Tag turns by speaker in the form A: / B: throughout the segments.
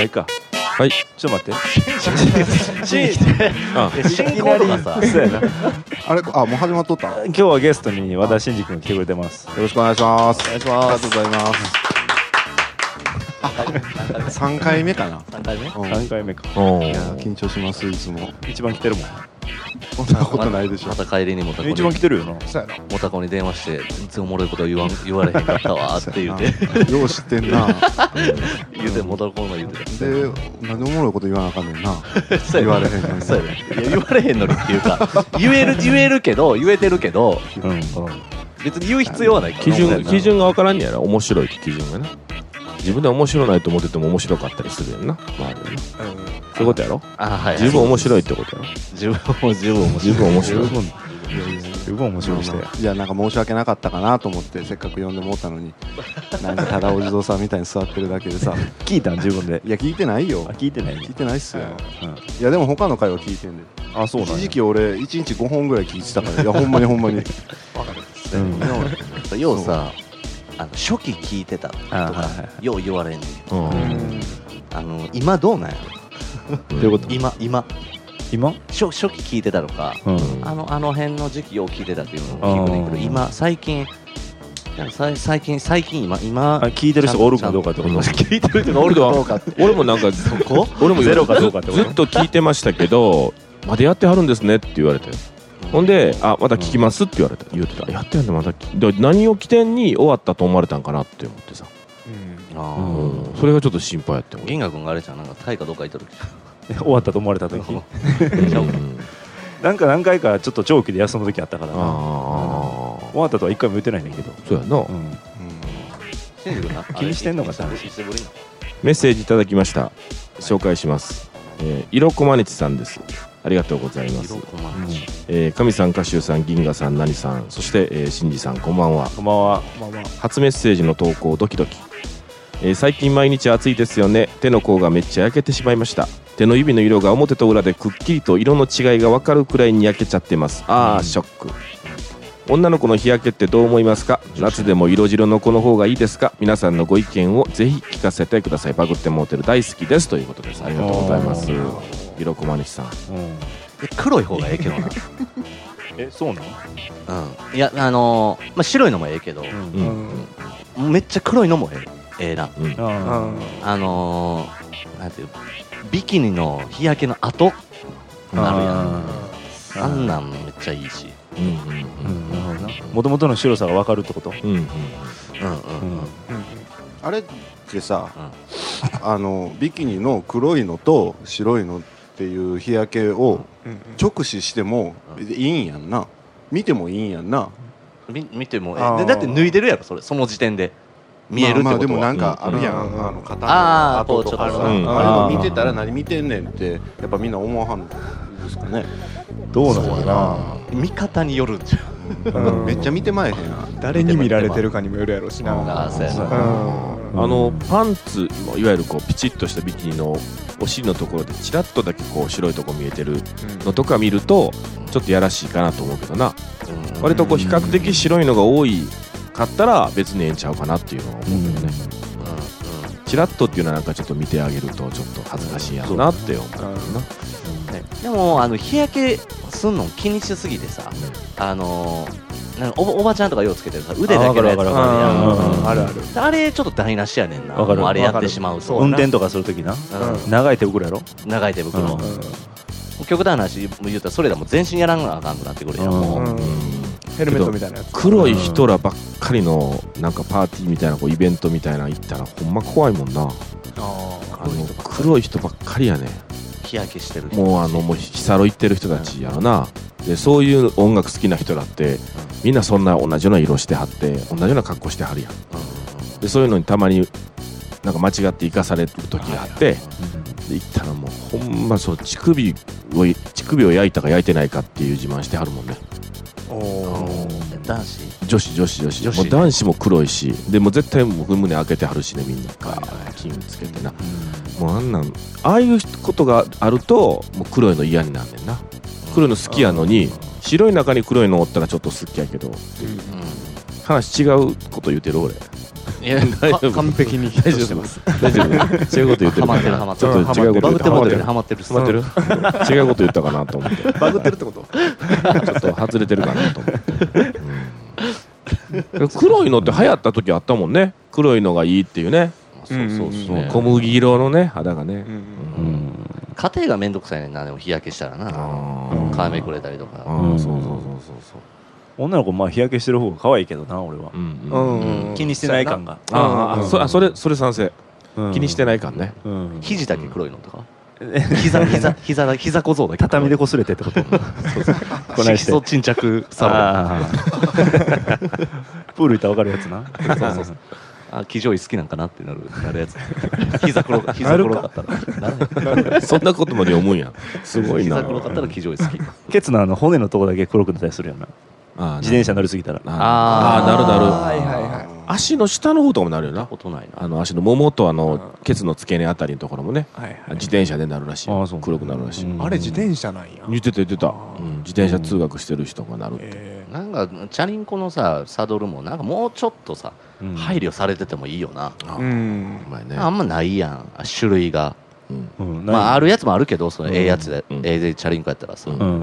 A: いいかはいちょっと待ってしあ
B: 新コードがさ
A: そうやな
C: あれあもう始まっとったよ
A: 今日はゲストに和田真二君来てくれてます
C: ろしくお願いします
B: お願いし
C: あり
B: ま
C: が
B: す
C: とうございます3回目かな、
B: 3回目
C: うん、いや
A: 3回目か
C: 緊張しますいつも
A: 一番来てるも
C: そんなことないでしょ
B: また帰りにもたこ
A: ん一番来
B: に
A: てるよな
C: そうや
B: もたこに電話して「いつおもろいこと言わん言われへんかったわ」って言うて
C: てよう知ってんな
B: 言うてもたこの言うて
C: で何おもろいこと言わなあかんねんな
B: そう
C: 言
B: や
C: われへんのに
B: そうやねいや言われへんのにっていうか言える言えるけど言えてるけど
A: うん
B: 別に言う必要はないから
D: 基準
B: 基
D: 基
B: 準
D: 準が分からんねやろ面白いって基準がな自分で面白ないと思ってても面白かったりするやんな周りになそういうことやろ
B: あはい
D: 十分面白いってことやろ
B: 十分も十分面白
D: 十
B: い
D: 分面
A: 十
D: 白い
A: 分十分面白いして
C: まあまあいやなんか申し訳なかったかなと思ってせっかく呼んでもったのになんかただお地蔵さんみたいに座ってるだけでさ
A: 聞いたん自分で
C: いや聞いてないよ
A: あ聞いてない
C: 聞いてないっすよ、
A: うん
C: いやでも他の回は聞いてんで
A: あそうなん
C: 一
A: や
C: 時期俺1日5本ぐらい聞いてたからいやほんまにほんまに
A: うん
B: ようさあの初期聞いてたと
A: あは
B: か
A: いは
B: よう言われんねん
D: うん
B: あの今どうなんやろ
A: どういうこと
B: 今今
A: 今
B: 初初期聞いてたのか
A: うん
B: あのあの辺の時期を聞いてたっていうのを聞くねんけど
A: あー
B: 今最近なんかさい最近最近今今
A: あ聞いてる人がおるかどうかってこと
B: ちゃんと聞いてる人がおるかどうかって
D: 俺もなんか俺も
A: ゼロかどうかって
D: ず
A: こ
D: ず
A: と
D: っと聞いてましたけどまだやってはるんですねって言われてほんで「あまた聞きます」って言われて言うてたやってんだまた聞だから何を起点に終わったと思われたんかなって思ってさ
A: う
B: あー
A: ん
D: それがちょっと心配やってん
B: 銀河君があれじゃんなんかタイかどうか言っとる
A: 終わったと思われた時
D: うん
A: なんか何回かちょっと長期で休む時あったからな
D: ああ
A: 終わったとは一回も言ってないねんだけど
D: そうやな
A: うん
B: シンジ君な
A: 気にしてんのかな
B: あれ久しぶりな
D: メッセージいただきました紹介します、えー、色こまねちさんですありがとうございます
B: 色、こまんち
D: えー、神さん歌手さん銀河さん何さんそして、えー、新次さんこんばんは
A: こんばんは
D: 初メッセージの投稿ドキドキ、えー最近毎日暑いですよね手の甲がめっちゃ焼けてしまいました手の指の色が表と裏でくっきりと色の違いが分かるくらいに焼けちゃってますあー、ショック女の子の日焼けってどう思いますか夏でも色白の子の方がいいですか皆さんのご意見をぜひ聞かせてくださいバグってモーテル大好きですということですありがとうございます色こまねちさん
A: うん
B: え黒い方がえ えけどな
A: えそうなの
B: うんいやあのーまあ白いのもええけど
D: うん
B: めっちゃ黒いのもええええな
D: うん
A: あ
B: あのーなんていうビキニの日焼けの後なるやん
A: ー
B: あんなんめっちゃいいし
D: うん
A: うんなるほどなもともとの白さが分かるってこと
D: うんう
B: うんう
D: ん
B: んうん
C: あれってさ、あのビキニの黒いのと白いのっていう日焼けを直視しても
B: うん
C: いいんやんな見てもいいんやんな
B: み見ても
E: あ
B: えで
E: ー
B: だって脱いでるやろそれその時点で見えるって
C: まあまあ
B: こ
C: で
B: と
C: もな
B: は
C: んかあるやん、
E: うん
C: あの肩
B: あー
C: の跡とか
B: こうち
C: さ
B: ょっと
C: あ,、
D: あるうん
C: れも見てたら何見てんねんってやっぱみんな思わはんですかね、
E: どうなのかな
B: 見方によるんじゃ
E: うん
C: めっちゃ見てまえへん
E: 誰に見られてるかにもよるやろし
B: ん
E: な
B: あーそうやな
E: うん
D: あのパンツいわゆるこうピチッとしたビキニのお尻のところでちらっとだけこう白いとこ見えてるのとか見るとちょっとやらしいかなと思うけどな
B: うん
D: 割とこう比較的白いのが多いかったら別にええんちゃうかなっていうのは思うけどね
B: う
D: ちらっとっていうのはなんかちょっと見てあげるとちょっと恥ずかしいやろなって思うけどな
B: うんねでもあの日焼けすんの気にしすぎてさあのーなんかおばおばちゃんとかようつけてるさ腕だけのやつと
A: あわかるわ
B: かあるやん
A: かるわかる
E: あるある
B: であれちょっと台無しやねんな
A: わかる
B: もうあれやってしまうと
A: 運転とかするときな
B: うん
E: うん
A: 長い手袋やろ
B: 長い手袋、
A: うん
B: 極端な話言うたらそれらもう全身やらんなあかんくなってくるやん、
A: うん
B: もう
E: うんヘルメットみたいなやつ
D: 黒い人らばっかりのなんかパーティーみたいなこうイベントみたいなの行ったらほんま怖いもんなあの黒い人ばっかりやね
B: 日焼けしてる人
D: もうあのもうヒサロ行ってる人たちやろな、でそういう音楽好きな人だってみんなそんな同じような色してはって同じような格好してはるやんでそういうのにたまになんか間違って生かされる時があってで行ったらもうほんまそう乳首を乳首を焼いたか焼いてないかっていう自慢してはるもんね
B: うん男子
D: 女子女子女子
B: 女子
D: もう男子も黒いしでもう絶対僕胸開けてはるしねみんな金つけてなもうあんなんああいうことがあるともう黒いの嫌になんねんな黒いの好きやのに白い中に黒いのおったらちょっと好きやけど
B: うん
D: 話違うこと言うてる俺
B: いや
D: 大丈夫
E: 完璧にヒットしてます。
D: 大丈夫そういうこと言ってる
B: ハマってるハマってる
D: ちょっと違うこと
B: バ
D: 言
B: グ
D: っ
B: ってて
D: る
B: る
D: ハ
B: ハ
D: マ
B: マ
D: っ
B: ってて
D: る
B: る
D: ハ
B: ハ
D: マ
B: マって
D: っ
B: る
D: てる違うこと言ったかなと思ってち
E: バグってるってこと
D: ょっと外れてるかなと思って、うん黒いのって流行った時あったもんね黒いのがいいっていうね
E: そうそうそう
D: そう小麦色のね肌がね
E: うん
D: うん
B: 家庭がめんどくさいねんなでも日焼けしたらな
D: あ
E: うん
D: ー
B: 皮めくれたりと
D: あ
B: か
D: ーそうそうそうそうそう
A: 女の子まあ日焼けしてる方が可愛いけどな俺は
D: うん
E: う
D: うん
E: んうんうん
B: 気にし
A: してて
B: な
A: ないい
B: な
A: 感が
D: あーあそあそれそれ賛成気にして
A: い
D: ない感ね
B: 肘だけ黒いのとか膝膝膝だ膝小僧だけ
A: 畳で擦れてってことこない
B: 色
A: して
B: 素沈着サ
A: あー プール行ったら分かるやつな
B: ロンそうそうそうあ騎乗位好きなんかなってなるなるやつ膝黒か膝黒かったらならない
D: そんなことまで思うんやすごいな
B: 膝黒かったら騎乗位好き
A: ケツのあの骨のとこだけ黒くなったりするよな
D: あー
A: 自転車乗りすぎたら
D: あー
B: あー
D: なるなる
E: はいはいはい。
D: 足の下の方とかもなるよな
B: ことないな
D: あの足の桃とあの
E: う
D: ケツの付け根あたりのところもね
E: はいはい
D: 自転車でなるらしい
A: あーそう
D: 黒くなるらしい
A: うん
E: あれ自転車なんや。
D: 言ってた言ってたうん自転車通学してる人がなる
E: えー
B: なんかチャリンコのさサドルもなんかもうちょっとさ
A: うん
B: 配慮されててもいいよな、
D: あ
E: うん
D: う。まいね
B: あんまないやんあ種類が、
D: うん
A: うんない
B: まあ、あるやつもあるけどその
A: うん
B: ええやつで、
D: うん
B: ええチャリンコやったらさ、
D: うん
A: う
B: で
A: ん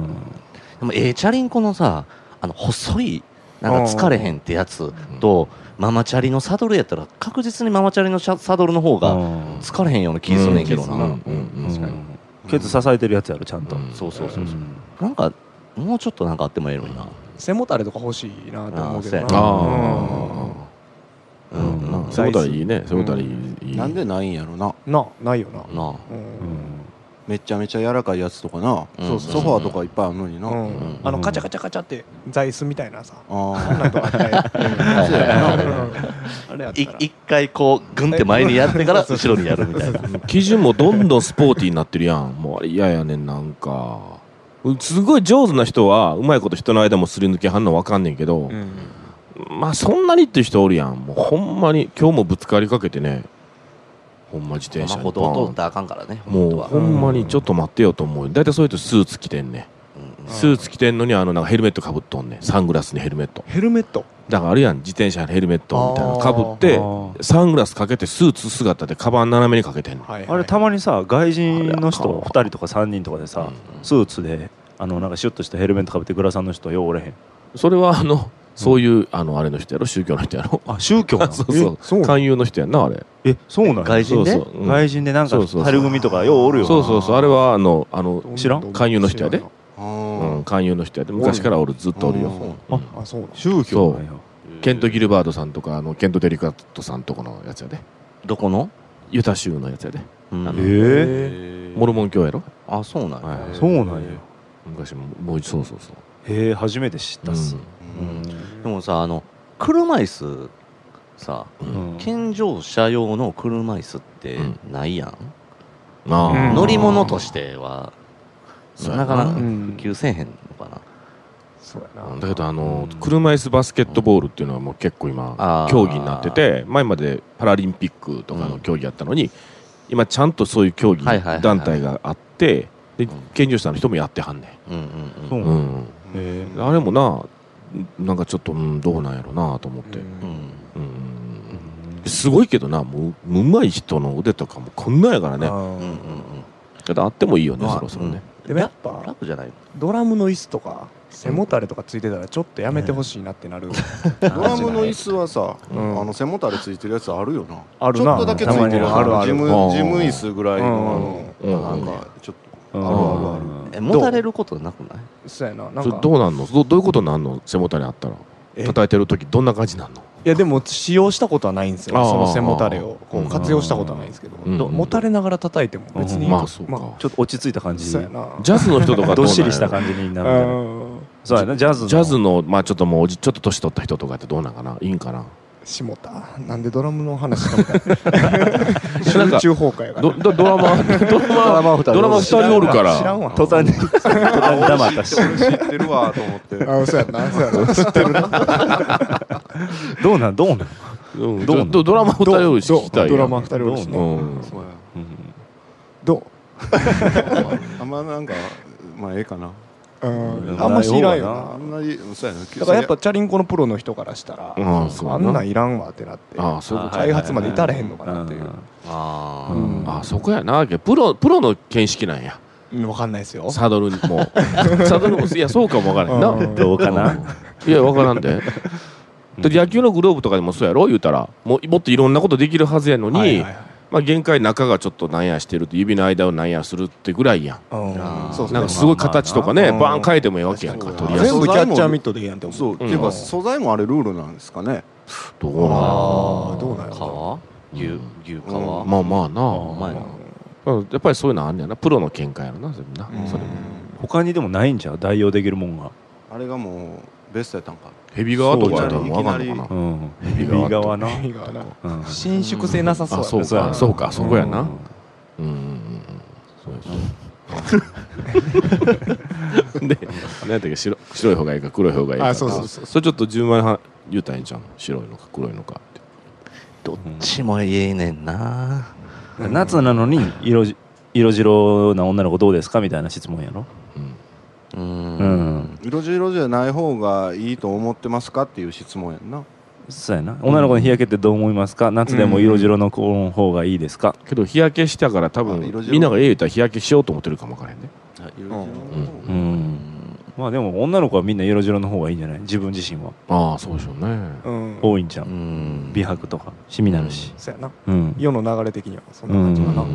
B: もええチャリンコのさあの細いなんか疲れへんってやつとママチャリのサドルやったら確実にママチャリのシャサドルの方が
A: うん
B: 疲れへんような気すんねんけどな、
D: うんうん
A: うんケツ支えてるやつやろちゃんと
D: うん
B: そうそうそうう、
A: ん
B: なんかもうちょっとなんかあってもええのにな、
E: 背もたれとか欲しいなと思うけど
B: あー
E: な。
B: そう
D: あ
B: や
D: あ
B: う
A: うん
B: ん
A: うん
D: そういうことはいいねそういうことはいいいい
C: なんでないんやろな
E: うんなないよな。
B: な
A: うん
E: う
A: ん
C: めちゃめちゃ柔らかいやつとかな、
B: うん
C: そうソファーとかいっぱいあるのにな、
E: う
C: あ
E: んあのカチャカチャカチャって座椅子みたいなさ。
C: あ
E: なんとかあったやん
B: はい
C: そうやな
E: あれやっ
B: い
E: たら。
B: 一回こうグンって前にやってから後ろにやるみたい な
D: 基準もどんどんスポーティーになってるやんもうあれ嫌やねんなんかすごい上手な人はうまいこと人の間もすり抜けはんのわかんねんけど、
E: うん
D: まあそんなにっていう人おるやんもうほんまに今日もぶつかりかけてねほんま自転車
B: まあ歩
D: に
B: 道通ったらあかんからね
D: バー
B: 本
D: ンも
B: 当
D: う
B: は
D: ほんまにちょっと待ってよと思う大体そういう人スーツ着てんね、
B: うん
D: ん、スーツ着てんのにあのなんかヘルメットかぶっとんねんサングラスにヘルメット
E: ヘルメット。
D: だからあるやん自転車にヘルメットみたいなのかぶっ
A: あ
D: て
A: ー
D: サングラスかけてスーツ姿でカバン斜めにかけてんの
E: はいはい
A: あれたまにさ外人の人
D: あれあかん
A: 2人とか3人とかでさスーツであのなんかシュッとしたヘルメットかぶってグラサンの人ようおれへん
D: それはあのそういうあのあれの人やろ宗教の人やろ
A: あ宗 教
D: そう
E: えそう
D: そう勧誘の人やんなあれ
A: えそうなんや
B: 外人で
D: そうそううん
A: 外人でなんか
D: そうそうそう
A: 樽組とかようおるよな
D: そうそうそうあれはあのあの
A: 知らん
D: 勧誘の人やで
E: 知らん
D: うん、
C: ー
D: 勧誘の人やって昔から俺ずっとおるよ、
C: うん
D: うん
E: なあそうなの
A: 宗教なんや
D: ケント・ギルバードさんとかあのケント・デリカットさんとかのやつやで
B: どこの
D: ユタ州のやつやで
B: うん
D: あ
A: え
D: の
A: ー
D: モルモン教やろ、
B: あそうなんや
D: はい
A: そうなんや
D: 昔ももうそうそうそう
A: へえ初めて知ったっす
B: うんでもさあの車椅子さ
A: うん
B: 健常者用の車椅子ってないやん
D: あー
E: うん
B: 乗り物としては
D: そうや
B: なかなか
D: う
B: 普
E: ん
B: 及せえへんのかな
E: そうや
D: う
E: なん
D: だけどあの車椅子バスケットボールっていうのはもう結構今
B: あー
D: 競技になってて前までパラリンピックとかの競技やったのに今ちゃんとそういう競技
B: はいはいはいはい
D: 団体があってで
B: うん
D: 健常者の人もやってはんね
B: うんう
A: そ
B: ん
A: うな
D: う
A: んや
D: ん
A: え
D: あれもななんかちょっと、うん、どうなんやろなと思って、
B: う
E: うん
B: ん
D: うんすごいけどなもううまい人の腕とかもこんなんやからね
E: あー
B: うんうんうん
D: ただあってもいいよね
B: まあ
D: そろそろね、
E: でもやっぱ
B: 楽じゃない
E: ドラムの椅子とか背もたれとかついてたらちょっとやめてほしいなってなる
C: ドラムの椅子はさ、
E: うん
C: あの背もたれついてるやつあるよな
E: ある
C: ちょ
E: な
C: っとだけついてるやつ
E: たまにあるある
C: 事務
D: あー
C: 事務椅子ぐらいのあ
D: うん
C: のなんかちょっ
A: あ
C: とあるあるある
B: えもたれることなくない
E: そうやなな
D: そ
E: ん
D: れ
E: か
D: どうなんのどどういうことなんの背もたれあったら
E: え
D: 叩いてる時どんな感じなんの
E: いやでも使用したことはないんですよ
D: あー
E: その背もたれをこ
D: うん
E: う活用したことはないんですけど
D: うん
E: どもたれながら叩いても別に
A: うん
D: まあそうか、
E: ま
A: ちょっと落ち着いた感じ
E: そうやな
D: ジャズの人とかどうなんやろ
A: どっしりした感じになるみたいな
E: うん
A: そうやなジャズの
D: ジャズのまあちょっともうおじちょっと年取った人とかってどうなんかないいんかな
E: 下田なんでドラムの 話かみたいな集
D: なんか
E: 中崩壊が
D: どどドラマドラマドラマ2人おるから
E: 知らんわ
A: 途端に途端に黙ったし
C: 俺知ってるわと思 って
E: あーそうやなそうやな知ってるな
A: どうなんどうなん
D: うん
A: どう
D: どどドラマ2人おるし
E: ど
D: 聞
E: う
D: きたい
E: ド
D: よ
E: ラマ二人おるし
D: う
E: ね
D: ん
C: そうや
E: どう
C: あんまなんかまあええかな
E: ううんあんましいらんよ
C: あ
E: なん
C: まりそうやな
E: だからやっぱチャリンコのプロの人からしたら、
D: うんそうや
E: あ
D: なん
E: なんいらんわってなって
D: ああそういうこと
E: 開発まで至らへんのかなっていう、
B: あ
E: う
B: ー
E: ん
D: あそこやなプロプロの見識なんや
E: うん、分かんないですよ
D: サドルにもサドルもいやそうかもわからへん
E: う
D: なん
A: どうかない
D: やわからんでで野球のグローブとかでもそうやろ言うたらもうもっといろんなことできるはずやのに、
E: はいはいはい
D: まあ、限界中がちょっとなんやしてると指の間をなんやするってぐらいやん
E: うん
C: そう
D: なんかすごい形とかね
E: まあまあ
D: バーン変えてもええわけやんか
C: 確
D: と
C: かに
D: りあえず
E: 全部キャッチャーミットでいいやんって思う
C: そう、っていう
D: う
C: か
D: ん
C: 素材もあれルールなんですかね
D: どう
E: ああどうなんやろ
B: 川牛牛川、
D: まあまあな
B: お前の
D: うんやっぱりそういうのあんねやなプロの見解やろな全部な
E: うん
D: それも
A: 他にでもないんちゃう代用できるもんが
C: あれがもうベストやったんか
D: ヘビ側とかやったら分か
C: い
D: んの
C: きな
D: か
C: り
D: な
A: うんヘビ側な
E: 意味がな
A: うん
E: 伸縮性なさそう
D: あそう
A: そうや
D: か
A: な
D: そうかそこやな
A: う
D: うん
A: ん
D: うんうんうんそうやそうで何やったっけ白白い方がいいか黒い方がいいか
E: あそうそうそう
D: それちょっと順番は言うたらいいんちゃうの白いのか黒いのかって
B: どっちもええねんな
A: 夏なのに色じ色白な女の子どうですかみたいな質問やろ
D: うん
A: う
B: う
A: んん
C: 色白じゃない方がいいと思ってますかっていう質問やんな
A: そうやな女の子の日焼けってどう思いますか夏でも色白の子の方がいいですか
D: けど日焼けしたから多分
C: あ色白
D: みんながええ言うたら日焼けしようと思ってるかもわからへんね
C: 色白の方
A: う
C: が
A: んまあでも女の子はみんな色白の方がいいんじゃない自分自身は
D: ああそうでしょうね
E: うん
A: 多いんじゃ
B: うんん
A: 美白とかシミなるし
E: そうやな
A: うん
E: 世の流れ的にはそんな感じかな、
A: う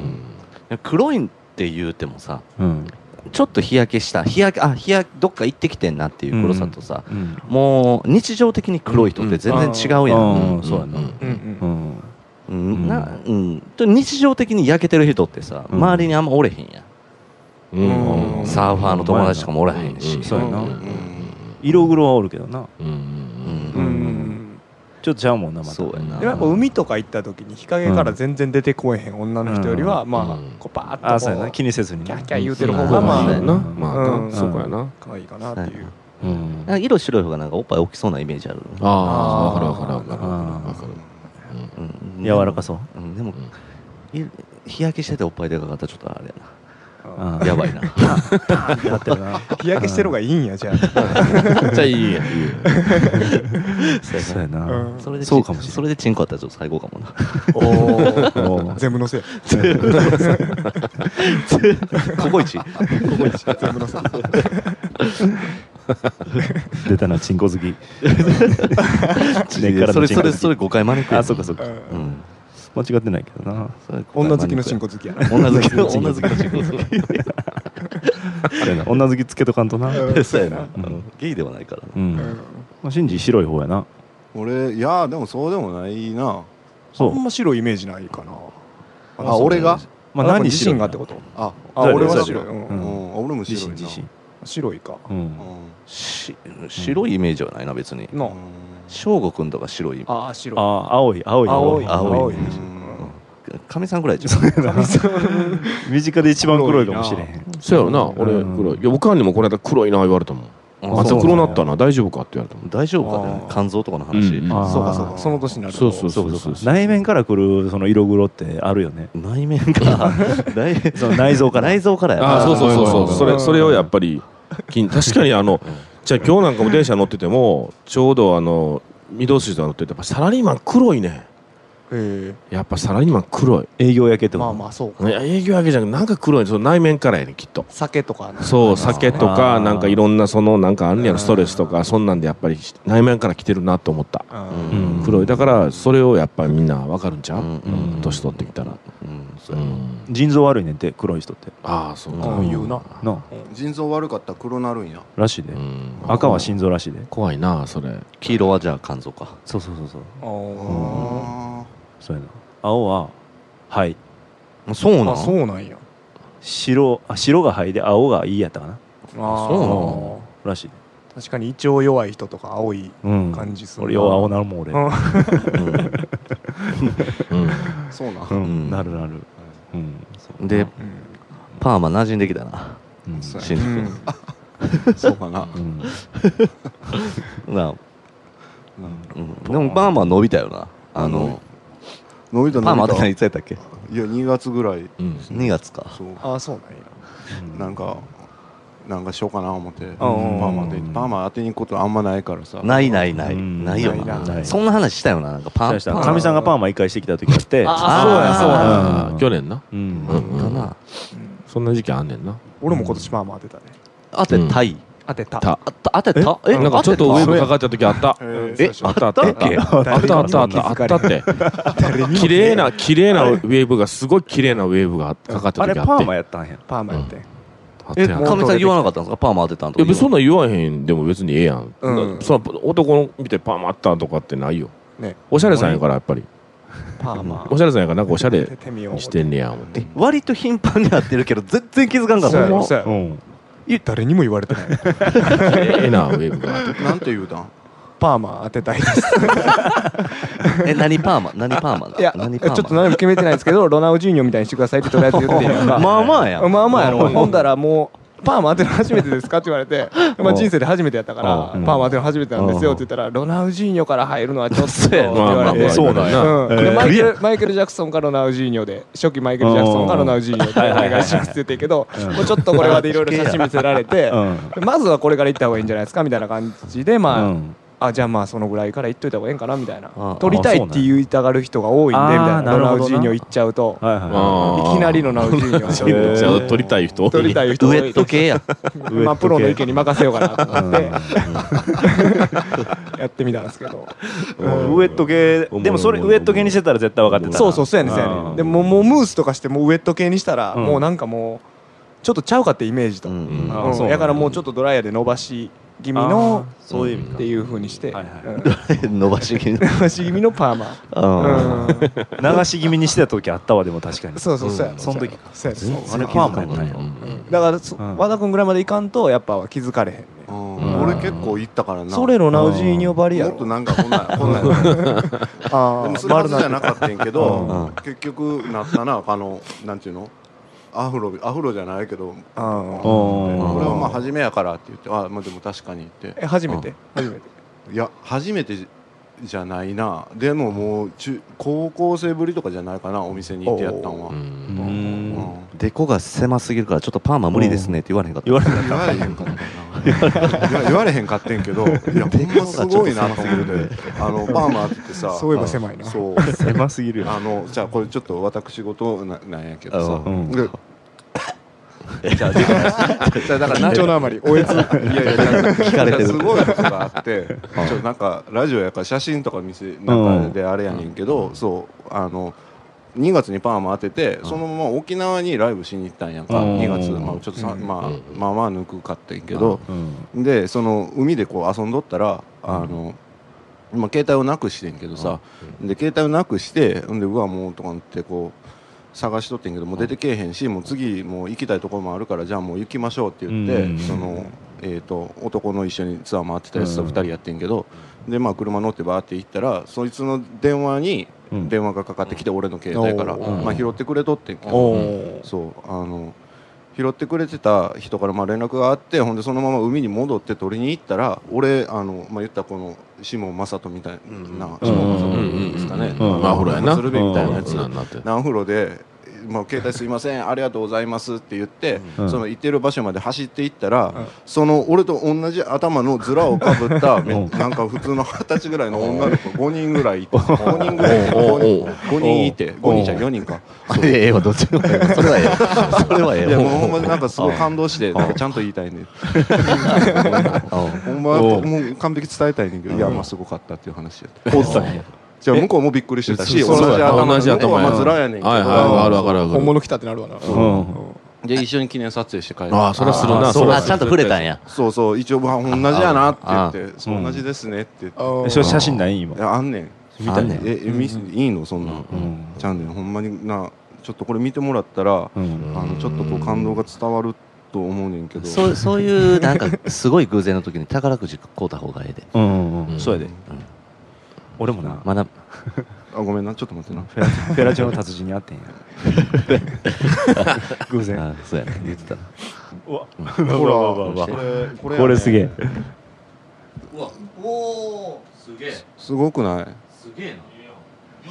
B: 黒いって言うてもさ
A: うん
B: ちょっと日焼けした日焼けあ日焼けどっか行ってきてんなっていう黒さとさ、
A: うん
B: もう日常的に黒い人って全然違うや、
A: うんんそうやな
E: うんうん
A: うん
B: うんなうん、と日常的に焼けてる人ってさ、
A: うん
B: 周りにあんまおれへんやん、
D: うんうん
E: うん
B: サーファーの友達とかもおらへんし、
D: うん
A: そうやな
C: うん
A: 色黒はおるけどな
D: うんうん
E: うんうん
A: ちょっとちゃうもんなまた
B: そうやな
E: でもやっぱ海とか行った時に日陰から全然出てこえへん女の人よりは、まあ
D: うん
E: こうバーッとこ
A: あそうやな気にせずに
E: キ
A: ね
E: ャッキャ言うてる
D: うん
E: 方
B: まあ
E: がま
B: まあ
D: そ
E: あ、
D: うやな
A: うん
D: まあ
E: うん
D: そこやな
E: 可愛いかなっていう、
A: うん
B: なんか色白い方がなんかおっぱい大きそうなイメージある、
D: ああ
E: あー
D: 分かる分かる分かる
A: うん
D: 分かる
B: うん、
A: 柔らかそう
B: う、ん、でも
D: う、ん
B: い日焼けしてておっぱいでかかったらちょっとあれ や
A: あ
B: なやばいな
A: やってるな
E: 日焼けしてる方がいいんやじゃあ、
D: めっちゃいいやんいいやん
A: そうやな
E: うん
B: それでち
A: そうかもしれん
B: それでチンコあったらちょっと最高かもな
A: おう
E: 全部のせい
B: ココイチ
A: 出たなチンコ好き 根っからの
B: それ
A: チンコ好
B: それ
A: き
B: それ誤解招く
A: あそうかそうか
E: うん
B: うん
A: 間違ってないけどな
B: それ誤解
E: 女好
B: 招く
E: きのチンコ好きやな
B: 女好き の女好きのチンコ好
A: そうやな女好きつけとかんとな
E: う
B: き
E: ん
B: そうやな、
A: うん
B: うんゲイではないからな
A: うん
E: うん
A: まあシンジ白い方やな
C: 俺いやでもそうでもないな
A: そ
E: あ
A: うん
E: ま白いイメージないかな
C: あ俺が
A: まあ
E: あなた
A: 何
E: 自
A: 白い
E: 身
A: ん
E: が
A: だ
E: ってこと
C: あ
E: あ
A: そうや
E: 俺は
A: そうや
E: 白い、うん
C: うん俺も白
A: 自
C: い
A: 身
C: な
A: 自身
E: 白いか
A: うん
C: うん
B: し白いイメージはないな別に
E: の
B: 翔吾くんとか白い
E: ああ白
A: ああ青い青い
E: 青
B: 青
E: い
B: い
E: 青い
C: うん
B: かみさんぐらいじゃん
A: 身近で一番黒いかもしれへん
D: そうやろな俺
A: うん
D: 黒いいやおかんにもこの間黒いな言われたもん
B: あ
D: あんた
B: そう
D: 黒なったな大丈夫かって言われたもん
B: 大丈夫かね
E: あー
B: 肝臓とかの話、
D: うん
A: あー
E: そうかそうかその年になると
D: そうそうそうそうそう
A: 内面からくるその色黒ってあるよね
B: 内面か内
A: その内臓から
B: 内臓からや
D: ああそうそ
A: あ
D: うそう
A: ー
D: そうそれそれをやっぱり気に確かにあのじゃあ今日なんかも電車乗っててもちょうどあの御堂筋とか乗っててやっぱサラリーマン黒いね
E: え
D: やっぱサラリーマン黒い
A: 営業焼けっ
E: え
A: て
E: ま
A: こ
E: あ
A: と
E: まあそうか
D: いや営業だけじゃなくなんか黒いその内面からやねきっと
E: 酒とかの
D: そう酒と
A: あ
D: か
A: ー
D: なんかいろんなそのなんかあんねや
E: う
D: ろ
E: ん
D: ストレスとかそんなんでやっぱり内面から来てるなと思った
E: うん
A: うん
D: 黒いだからそれをやっぱりみんなわかるんちゃ
B: うん
D: う
B: うん
D: 年取ってきたら
B: うんそううや
D: ん
A: 腎臓悪いねんって黒い人って
D: ああそうか
E: うん言うな
A: な
C: 腎臓悪かったら黒なるんや
A: らしいで
D: うん
A: 赤は心臓らしいで
D: 怖いなそれ
B: 黄色はじゃあ肝臓か
A: そうそうそうそう
E: あー
A: そうやな青は肺
B: そうな
E: あそ
B: の
E: うなんや
A: 白あ白が肺で青がいいやったかな
E: あー
D: そうな
A: のらしいで
E: 確かに胃腸弱い人とか青い
A: うん
E: 感じするな
A: 俺よう青なるもん俺
E: うん
D: うん
C: そうなん
A: う
B: うん
A: ん なるなるうん
B: うんでパーマ馴染んできたな
A: うん
C: そうや
B: 新
E: うん
B: 宿
C: そうかな
A: うん
B: な
C: うん
B: うんでもパーマ伸びたよなあの
C: 伸びた
B: パーマ
C: 伸
B: 当
C: びた
B: てない
C: い
B: いつやったっけ
C: や2月ぐらい
D: うん
B: 2月か
C: そう
E: ああそうなんや
A: うん
C: なんかなんかしようかな思ってパ
E: ん
C: ーマでパーマ当てに行くことあんまないからさ
B: ないないない
A: うん
B: ないよ
E: ない
A: な
B: ないそんな話したよななんかパン
A: かみ
B: パン
A: さんがパーマ一回してきた時あって
B: あ
A: ー
F: そうやそうや去年な
A: うん
B: あったな
F: そんな時期あんねんな
E: 俺も今年パーマ当てたね
B: 当てたい
E: 当てた
F: た
B: あた当てたえ
F: なんかちょっとウェ
B: 当て
F: ー
B: た
F: ブかかった時あった
C: え
B: え
F: あ
B: あ
F: っ
B: ったた
F: あ
B: あ
F: っ
B: ったた
F: あっ
B: ったけ
F: あったあったあったあったあったって綺麗な綺麗なウェーブがすごい綺麗なウェーブがかかった
A: あれ
F: 時あ
A: パ
F: って
A: ーマやったんや
E: パーマやって
F: あった
B: え
F: やん
B: かみさん言わなかったんですかパーマ当てたん
F: い
B: と
F: や
B: か
F: 別にそんなん言わへんでも別にええやん、
E: うん
F: そんな男の見てパーマあったとかってないよ
E: ね
F: おしゃれさんやからやっぱり
E: パーマ
F: おしゃれさんやからなんかおしゃれ
E: 当てみよう
F: にしてんねや思って
B: 割と頻繁に当てるけど全然気づかんかっ
E: そう
B: た
E: や
B: もう
E: そうや
A: うん
E: いや誰にも言われてない
F: ええなウェーブが
C: えなんて言うたん
E: パーマ当てたいです
B: え何パーマ何パーマ
E: いや
B: 何
E: ち
B: パー
E: ょ
B: マ
E: っと何も決めてないですけどロナウジーニョみたいにしてくださいってとりあえず言ってやんか
B: まあまあやん
E: まあまあやろ
F: うん
E: ほんだらもうパーマ当てるの初めてですかって言わ れて、まあ、人生で初めてやったからパ
A: う
E: ー
A: ん
E: マ当てるの初めてなんですよって言ったらロナウジーニョから入るのはちょっとって言わ
A: まあ
E: れ
A: まあま
E: て
A: あそうなんや
E: うん
A: え
E: で
A: ー
E: マイケ
A: いや
E: ルマイケル・ジャクソンかロナウジーニョで初期マイケル・ジャクソンかロナウジーニョでお願いしますって言ってんけど
A: うん
E: もうちょっとこれまでいろいろ写真見せられて
A: うん
E: まずはこれから行った方がいいんじゃないですかみたいな感じで
A: う
E: ま
A: ん
E: ああじゃあまあそのぐらいから行っといた方がいいんかなみたいな
B: あ
E: 撮りたいって言いたがる人が多いんでみ
A: あ
E: たいな
A: なる
E: ロナ
A: ほどな
E: ウジーニョ行っちゃうと
A: はいはい
E: いきなりのナウジーニョ
A: へ ー
F: じゃあ撮りたい人
E: 撮りたい人
B: ウ
E: 多
B: エ
E: い
B: ット系や
A: 系
E: まあ、プロの意見に任せようかなと思ってやってみたんですけど
A: うんウエット系
F: うん
A: でもそれ
F: うん
A: ウエット系にしてたら絶対分かってたな
E: そうそうそうやねんそうやね
A: うん
E: んでもうもうムースとかしてもうウエット系にしたら、
A: うん
E: もうなんかもうちょっとちゃうかってイメージと、
B: う
E: うん
B: ん
A: あそうなんや
E: やからもうちょっとドライヤーで伸ばし気味の
A: あーそういう意味
E: っていうふうにして、
A: はいはい
E: うん
B: 伸ばし気味
E: 伸ばし気味のパーマ、
B: うん
E: うん
A: 流し気味にしてた時あったわでも確かに
E: そうそうそうや、
A: その時か
E: そうやそうや
A: あれパーマやったんや
E: だからそ、
A: うん
E: 和田君ぐらいまでいかんとやっぱ気づかれへんね
C: うん俺結構行ったからな
E: それロナウジーニョバリや
C: も
E: ろ
C: っとなんかこんなんこんなんやった
E: あ
C: でも
E: ー
C: それはずじゃなかったんやけ
B: うん
C: ど結局なったなあのなんていうのアフロアフロじゃないけど
E: あー
A: お
C: 俺
A: ー
C: はまあ初めやからって言ってあまあでも確かにって
E: え初めて初めて
C: いや初めてじじゃないなでももう中高校生ぶりとかじゃないかなお店に行ってやったんは、
A: うー
C: うん
A: ん
B: デコが狭すぎるからちょっとパーマ無理ですねって言われへんかった
A: 言われ
C: 言われへんかったないや言われへんかってんけどいやほんますごいなと思ってあのパーマ当ててさ
E: そういえば狭いな
C: そう
A: 狭すぎる
C: あのじゃあこれちょっと私事ななんやけどさ、
B: うん
C: でじゃあ じゃあだからな
E: 緊張のあまりおえつ
C: いやいや聞
B: かれてる
C: すごいことがあってちょなんかラジオやから写真とか見せ中であれやねんけど、そうあの2月にパーマ当てて、そのまま沖縄にライブしに行ったんやんか、
A: うん
C: 2月、まあ、ちょっとさ、
E: うん
C: まあ
F: うん、
C: まあまあ抜くかってんけど、
A: うん
C: でその海でこう遊んどったらあの、まあ、携帯をなくしてんけどさ、で携帯をなくしてんでうわもうとかってこう探しとってんけどもう出てけえへんしもう次もう行きたいところもあるからじゃあもう行きましょうって言って、
A: うん
C: その、えー、と男の一緒にツアー回ってたやつと
A: うん
C: 2人やってんけど、でまあ車乗ってバーって行ったらそいつの電話に
A: うん
C: 電話がかかってきて俺の携帯から、
E: お
A: ー
C: まあ、拾ってくれとってんけど、
E: おー
C: そうあの拾ってくれてた人からまあ連絡があってほんでそのまま海に戻って取りに行ったら俺あの、まあ、言ったらこのシモン・マサトみたいな、
A: うん
C: シモン・マサトっていうんですかね、
A: うんうん
F: まあほらやな
C: するべみたいなやつ、
F: なんなって
C: ナンフロで、まあ、携帯すいませんありがとうございますって言って、
A: うん
C: その行ってる場所まで走っていったら、
E: ん
C: その俺と同じ頭のズラをかぶった、め
A: うん
C: なんか普通の二十歳ぐらいの女の子5人ぐらいいて5人ぐらい
F: おうおうおう
C: 5人いて5人じゃ4人か。
B: いやええわどっちでもええ わそれはええわそれはえ
C: い
B: え
C: や
B: わ
C: もうほんまになんかすごい感動してなんかちゃんと言いたいねほんまはもう完璧に伝えたいねんけどいやまあすごかったっていう話やった
A: おったんや
C: じゃあ向こうもびっくりしてたし
F: そう
C: 同
F: そう
C: じ頭
F: 同じ頭や
C: 向こうはまずらやねんけ
F: はいはい
C: ど
F: あるわかるわかる
E: 本物来たってなるわな
A: うん
C: で一緒に記念撮影して帰る
F: ああそれはする
A: あ
F: な
A: ー
F: それは
B: あちゃんと触れたんや
C: そうそう一応まあ同じやなって言って
A: あ
C: そう同じですねって言って
E: あー
A: えそれ写真ない今
C: いやあんねん
A: 見た
B: あんね
A: ね
B: ん
C: ええみいいのそんなん
A: うん
C: ちゃんねんほんまになちょっとこれ見てもらったら
A: う
C: あ
A: ん
C: のちょっとこう感動が伝わると思うねんけど
B: そうそういうなんかすごい偶然の時に宝くじ買うた方がええで
A: うんう
F: うん
A: んそうやで俺もな
B: まだ
C: あごめんなちょっと待ってな
A: フェラフェラチオの達人に会ってん や偶然
B: あそうやね言ってた
C: ほらこれこれやね
A: これすげえ
C: すごくない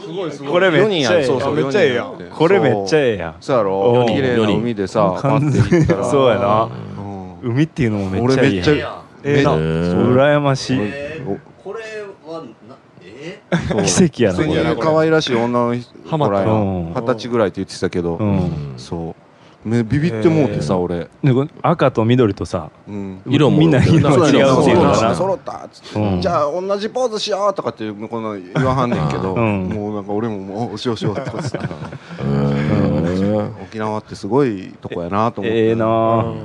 A: これ
C: 4
A: め
C: 人
A: っ
C: や
A: ちゃえ
C: ん
A: え
C: そうそう
E: めっちゃええやん
C: 四人って
A: これめっちゃええやん
C: そうやろ
A: うん
C: 綺麗な海でさパ
A: 完
C: ッて
A: 全
C: 行っ
A: に
C: たら
A: そうやな
C: うん
A: 海っていうのもめっ
C: 俺
A: ちゃいい
C: めっち
A: やん
C: ゃ
E: ええ
C: め
E: な
C: っ
A: そう羨ましい
B: えーこれはなえ
C: そう
A: 奇跡やな
C: 普通
A: こ
C: に
A: れ
E: やなこれ
C: 可愛らしい女の人
E: ハマった
C: こらや
A: うん
C: 二十歳ぐらいって言ってたけど、
A: うん
C: そうめビビってもうて
E: へ
C: さ
E: ー
C: 俺、
A: でこれ赤と緑とさ
C: うん、
F: 色も
A: みんな色
F: そう
A: が
F: やな
A: 違うっていう
F: そう
A: のか
F: やな
A: な
C: 揃ったっつって、
A: うん
C: じゃあ同じポーズしようとかってこの言わはんねんけど、
A: うん
C: もうなんか俺ももうおしようしようとかっつって
F: うん
C: 沖縄ってすごいとこやなと思って
A: ええなあ
C: うん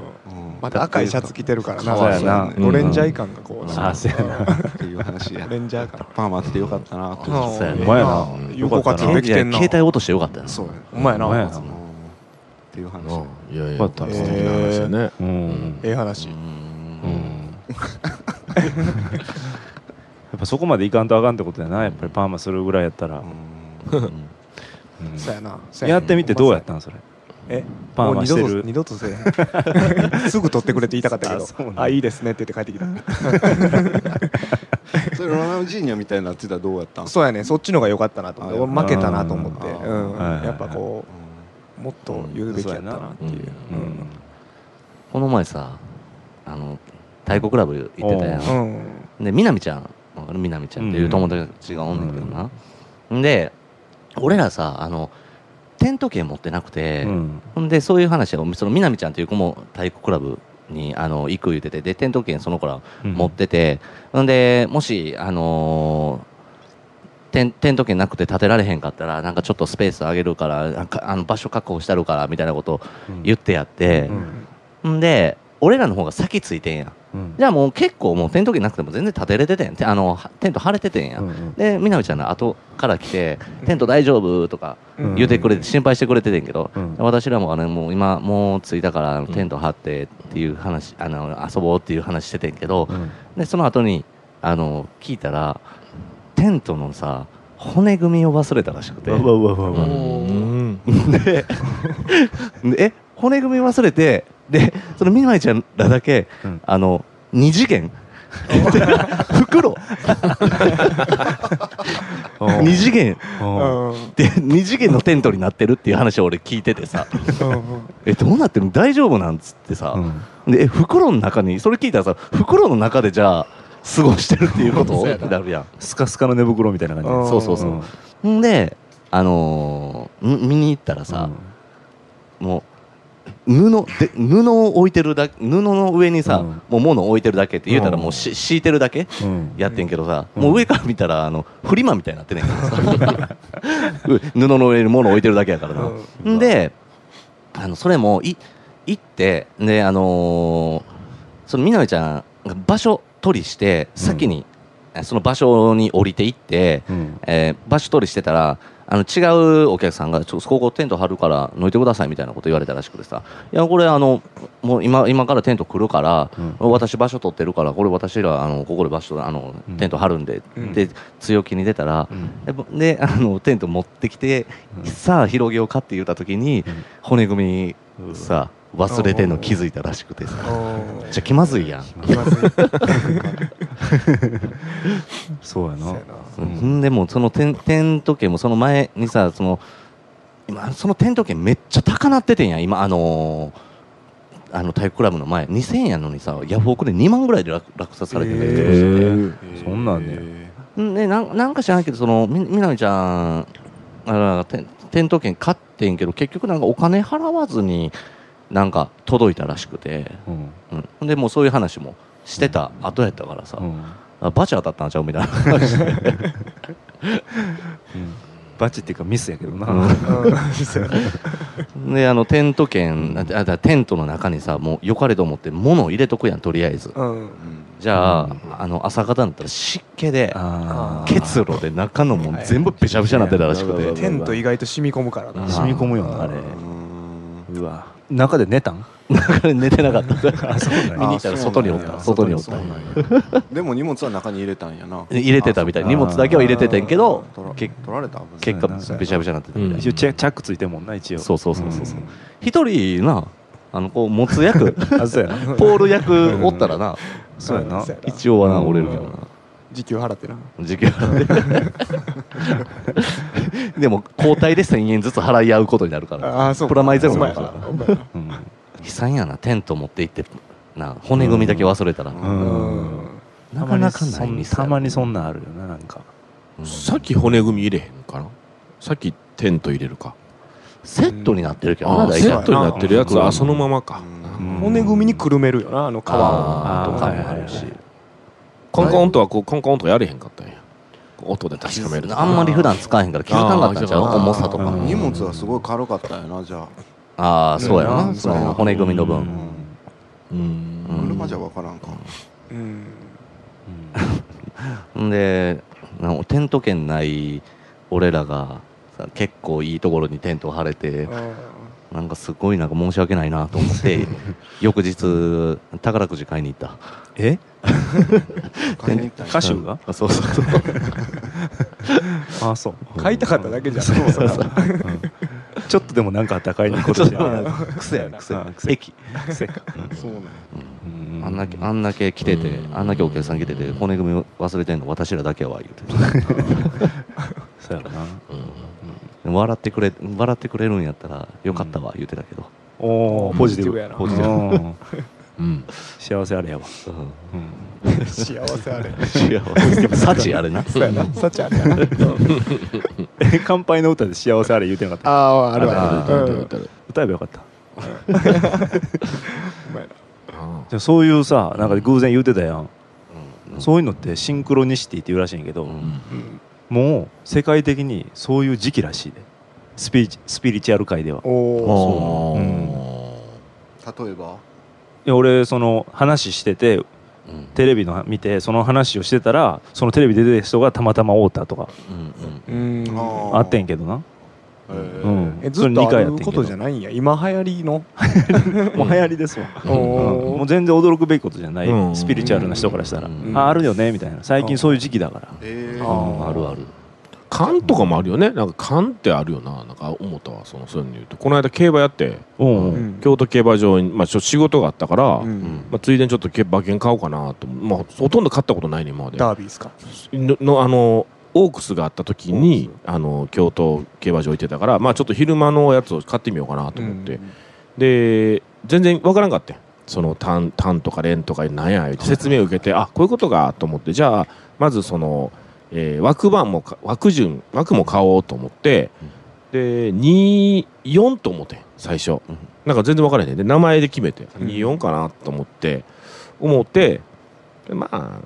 E: また赤いシャツ着てるからな
A: そうやな
E: ドレンジャー感がこう
A: あそうやな
C: っていう話や
E: ドレンジャー感
C: パーマってよかったなと思っ
E: あ
C: て
B: そうやね
A: お前やな
E: うん有効活用できてんな
B: 携帯落としてよかったよな
C: そうやね
E: お前や
A: お前や
E: な
A: な
C: うんっていう話
F: うんいやいや
A: よかった
F: 素敵な話だね
A: うん
E: ええ話
A: うんやっぱそこまでいかんとあかんってことやなやっぱりパーマするぐらいやったら、
C: うん
A: うん
E: そうやなそう
A: や
E: な
A: ってみてどうやったんそれ
E: え
A: パーマしてる
E: もう二度と二度とせ えへんすぐ取ってくれって言いたかったけ
A: あそうなん
E: ど
A: だ
E: あいいですねって言って帰ってき
C: それロナウジーニャみたいになってたらどうやったん
E: たそうやねそっちのが良かったなと
C: あ
E: 思って負けたなと思って
C: あー
E: うん
A: はいはいはい
E: やっぱこ
C: う
E: うもっと言うべきやったなっていう
A: う
E: うんん
B: この前さあの太鼓クラブ行ってたや
A: お
B: ん
E: うん
B: でみなみちゃんわかるみなみちゃんっていう友達がおんねんけどな、で俺らさあのテント計持ってなくて、
A: うん
B: ほんでそういう話はそのみなみちゃんっていう子も太鼓クラブにあの行く言うててでテント券その子ら持ってて、ほんでもしあのーテンテント券なくて建てられへんかったらなんかちょっとスペースあげるからなんかあの場所確保したるからみたいなこと言ってやって、んで俺らの方が先ついてんやん
A: うん
B: じゃあもう結構もうテント機なくても全然立てれててんてあのはテント張れててんや、
A: うんうん
B: でみなみちゃんの後から来て「テント大丈夫?」とか
A: うん
B: 言うてくれて心配してくれててんけど、
A: うん
B: 私らもあのもう今もう着いたからあのテント張ってっていう話あの遊ぼうっていう話しててんけど、
A: うん
B: でその後にあの聞いたらテントのさ骨組みを忘れたらしくて
A: うわうわうわうわ
F: うん
B: ででえ骨組み忘れてでそのみなみちゃんらだけ、
A: うん
B: あの二 次元袋
A: うん
B: 二次元
A: うん
E: うん
B: で二次元のテントになってるっていう話を俺聞いててさえどうなってるの大丈夫なんつってさ、でえ袋の中にそれ聞いたらさ袋の中でじゃあ過ごしてるっていうこと
E: そうやな
B: になるやん
A: スカスカの寝袋みたいな感じ
E: うん
B: そうそうそうんんであのーん見に行ったらさ、もう布で布を置いてるだ布の上にさ、
A: うん
B: もう物を置いてるだけって言うたら
A: うん
B: もうし、敷いてるだけ
A: うんうん
B: やってんけどさ、
A: うん
B: もう上から見たらあのフリマみたいになってんねんけどさ う布の上に物置いてるだけやからな、ん、であのそれもい行ってであのーそのみなみちゃんが場所取りして先に、その場所に降りていって、
A: うん
B: えー場所取りしてたらあの違うお客さんが「ちょここテント張るから抜いてください」みたいなこと言われたらしくてさ「いやこれあのもう今今からテント来るから、私場所取ってるからこれ私らあのここで場所あの
A: うん
B: テント張るんで」
E: うん
B: で強気に出たら
A: う、ん
B: でぼであのテント持ってきて、
A: うん
B: さあ広げようかって言った時に、
A: うん
B: 骨組みさ忘れてんの気づいたらしくてさ、めっちゃ気まずいやん。
E: 気まずい
A: そうや
E: そ
A: な
E: うやな
A: うん
B: うん、でもそのテンテント券もその前にさその今そのテント券めっちゃ高なっててんや今あのーあの体育クラブの前2000円やのにさヤフオクで2万ぐらいで落落札されてたりとかして
A: へ
B: て
A: ーそんなんね
C: え
B: うんでなんなんか知らんけどそのみみなみちゃんあテンテント券買ってんけど結局なんかお金払わずになんか届いたらしくて、
A: うん
B: うん、ほんでもうそういう話もしてた後やったからさ、
A: うん
B: あバチ当たったんちゃうみたいな話で
A: バチっていうかミスやけどな
B: うん
E: うんそうやな
B: であのテント券あだテントの中にさもうよかれと思って物を入れとくやんとりあえず
E: うん
B: じゃあ,、
A: うん
B: あの朝方だったら湿気で
A: あー
B: 結露で中のもん全部べしゃべしゃになってたらし
A: は
B: く
A: い
B: て
A: はい
E: テント意外と染み込むからな
A: 染み込むよなあれ
C: うん
A: うわ中で寝たん
B: だから寝てなかった
A: あそう
B: 見に行ったら外におっ
C: あ
B: た
C: そう
B: 外
C: なん
B: に
C: や
B: おった
C: そうなんやでも荷物は中に入れたんやな
B: 入れてたみたい
A: あ
B: 荷物だけは入れてたんやけど
C: 取ら
B: け
C: 取られた
B: 結
A: そうや
B: 果
A: な
B: べしゃべしゃになってたみたい
A: 一応チェチャックついてんもんな一応
B: そうそうそうそうそう
A: うん
B: 一人なあのこう持つ役
A: あそうやな
B: ポール役おったらな
A: そうやな
E: そうやな
B: 一応はな折れるけどな
E: 時給払ってな
B: 時給払 ってでも交代で1000円ずつ払い合うことになるから
E: ああそうか
B: プラマイゼロ
E: お
B: にな
E: 前
B: る
E: や
B: か
E: な
B: ら
E: お前やな
A: うん
B: 悲惨やなテント持って行ってな骨組みだけ忘れたら、
C: うん
E: うん
B: なかなかな
A: た
B: い
A: まに
B: ミス
A: そんたまにそ
B: な、
A: んなんあるよななんか
B: うん
D: さっき骨組み入れへんかなさっきテント入れるか
B: セットになってるけどな、
D: あー
B: 大
D: セ
B: 体
D: ットになってるやつ
B: う
D: は
B: ん
D: そのままか
A: うん
E: 骨組みにくるめるよなあの皮
B: あー
E: をとかもある
A: はい
E: し
A: はいは
D: コンコンとはこうコンコンとやれへんかったんや音で確かめる
B: あんまり普段使えへんから気づかんかったんちゃう
D: あー
B: 重さとか、
A: うん
C: 荷物はすごい軽かったよなじゃあ
B: ああそうやな、
C: うん
B: その骨組みの分、
A: うん
D: うん
B: うん
C: 車じゃ分からんか
E: うん
B: んでなんかテント圏ない俺らがさ結構いいところにテントを張れてなんかすごいなんか申し訳ないなと思って翌日宝くじ買いに行った
A: え
C: 買いに行ったんや
A: 歌手が
B: あそうそうそう
A: あそう
E: 買いたかっただけじゃんそうそうそう
A: ちょっとでもなんかあったら買いに行こう として
B: 癖やな癖
A: うん癖
B: 駅、
A: 癖か
C: そうなんや
A: うん
B: あんだけあんだけ来てて
D: うん
B: あんだけお客さん来てて骨組み忘れてんの私らだけは言うて
A: そうやろな
B: 笑ってくれ笑ってくれるんやったらよかったわ言うてたけど、
A: おおポジティブ
E: ポジティブや
A: ポジ
E: な
A: ティブうん
D: うん
A: 幸せあれやわ
B: うん
A: うん
E: 幸せあれ
B: 幸あれな
E: そうやな幸あれやな
A: え 乾杯の歌で幸せあれ言うてなかった
E: あああるあ
B: あ
E: るうん
A: 歌えばよかった
E: お前ら
A: じゃあそういうさなんか偶然言うてたやんそういうのってシンクロニシティっていうらしいんやけど
B: うん
E: うん
A: もう世界的にそういう時期らしいでスピリチスピリチュアル界では
E: おお
B: おー
C: 例えば
A: いや俺その話してて
B: うん
A: テレビの見てその話をしてたらそのテレビ出てる人がたまたま会うたとか
B: うん
E: うん
A: あってんけどな、
C: え
A: うん
E: えずっとあることじゃ
A: な
E: ないんや今流行りの
A: い もう流行りですわ、
E: お
A: うんもう
E: お
A: 全然驚くべきことじゃない、
D: うん
A: スピリチュアルな人からしたら、
B: うん
A: ああるよねみたいな最近そういう時期だから、
C: え
B: う
C: ー
B: んあるある
D: 缶とかもあるよねなんか缶ってあるよななんか思ったわそのそういうの言うとこの間競馬やって
A: うんうん
E: 今
D: 京都競馬場に、まあ、ちょ仕事があったから、
B: うん
D: まあ、ついでにちょっと競馬券買おうかなと、まあ、ほとんど買ったことないね今まで
E: ダービーですか
D: ののあのオークスがあった時にあの京都競馬場行ってたから、まあ、ちょっと昼間のやつを買ってみようかなと思って、で全然わからんかってんその単単とか連とかなんや言うて説明を受けてあこういうことかと思ってじゃあまずその、えー枠番もか枠順枠も買おうと思ってで24と思ってん最初
B: うん
D: なんか全然わからへんねんで名前で決めて
E: ん
D: 24かなと思って思ってでまあ、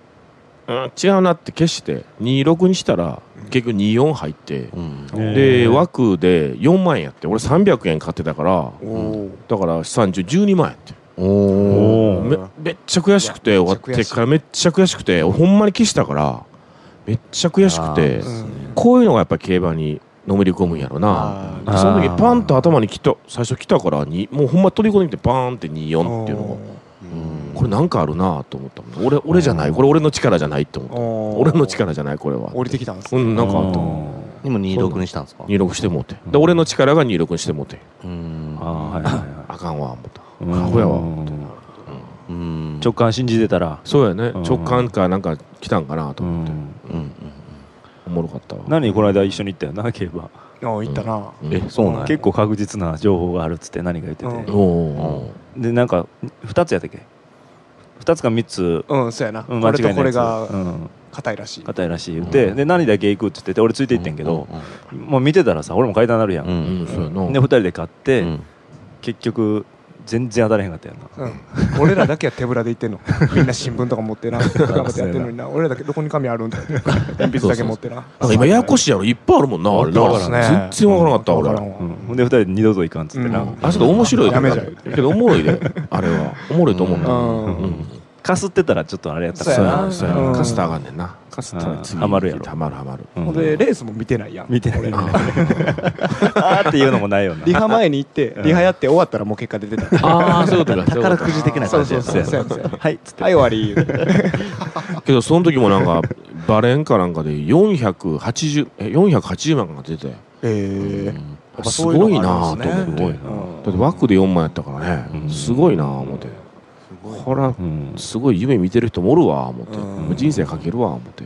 D: うん、違うなって消して26にしたら結局24入って
B: うん
A: へ
D: で
A: ー
D: 枠で4万円やって俺300円買ってたから
E: おお
D: だから3012万円って
B: おー
A: お
D: め
A: ー
D: めっちゃ悔しくて
E: う
D: 終わ
E: わ
D: ってからめっちゃ悔しくて俺ほんまに消したからめっちゃ悔しくて
B: あー
D: こういうのがやっぱり競馬にのめり込むんやろな
E: あ
D: で
A: ー
D: その時パンと頭にきた最初来たからにもうほんま虜に見てバーンって24っていうの
C: うん
D: がこれなんかあるなと思ったもん俺俺じゃないこれ俺の力じゃないって思った俺の力じゃないこれは
E: 降りてきたんです
D: う
E: ね
D: んなんかあった
B: でも26にしたんですか
D: 入力してもうてで俺の力が入力してもうて
B: うん
A: あーはいはいは
D: あかんわ思った
A: うん
D: アホやわ思った
B: うん
A: い直感信じてたら、
D: そうやね
A: うん
D: 直感かなんか来たんかなと
A: う
D: 思って
A: ん、
B: うんうん
D: おもろかったわ
A: 何この間一緒に行ったよな競馬
E: ああ行ったな
D: うん
B: えそうなんや
A: 結構確実な情報があるっつって何か言って
E: う
A: て
E: ん
D: おー
A: でなんか2つやったっけ2つか3つ、
E: うんそうやな
A: うん、
E: これとこ
A: や
E: れ
A: つ
E: が
A: うん
E: 硬いらしい
A: 硬いらしい言って、で何だけ行くって言ってて俺ついて行ってんけど、もう見てたらさ俺も階段なるや、
B: うん
D: うん
B: ん
D: そうやな
A: で2人で買って、
B: うん
A: 結局全然当たれへんかったよな
E: うん俺らだけは手ぶらで行ってんのみんな新聞とか持ってな頑張ってやってんのにな俺らだけどこに紙あるんだよ鉛筆だけ持ってな
D: なんか今ややこしいやろいっぱいあるもんなあれな
E: わからんね
D: 全然わからなかった
E: わ
D: 俺
E: からん
D: あ
E: わ
A: うんほんで2人で二度と行かんっつってな、
E: うん
D: ちょっと面白い
E: やめじゃう
D: けどおもろいであれはおもろいと思う
E: う
D: なうんん
A: かすってたらちょっとあれやった
E: そうやな
D: そうや
E: うん
D: カスターあかんねんなカスター
A: うんハマるやろ
D: ハマるハマる
A: うん
E: ほんでレースも見てないやん
A: 見てない
E: 俺ら
A: あーっていうのもないよな
E: リハ前に行って
A: うん
E: リハやって終わったらもう結果出てた
D: ああそういうことか
B: 宝くじ的な
E: そう
B: 感じ
E: そう
B: や
E: そうそ
A: そう
E: うや
A: や
E: そうや
A: はいっつって、
E: はい終わり言う
D: けどその時もなんかバレンかなんかで480え480万が出て
E: ええ
D: あすごいなと思って
E: やっぱそういうのがあるんですね
D: だって枠で4万やったから
A: う
D: ね
A: ん
D: すごいな思って
C: すごい
D: これは
A: うん
D: すごい夢見てる人もおるわ思って
E: うん
D: 人生かけるわ思って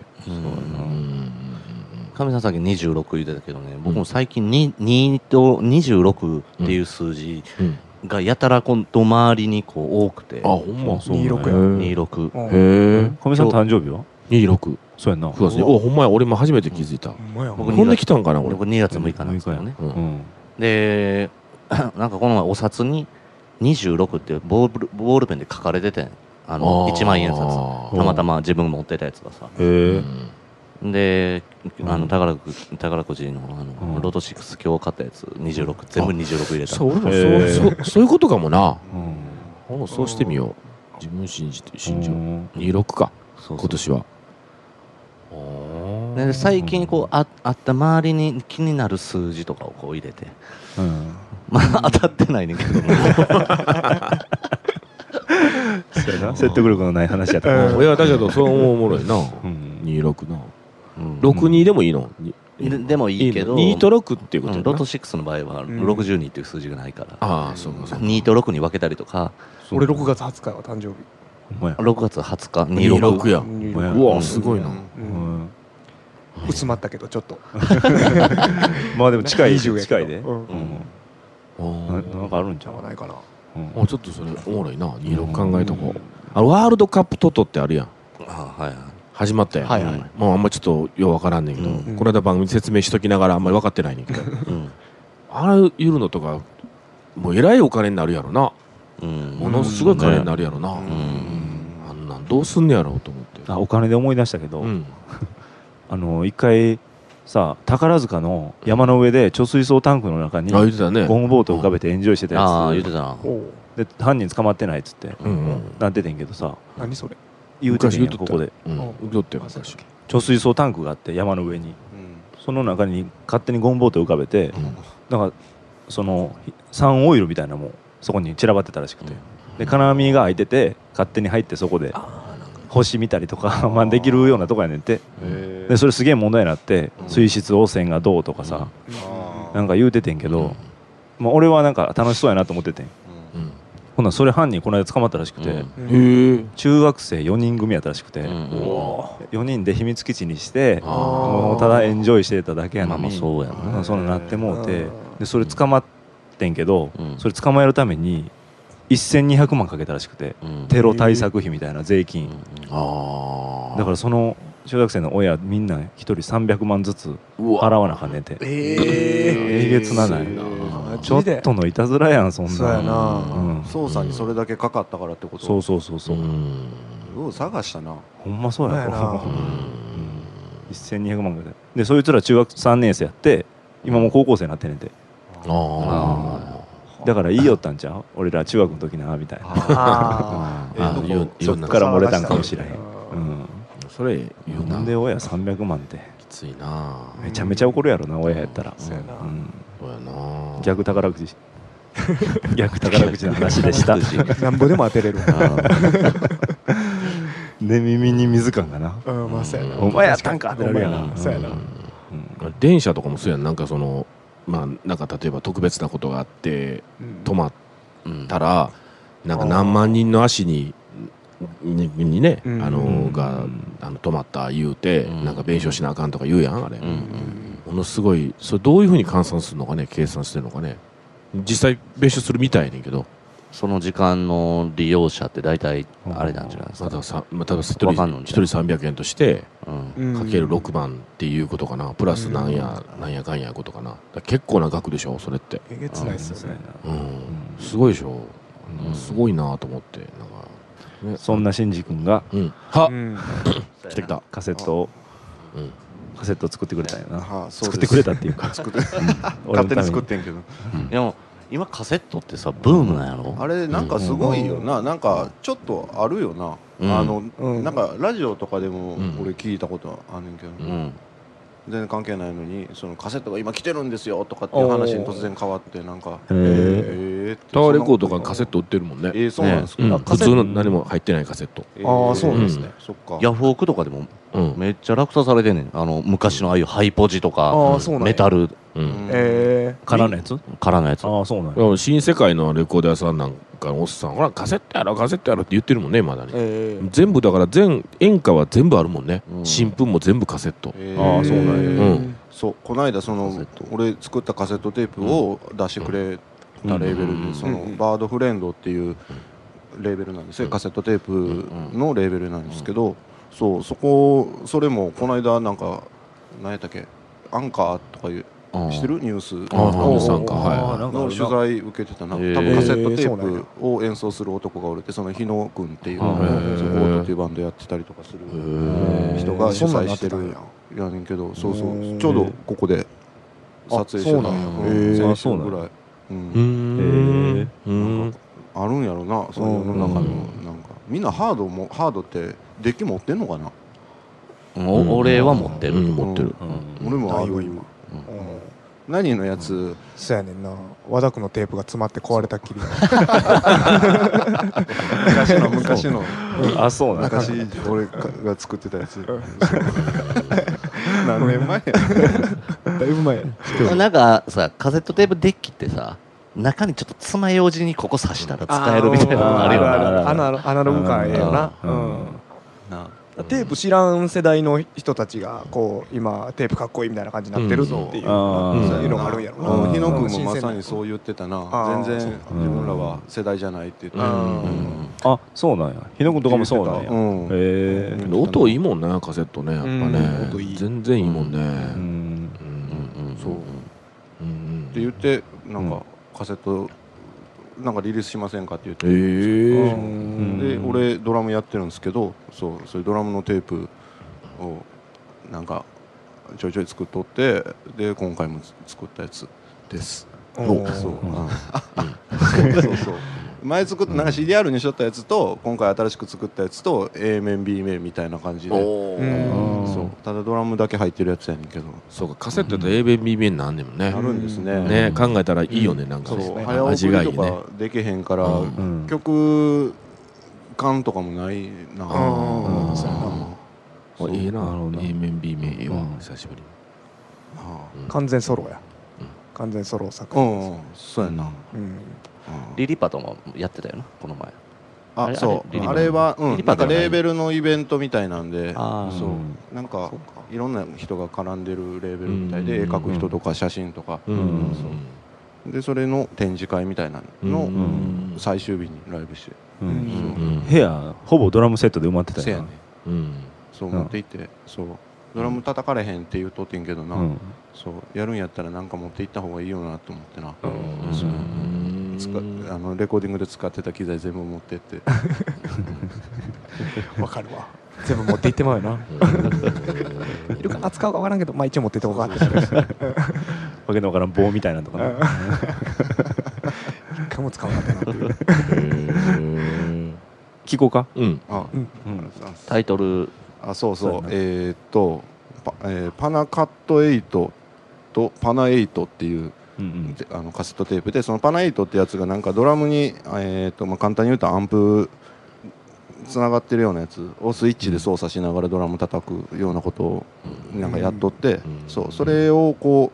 B: 神さんさっき26言ってたけどね僕も最近に2と26っていう数字
D: うん
B: がやたら今度周りにこう多くて
D: あほんまそうなん
E: 26
D: や
B: 26
E: うん
D: へえ
A: かみさん誕生日は
D: 26
A: そうやんな
D: そうですねおほんまや俺も初めて気づいた
E: ほんまや
B: 僕
D: 飛んできたんかな俺
B: 僕2月6日なんですけどね
D: う
A: うんん
B: で なんかこの前お札に26ってボールボールペンで書かれててんあの
D: あー
B: 1万円札
D: う
B: た
D: ん
B: またま自分持ってたやつがさ
A: へえ
B: であ
A: うん
B: の宝くじ宝くじのあの、
A: うん
B: ロト6今日買ったやつ26全部26入れた
D: そう俺も
A: へー
D: そうそうそういうことかもな
A: うん
D: 俺もそうしてみよう自分信じて信じよう
A: うん
D: 26か
B: そうそ
D: 今
B: う
D: 年は
B: で最近こうああった周りに気になる数字とかをこう入れて、
A: うん
B: まあ、 当たってないねんけども
A: そうやな説得力のない話やったな
E: うん
D: いやだけどそう思うおもろいな
A: うん
D: 26な
B: うん
D: 62でもいいのに
B: ででもいいけど
D: の2と6っていうこと
B: う
D: や
B: ん
D: な
B: ロト6の場合は
E: うん
B: 62っていう数字がないから、
D: ああそうかそうか
B: 2と6に分けたりとか
E: 俺6月20日は誕生日
A: ほんまや
B: 6月20日
D: 26や
E: 26
A: まや
D: うわすごいな
E: う
A: うんん
E: 薄まったけどちょっと
A: まあでも近い
E: 20やけど
A: 近いで
E: うん
A: うん
D: あ
A: な
D: ー
A: なんかあるんち
E: じ
A: ゃ
E: ゃあな
A: う
E: いかな
A: うん
D: あちょっとそれおもろいな26考えとこうあのワールドカップトトってあるやん
B: あはいはい
D: 始まったやん、
B: はいはい
D: もうあんまちょっとようわからんねんけど、
B: うん
D: この間番組説明しときながらあんまり分かってないねんけど
B: うん、
D: あれいるのとかもうえらいお金になるやろな
B: うん、
D: ものすごい金になるやろな、
C: うん
D: うんあんなんどうすんねやろうと思って
A: あお金で思い出したけど、
D: うん
A: あの一回さ宝塚の山の上で貯水槽タンクの中に
D: あ言ってたね
A: ゴムボートを浮かべてエンジョイしてたやつ、
B: ああ言ってたな
E: おう
A: で犯人捕まってないっつって
D: うんうん
A: なっててんけどさ
E: 何それ
A: 言うててんや
D: 昔言うとった
A: ここで
D: うん受け取ってよ昔
A: 貯水槽タンクがあって山の上にその中に勝手にゴムボートを浮かべて、
D: ん
A: だからそのサンオイルみたいなもんそこに散らばってたらしくて、で金網が開いてて勝手に入ってそこで星見たりとか まあできるようなとこやねんてでそれすげえ問題になって水質汚染がどうとかさ、なんか言うててんけど、まあ、俺はなんか楽しそうやなと思っててん
D: うん
A: ほんならそれ犯人この間捕まったらしくて、
B: うん
D: へえ
A: 中学生4人組やったらしくて、
B: うん
A: 4人で秘密基地にして
D: あ
A: もうただエンジョイしてただけやの
B: まあまあ
A: に
B: そうやんな
A: うんそんななってもうて
E: うん
A: でそれ捕まってんけど、
B: うん
A: それ捕まえるために1200万かけたらしくて
B: うん
A: テロ対策費みたいな税金、
D: ああ
A: だかららその中学生の親みんな1人300万ずつ
D: うわ
A: 払わなあかんねんて
E: ええ
A: えげつなない
E: マジ
A: ちょっ
E: で
A: とのいたずらやんそん
E: そうや
A: な
E: な
A: うん
C: 捜査にそれだけかかったからってこと
A: そうそうそうそう、
D: うん
C: よう探したな
A: ほんま そうや
E: そうやな
A: ろ1200万ぐらいでそいつら中学3年生やって今もう高校生になってんねんて
D: あ
A: だからいいよったんちゃう俺ら中学の時なみたいな
E: あ
D: あ
C: えー
D: あ
C: どこ
D: いろい
A: そ
D: ろ
A: っ
D: んな
A: から漏れたんかもしれへん、
E: う
A: うん、
D: それ言う
A: な
D: なん
A: で親300万って
D: きついな
A: めちゃめちゃ怒るやろな親やったら、
E: そうやな
A: うん、
D: そうやな
A: 逆宝くじ 逆宝くじの話で した
E: ーなんぼでも当てれるわ
A: で耳に水感がな
E: うんまあそうやな
A: お前やったんかってなるや
E: お前
A: な
E: やそうやな
A: うん
D: 電車とかもそうやんなんかそのまあなんか例えば特別なことがあって止まっ
B: うん
D: たらなんか何万人の足にににね、
E: うん
D: あのがあの止まった言うて、
B: うん
D: なんか弁償しなあかんとか言うやんあれ、
B: うん
D: ものすごいそれどういうふうに換算するのかね計算してるのかね実際弁償するみたいやねんけど
B: その時間の利用者って大体あれなんじゃないです
D: まだ
B: か
D: さ、まあ、多分一
B: わかん
D: 人
B: のん
D: 一
B: じ
D: 人
B: ゃ
D: 300円として
B: うん
D: かける6万っていうことかなプラスなんや、なんやかんやことかなだから結構な額でしょそれって
E: えげつないっすよね
D: うんすごいでしょ、
B: うん
D: すごいなと思ってなんか、ね
A: そんなシンジ君が
D: うん、は、
E: うん
D: 来てきた、
A: カセットを
D: うん、
A: カセットを作ってくれたんやな
C: はあそう
A: 作っ
C: で
A: て
C: す
A: くれた っていうか
C: 作って
A: 俺 の
C: 勝手
A: ため
C: に作ってんけど
B: でも今カセットってさブームなんやろ
C: あれなんかすごいよな、なんかちょっとあるよな、
B: うん
C: あの、
E: うん
C: なんかラジオとかでも
D: うん
C: 俺聞いたことあんねんけど、
B: うん
C: 全然関係ないのにそのカセットが今来てるんですよとかっていう話に突然変わってなんか
A: へ
C: ええって
D: タワーレコードがカセット売ってるもんね、
C: えー、そうなんですか、
D: うん、
C: あ
D: 普
C: カセ
D: 通の何も入ってないカセット、
C: えー
E: あーそう
D: なんですね
C: そっか
B: ヤフオクとかでも
D: うん
B: めっちゃ落差されてんねんあの昔のああいうハイポジとか
E: ああそうなんや
B: メタル
D: うん
E: え
A: からのやつ
B: からのやつ
A: ああそうなん
D: で
A: や
D: も新世界のレコード屋さんなんかのおっさんほらカセットやろカセットやろって言ってるもんねまだ
E: ー
D: に
E: えー
D: 全部だから全演歌は全部あるもんね、
B: うん
D: 新聞も全部カセット、
C: え
A: あーそうなんや
D: うん
C: そうこの間その
B: カセット
C: 俺作ったカセットテープを出してくれたレーベル
B: うん
C: でそのバードフレンドっていうレーベルなんですよカセットテープのレーベルなんですけどそうそこそれもこの間なんか何やったっけアンカーとかいう
B: うん
C: してるニュース
F: あ
E: ーニュースアン
F: カー
A: あー
F: はい
A: なんかあ
C: の
A: る
C: 取材受けてたな、
B: へー
C: 多分カセットテ
E: そうなんや
C: ープを演奏する男がおるってその日野君っていう
B: へー
C: そうオートっていうバンドやってたりとかする
F: ー
C: 人が主
E: そんなん
C: 催
E: なっ
C: して
E: てたん
C: る
E: や
C: やねんけどそうそ
E: へー
C: うちょうどここで撮影してた
E: あそう
B: なんや
C: うん
E: へー
C: 先週ぐらい、うん
F: うん
A: へ
F: うん
C: あるんやろなその世の中のなんかみんなハードもハードってデッキ持ってんのかな、
B: お俺は持ってる、
F: うん
B: 持ってる、
A: うん
B: うん
C: 俺もあ
E: ないわ
C: る
B: うん
E: 今うん
C: 何のやつ
E: そうやねんな和田君のテープが詰まって壊れたっ きり
C: 昔の昔の
A: あそうなん
C: 昔俺が作ってたやつ 何年前や
E: だいぶ前や
B: なんかさカセットテープデッキってさ中にちょっと爪楊枝にここ刺したら使えるみたいなのあるよ
A: あーあるある
B: な
A: ある
E: アナロアナログ感ええよな
A: うん
E: うん
C: な
E: テープ知らん世代の人たちがこう今テープかっこいいみたいな感じになってるぞっていう
A: うん
E: うん
A: あー
E: そういうのがあるんやろ
A: う
E: なん
C: 日野君もまさに
E: う
C: そう言ってた
E: あ
C: な
E: ー
C: 全然
A: う
C: 自分らは世代じゃないって言って
E: うん
C: うん
A: あそうなんや日野君とかもそうなんや
C: う
A: へ
C: ん
A: え
F: うん音いいもんねカセットねやっぱ
E: うん
F: ね
E: 音いい
F: 全然いいもんね
A: うん
F: うん
B: うんうん
C: そうっ
F: うん
C: て言ってなんかカセットなんかリリースしませんかって言って
F: ええ
A: ん
C: で俺ドラムやってるんですけどそうそういうドラムのテープをなんかちょいちょい作っとってで今回も作ったやつです
E: おー
C: そうそうそうそう 前作ったなんか CDR にしとったやつと今回新しく作ったやつと A 面 B 面みたいな感じで
E: うん
C: そうただドラムだけ入ってるやつやねんけど
F: そうかカセットと A 面 B 面なんでもね
C: あるんですね
F: ね考えたらいいよねなんか
C: そう
F: ね
C: 早
F: 味
C: 送
F: が
C: り
F: いい
C: と
F: ね
C: かできへんから
F: う
A: うん
C: 曲感とかもないな
E: あ
A: ー
C: そうやな
F: あいいな
A: なるほど
F: A 面 B 面ええわ
A: うん
F: 久しぶりに
C: あ
E: 完全ソロや
F: うん
E: 完全ソロ
C: ー
E: 作品
C: うんそうやな
E: うん
C: うん
B: リリパともやってたよなこの前あ
C: あ
B: れ
C: そう
B: あれリリパ
C: あれはう
B: リ
C: ん
B: リ
C: な
B: パ
C: んか
B: ではない
C: レーベルのイベントみたいなんで
B: あー
C: そうなんかいろんな人が絡んでるレーベルみたい
F: うん
C: で絵描く人とか写真とか
F: うんうん
C: でそれの展示会みたいな
F: う
C: の
F: ん
C: 最終日にライブして
A: う
E: うん
A: ん
F: うん
A: 部屋ほぼドラムセットで埋まってた
C: せや
A: よ
C: ね
A: なん
F: うん
C: そう持っていってそうドラム叩かれへんって言うとってんけどな、
A: うん
C: そうやるんやったらなんか持っていった方がいいよなと思ってな、
F: う
C: そうん使あのレコーディングで使ってた機材全部持ってって
E: わかるわ全部持って行ってまうよないるか扱うかわからんけどまあ一応持って行ってこうかって
A: わけのわからん棒みたいなのとかね
E: 一回も使わなかったなっていう
A: 聞こうか
F: うん
C: あ、
A: うん
B: タイトル
C: あそうそう
A: そうやな
C: えーっとパ,、えーパナカット8とパナ8っていう
A: うん
C: てあのカセットテープでそのパナ8ってやつがなんかドラムに、えーっとまあ、簡単に言うとアンプつながってるようなやつをスイッチで操作しながらドラム叩くようなことをなんかやっとって、
F: うん
C: そうそれをこ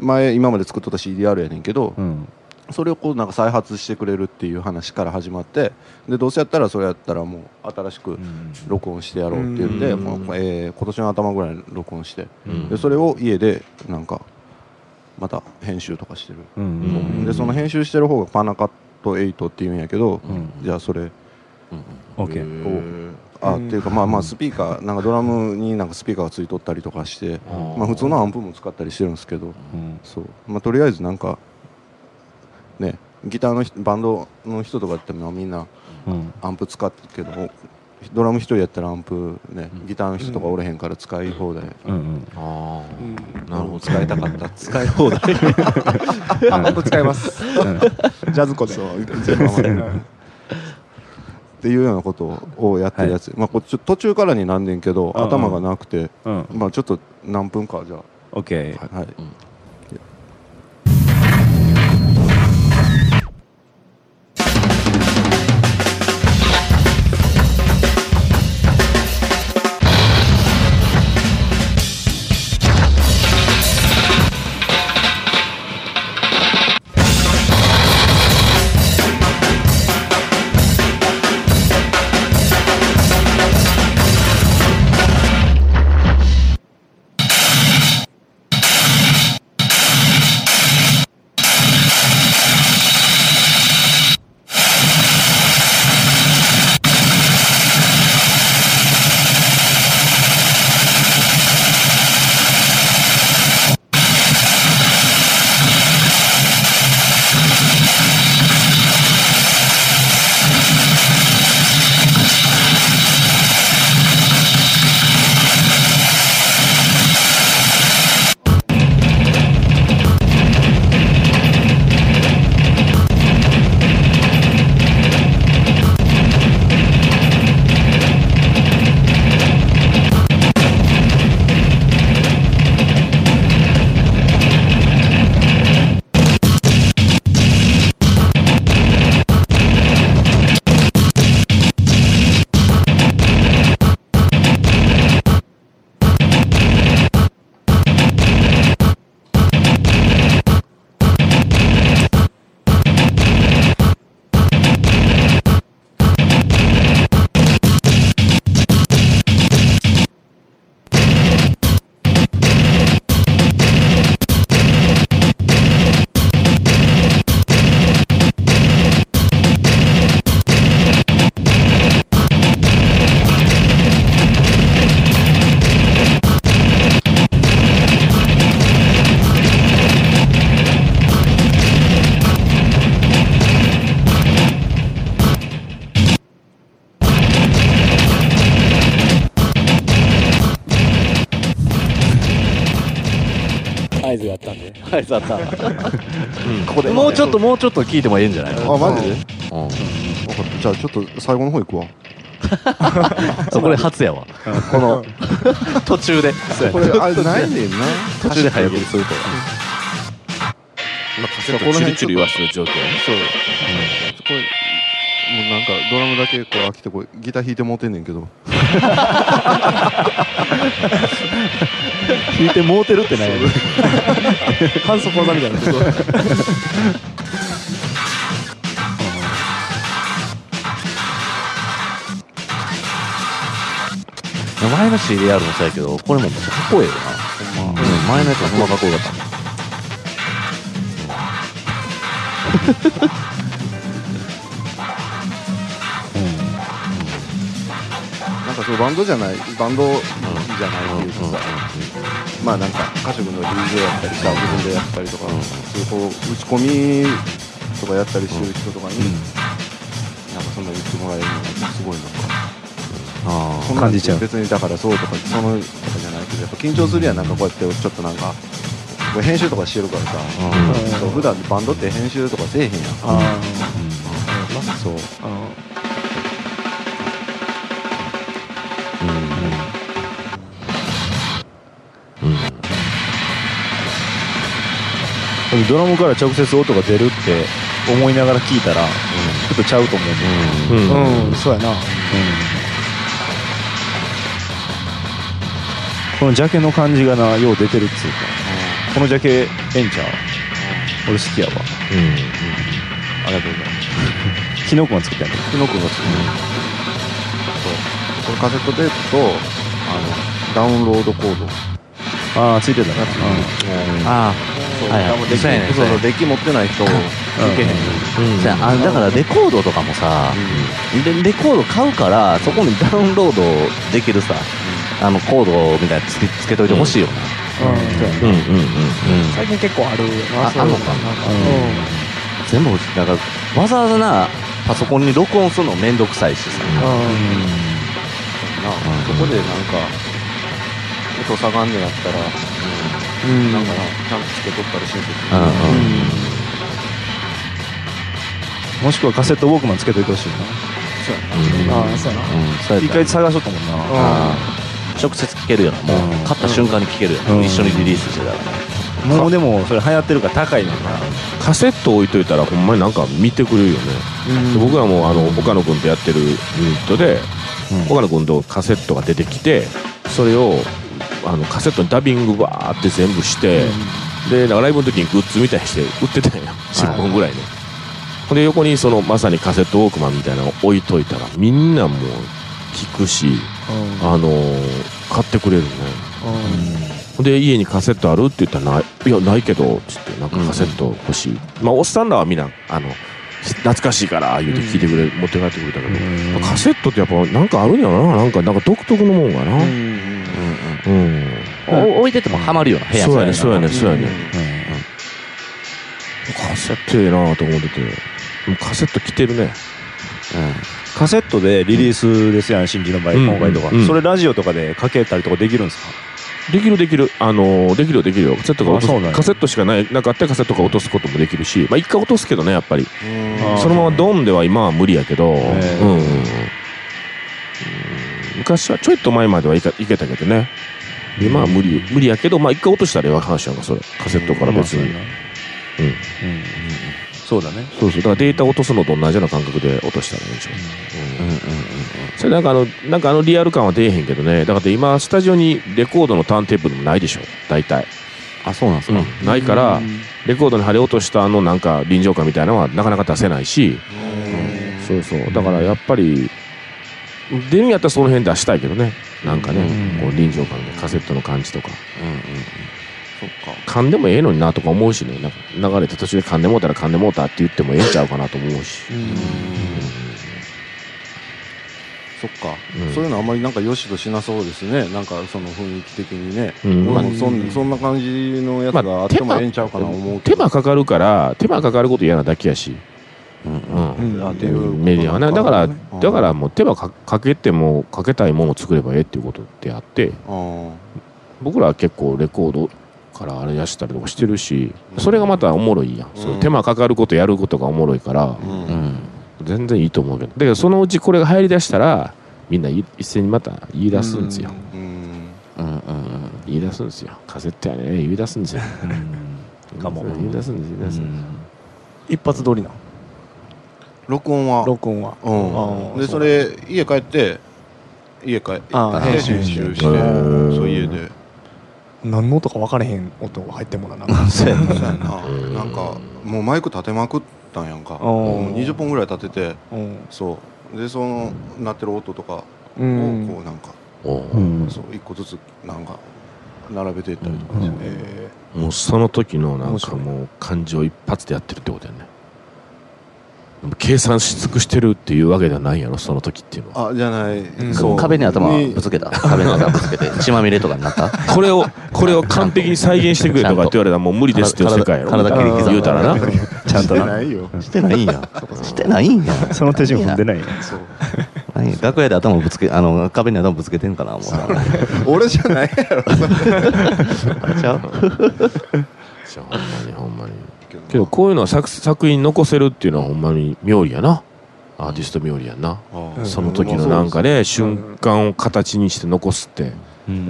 C: う前今まで作っとった CDR やねんけど、
A: うん
C: それをこうなんか再発してくれるっていう話から始まってでどうせやったらそれやったらもう新しく録音してやろうって言って、
F: うん
C: このえー今年の頭ぐらいに録音して
F: うん
C: でそれを家でなんかまた編集とかしてる、
A: うん
F: う
A: うん
F: ん
C: でその編集してる方がパナカット8っていうんやけど、
A: ん
C: じゃあそれ
A: オッケー
C: あ、
E: うん
C: っていうかまあまあスピーカーなんかドラムになんかスピーカーがついとったりとかして、
F: うん
C: まあ、普通のアンプも使ったりしてるんですけど
A: うん
C: そう、まあ、とりあえずなんかねギターの人バンドの人とかってまあみんな
A: うん
C: アンプ使ってるけどドラム一人やったらアンプねギターの人とかおれへんから使い放題、
A: うんうん
F: あ
E: うん
F: あなるほど
C: 使いたかったっつ
B: 使い放題
E: あ本当使いますジャズコで
C: っていうようなことをやってるやつ、まあ、こっち途中からになんねんけ
A: う
C: ど
A: んうん
C: 頭がなくて、
A: うん
C: まあ、ちょっと何分かじゃ
A: オッケー
C: あ、はい
E: 合図があったんで
B: はいさった、
C: ここで
B: もうちょっともうちょっと聞いてもええんじゃない
C: あマジで
B: うん
C: 分かったじゃあちょっと最後の方行くわ
B: そうこれ初やわこの途中で
C: これあれないねんな
B: 途中で早送りすると
D: まあ、カセットチュルチュル言わしてる状況やね
C: そう、これもうなんかドラムだけこう飽きてこうギター弾いてもうてんねんけど
A: 聞いてもうてるってない
E: 反則技みたいな
B: 前の CDR もそうやけどこれもめっちゃかっこええよな、うん前のやつはほんまかっこよかった
C: なんかそうバンドじゃないバンドじゃないっていうかさ、まあなんか歌手の DJ やったりさ自分でやったりとか、そういうこう打ち込みとかやったりしてる人とかに、なんかそんな言ってもらえるのがすごいなんか
B: あ
C: そんなん
A: 感じちゃう
C: 別にだからそうとかそのとかじゃないけどやっぱ緊張するやんなんかこうやってちょっとなんかこれ編集とかしてるからさ、そう普段バンドって編集とかせえへんやん
E: あ
C: そう
A: ドラムから直接音が出るって思いながら聞いたら、ちょっとちゃうと思う、
D: うん
E: あうんそうやな
A: このジャケの感じがなよう出てるっつうか、このジャケええんちゃう、俺好きやわ
C: ありがとうございます
A: キノコが作ったんや
C: 久野君が作るそうこのカセットテープとあのダウンロードコード
A: ろああついてたな、
B: あ
C: そう、
B: はいはい
C: 多分デッキ
B: そうやね
C: そうそうデッキ持ってない人弾けへん、
B: ーじゃああだからレコードとかもさ、でレコード買うからそこにダウンロードできるさ、あのコードみたいなつけつけといてほしいよな、うん、うんうんうん
G: 最近結構あるよな
B: あ
G: そういう
B: あんのか
G: なんか
B: 全部だからわざわざなパソコンに録音するのめんどくさいしさ、
C: なそこでなんか音下がんねやったら、
G: うん
C: なんかなちゃんとつけとったら親切
B: うんうん
A: もしくはカセットウォークマンつけといてほしい
G: ああそうやな
B: うんそう
A: な
B: や
A: 一
B: ったら
A: 回探しとったもんな
B: あー直接聴けるよなもう、
A: うん
B: 買った瞬間に聴けるよな、
A: うん
B: 一緒にリリースしてたら、
A: もうでもそれ流行ってるから高いのか
D: カセット置いといたらほんまになんか見てくれるよね、で僕らもあの岡野君とやってるユニットで、岡野君とカセットが出てきてそれをあのカセットにダビングバーって全部して、でなんかライブの時にグッズみたいにして売ってたんや10本ぐらいね、ほんで横にそのまさにカセットウォークマンみたいなの置いといたらみんなもう聞くし、あのー買ってくれるね、ほんで家にカセットあるって言ったらない「いやないけど」っつって「なんかカセット欲しい」まあおっさんらはみんなあの懐かしいから言うて聞いてくれ、持って帰ってくれたけど、まあカセットってやっぱなんかあるんやろななんかなんか独特のもんがなうん、
B: お置いててもハマるよな部屋
D: そうやねそうやねそうやね、
A: な
D: カセットええなと思っててでもカセット着てるね
A: カセットでリリースですやん、新人の場合、
D: うん
A: 今回とか、
D: うん
A: それラジオとかでかけたりとかできるんですか、
D: できるできるあのーできるよできるよカセットが落と
A: あそうなん
D: す
A: や
D: カセットしかないなんかあったらカセットが落とすこともできるしまあ一回落とすけどねやっぱり
A: あー
D: そのままドンでは今は無理やけど、うん
A: え
D: うんうん昔はちょいっと前まではいかいけたけどね今は無理無理やけどまあ一回落としたらええ話やんかそれカセットから別に、
A: まあ
D: うん
A: そうやなうんそうだね
D: そうそうだからデータ落とすのと同じような感覚で落としたらいいんでしょう、うんそれなんかあのなんかあのリアル感は出えへんけどねだから今スタジオにレコードのターンテーブルもないでしょ大体
B: あそうなんすか、
D: うんないからレコードに貼り落としたあのなんか臨場感みたいなのはなかなか出せないしそうそうだからやっぱり出るんやったらその辺出したいけどねなんかねこう臨場感でカセットの感じとか噛んでもええのになとか思うしねなんか流れて途中で噛んでもうたら噛んでもうたって言ってもええんちゃうかなと思うし
C: そっか、
D: うん
C: そういうのあんまりなんかよしとしなそうですねなんかその雰囲気的にね、
D: うん
C: まあそんそんな感じのやつがあってもええんちゃうかな思うけ
D: 手
C: ど、
D: 間かかるから手間かかること嫌なだけやしうん
C: あっていうこと
D: メディアはねだから
C: うん
D: だからもう手はかかけてもかけたいものを作ればええっていうことであって
C: あー
D: 僕らは結構レコードからあれやしたりとかしてるしそれがまたおもろいやん、そういう手間かかることやることがおもろいから、
C: うん
B: うん
D: 全然いいと思うけどだけどそのうちこれが入り出したらみんな一斉にまた言い出すんですよ、
C: うん
B: うんうんうん
D: 言い出すんですよカセットやね言い出すんですよ
A: かも
D: 言い出すんです言い出すんです
H: 一発通りな
C: 録音は
H: 録音は
C: う
H: あ
C: ん、
H: ー
C: で
H: そ
C: そうれ家帰って家帰って
H: あー
C: 編集
H: 編集
C: して
D: へー
C: そう家で
H: 何の音か分からへん音が入ってもらわなあ
C: そうやななんかもうマイク立てまくったんやんか
H: おー
C: もう20本ぐらい立てて
H: かん
C: そうでその鳴ってる音とかをこ
H: う
C: うんなんか
A: うん
C: そう一個ずつなんか並べていったりとかして
H: え
D: もうその時のなん
H: 面
D: か
H: 白い
D: もう感情一発でやってるってことやねでも計算し尽くしてるっていうわけではないやろその時っていうのは
C: あじゃない、
E: ん
C: そう
B: 壁に頭
C: に
B: ぶつけた壁に頭ぶつけて血まみれとかになった
D: これをこれを完璧に再現してくれとかって言われたらもう無理ですっていう世界やろ
B: 体体切り刻んだ
D: 言うたらな
A: ちゃんとな
C: ないよ
B: してないんやしてないんや
A: その手順踏んで
B: な
A: ない
C: そう
B: いんや楽屋で頭ぶつけあの壁に頭ぶつけてんかなもうあ
C: 俺じゃ ないやろ
B: れちゃう
D: じゃあほんまにほんまにけどこういうのは作作品残せるっていうのはほんまに妙理やなアーティスト妙理やな、
C: あ
D: その時のなんかね、瞬間を形にして残すって、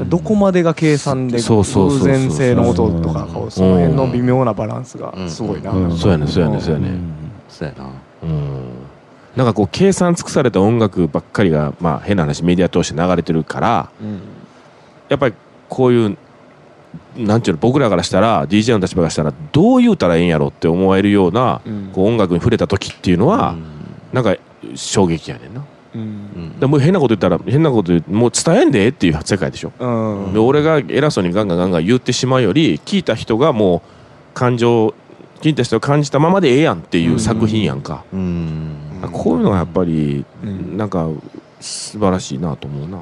H: どこまでが計算で
D: そうそうそ
H: 偶
D: うそう
H: 然性の音とかこうその辺の微妙なバランスがすごいな
B: うん
D: そうやねそうやねそうやね、
B: そうやな
D: うんなんかこう計算尽くされた音楽ばっかりが、まあ、変な話メディア通して流れてるからやっぱりこういうなんていうの僕らからしたら DJ の立場からしたらどう言うたらええんやろって思えるような、こう音楽に触れた時っていうのは、なんか衝撃やねんな、
B: うん
D: でもう変なこと言ったら変なこと言うもう伝えんでえっていう世界でしょ、
E: うん
D: で俺が偉そうにガンガンガンガン言ってしまうより聞いた人がもう感情聞いた人が感じたままでええやんっていう作品やんか、
B: うん
D: こういうのはやっぱり、
E: うん
D: なんか素晴らしいなと思うな。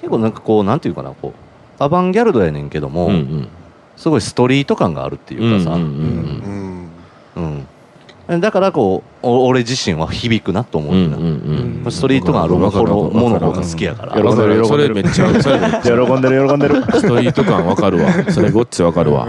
B: 結構なんかこうなんていうかなこうアバンギャルドやねんけども、
D: うん
B: すごいストリート感があるって
D: う
B: い
D: んうん
B: うかさ、
D: う
B: うん
D: ん
C: うん
B: だからこうお俺自身は響くなと思
D: うんう
B: うんな、
D: うんうん
B: ストリート感あるもの
D: わかるわかる
B: ものの方が好きやから
D: 喜んでるそれめっちゃそれ
A: 喜んでる喜んでる
D: ストリート感わかるわそれごっつわかるわ、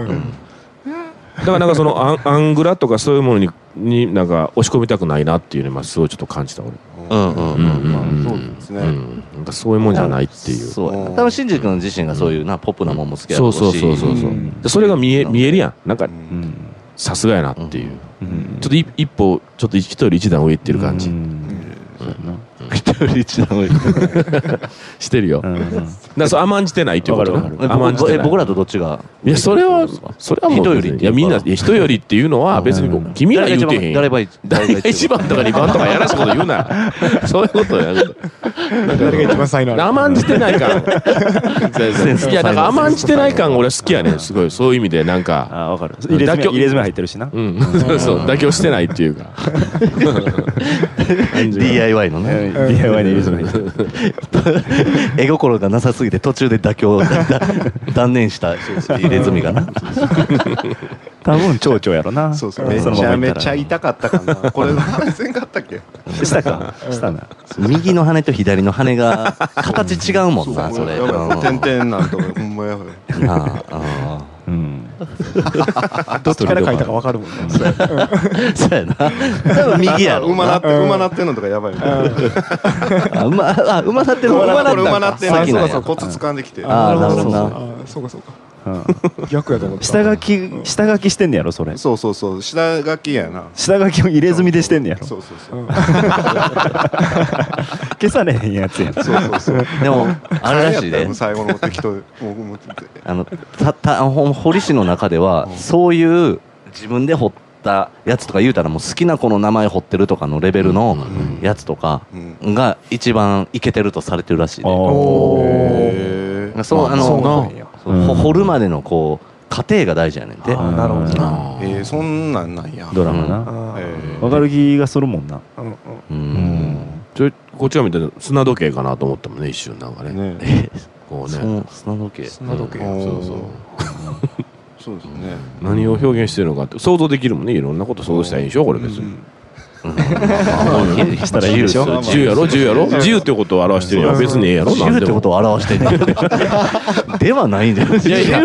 D: だからなんかそのアンアングラとかそういうものにになんか押し込みたくないなっていうのはすごいちょっと感じた俺
B: うんうんうんうん
C: まあそうですね
D: ん、なんかそういうもんじゃないっていう
B: そうやな多分新次君自身がそういうな、ポップなもんも好きやろ
D: そうう
B: し
D: そうそうそうそう、でそれが見え見えるやんなんか
A: うん
D: さすがやなっていう、
A: うん
D: ちょっと一一歩ちょっと一人一段上行ってる感じ、
A: うんそうやな
B: 一人一段上
D: してるよ、
A: う
D: だか
A: ん
D: らそう甘んじてないっていうこと
A: わかるわかる
D: な甘んじて
B: え
D: ない
B: 僕らとどっちが
D: いやそれはそれはもう
B: 人よりっていうか
D: いやみんないや人よりっていうのは別に僕君ら
B: 誰
D: 言
B: が
D: うて
B: 一
D: へ
B: 番
D: んやん
B: 誰が一
D: 誰が一番とか二番とかやらしいこと言うなそういうことや
H: 誰が一番才能ある
D: 甘んじてない感 いやなんか甘んじてない感俺好きやねすごいそういう意味でなんか
A: あわかる入れ
D: 妥
A: 墨
D: 協
A: 入れ墨入ってるしな
D: うんそう そう妥協してないっていうか
B: DIY のね
A: DIY で入れ墨入ってる
B: 絵心がなさすぎて途中で妥協 だ断念した入れ墨がな
A: 多分蝶々やろな
C: そうそう
A: の
C: め
A: まま
C: ちゃ
A: 行
C: め
A: ったら
C: ちゃ痛かったかなこれ何せんかったっけ
A: したかしたな
B: 右の羽と左の羽が形違うもんな それ
C: やばい
B: うん
C: 点々なんとかほんまやばい
B: なあ
A: うん
H: どっちから書いたか分かるもんね
B: うんそうやな多分右やろ
C: 馬なって馬なってんのとかやばいよね
B: あ馬あ馬なってる
C: これ
B: なってる
C: 馬なってんの
B: 先
C: そ
B: な
C: うん
B: や
C: かそうコツ掴んできて
B: ああなるほど
H: あ
B: な
H: ーそうかそうか
A: うん
H: 逆やと思った
A: 下書き下書きしてんねやろそれ
C: そうそうそう下書きやな
A: 下書きを入れ墨でしてんねやろ
C: そうそうそう
A: 消されへんやつやん
C: そうそうそう
B: でもあれらしい
C: やった
B: で
C: もう最後の適当もう持ってて
B: あのたたほん堀市の中ではそういう自分で掘ったやつとか言うたらもう好きな子の名前掘ってるとかのレベルのやつとか
C: うん
B: が一番イケてるとされてるらしいで、
A: おー
C: へー
B: そうあ
H: そう
B: の
H: なんや
B: そうほ掘るまでのこう過程が大事やねんて
H: あなるほどな
C: えーそんなんなんや
A: ドラマ
H: あ
A: な
H: ー
C: え
A: わかる気がするもんな
H: うんうん
B: う
D: うんんちょこっちが見たら砂時計かなと思ったもんね一瞬なんか
C: ー
D: ね
C: ね
B: え
D: こう
B: そ
D: ね
B: の砂時計
H: 砂時計
C: うん
D: そうそう
C: そうですね
D: 何を表現してるのかって想像できるもんねいろんなこと想像したらいいでしょこれ別に
A: したらいいでしょ
D: 自由やろ自由やろ自由ってことを表してるやん別にええやろ
B: 自
D: なん
B: 由っ
D: で
B: て
D: も
B: ことを表してるではな いんじゃない
D: いやいやいや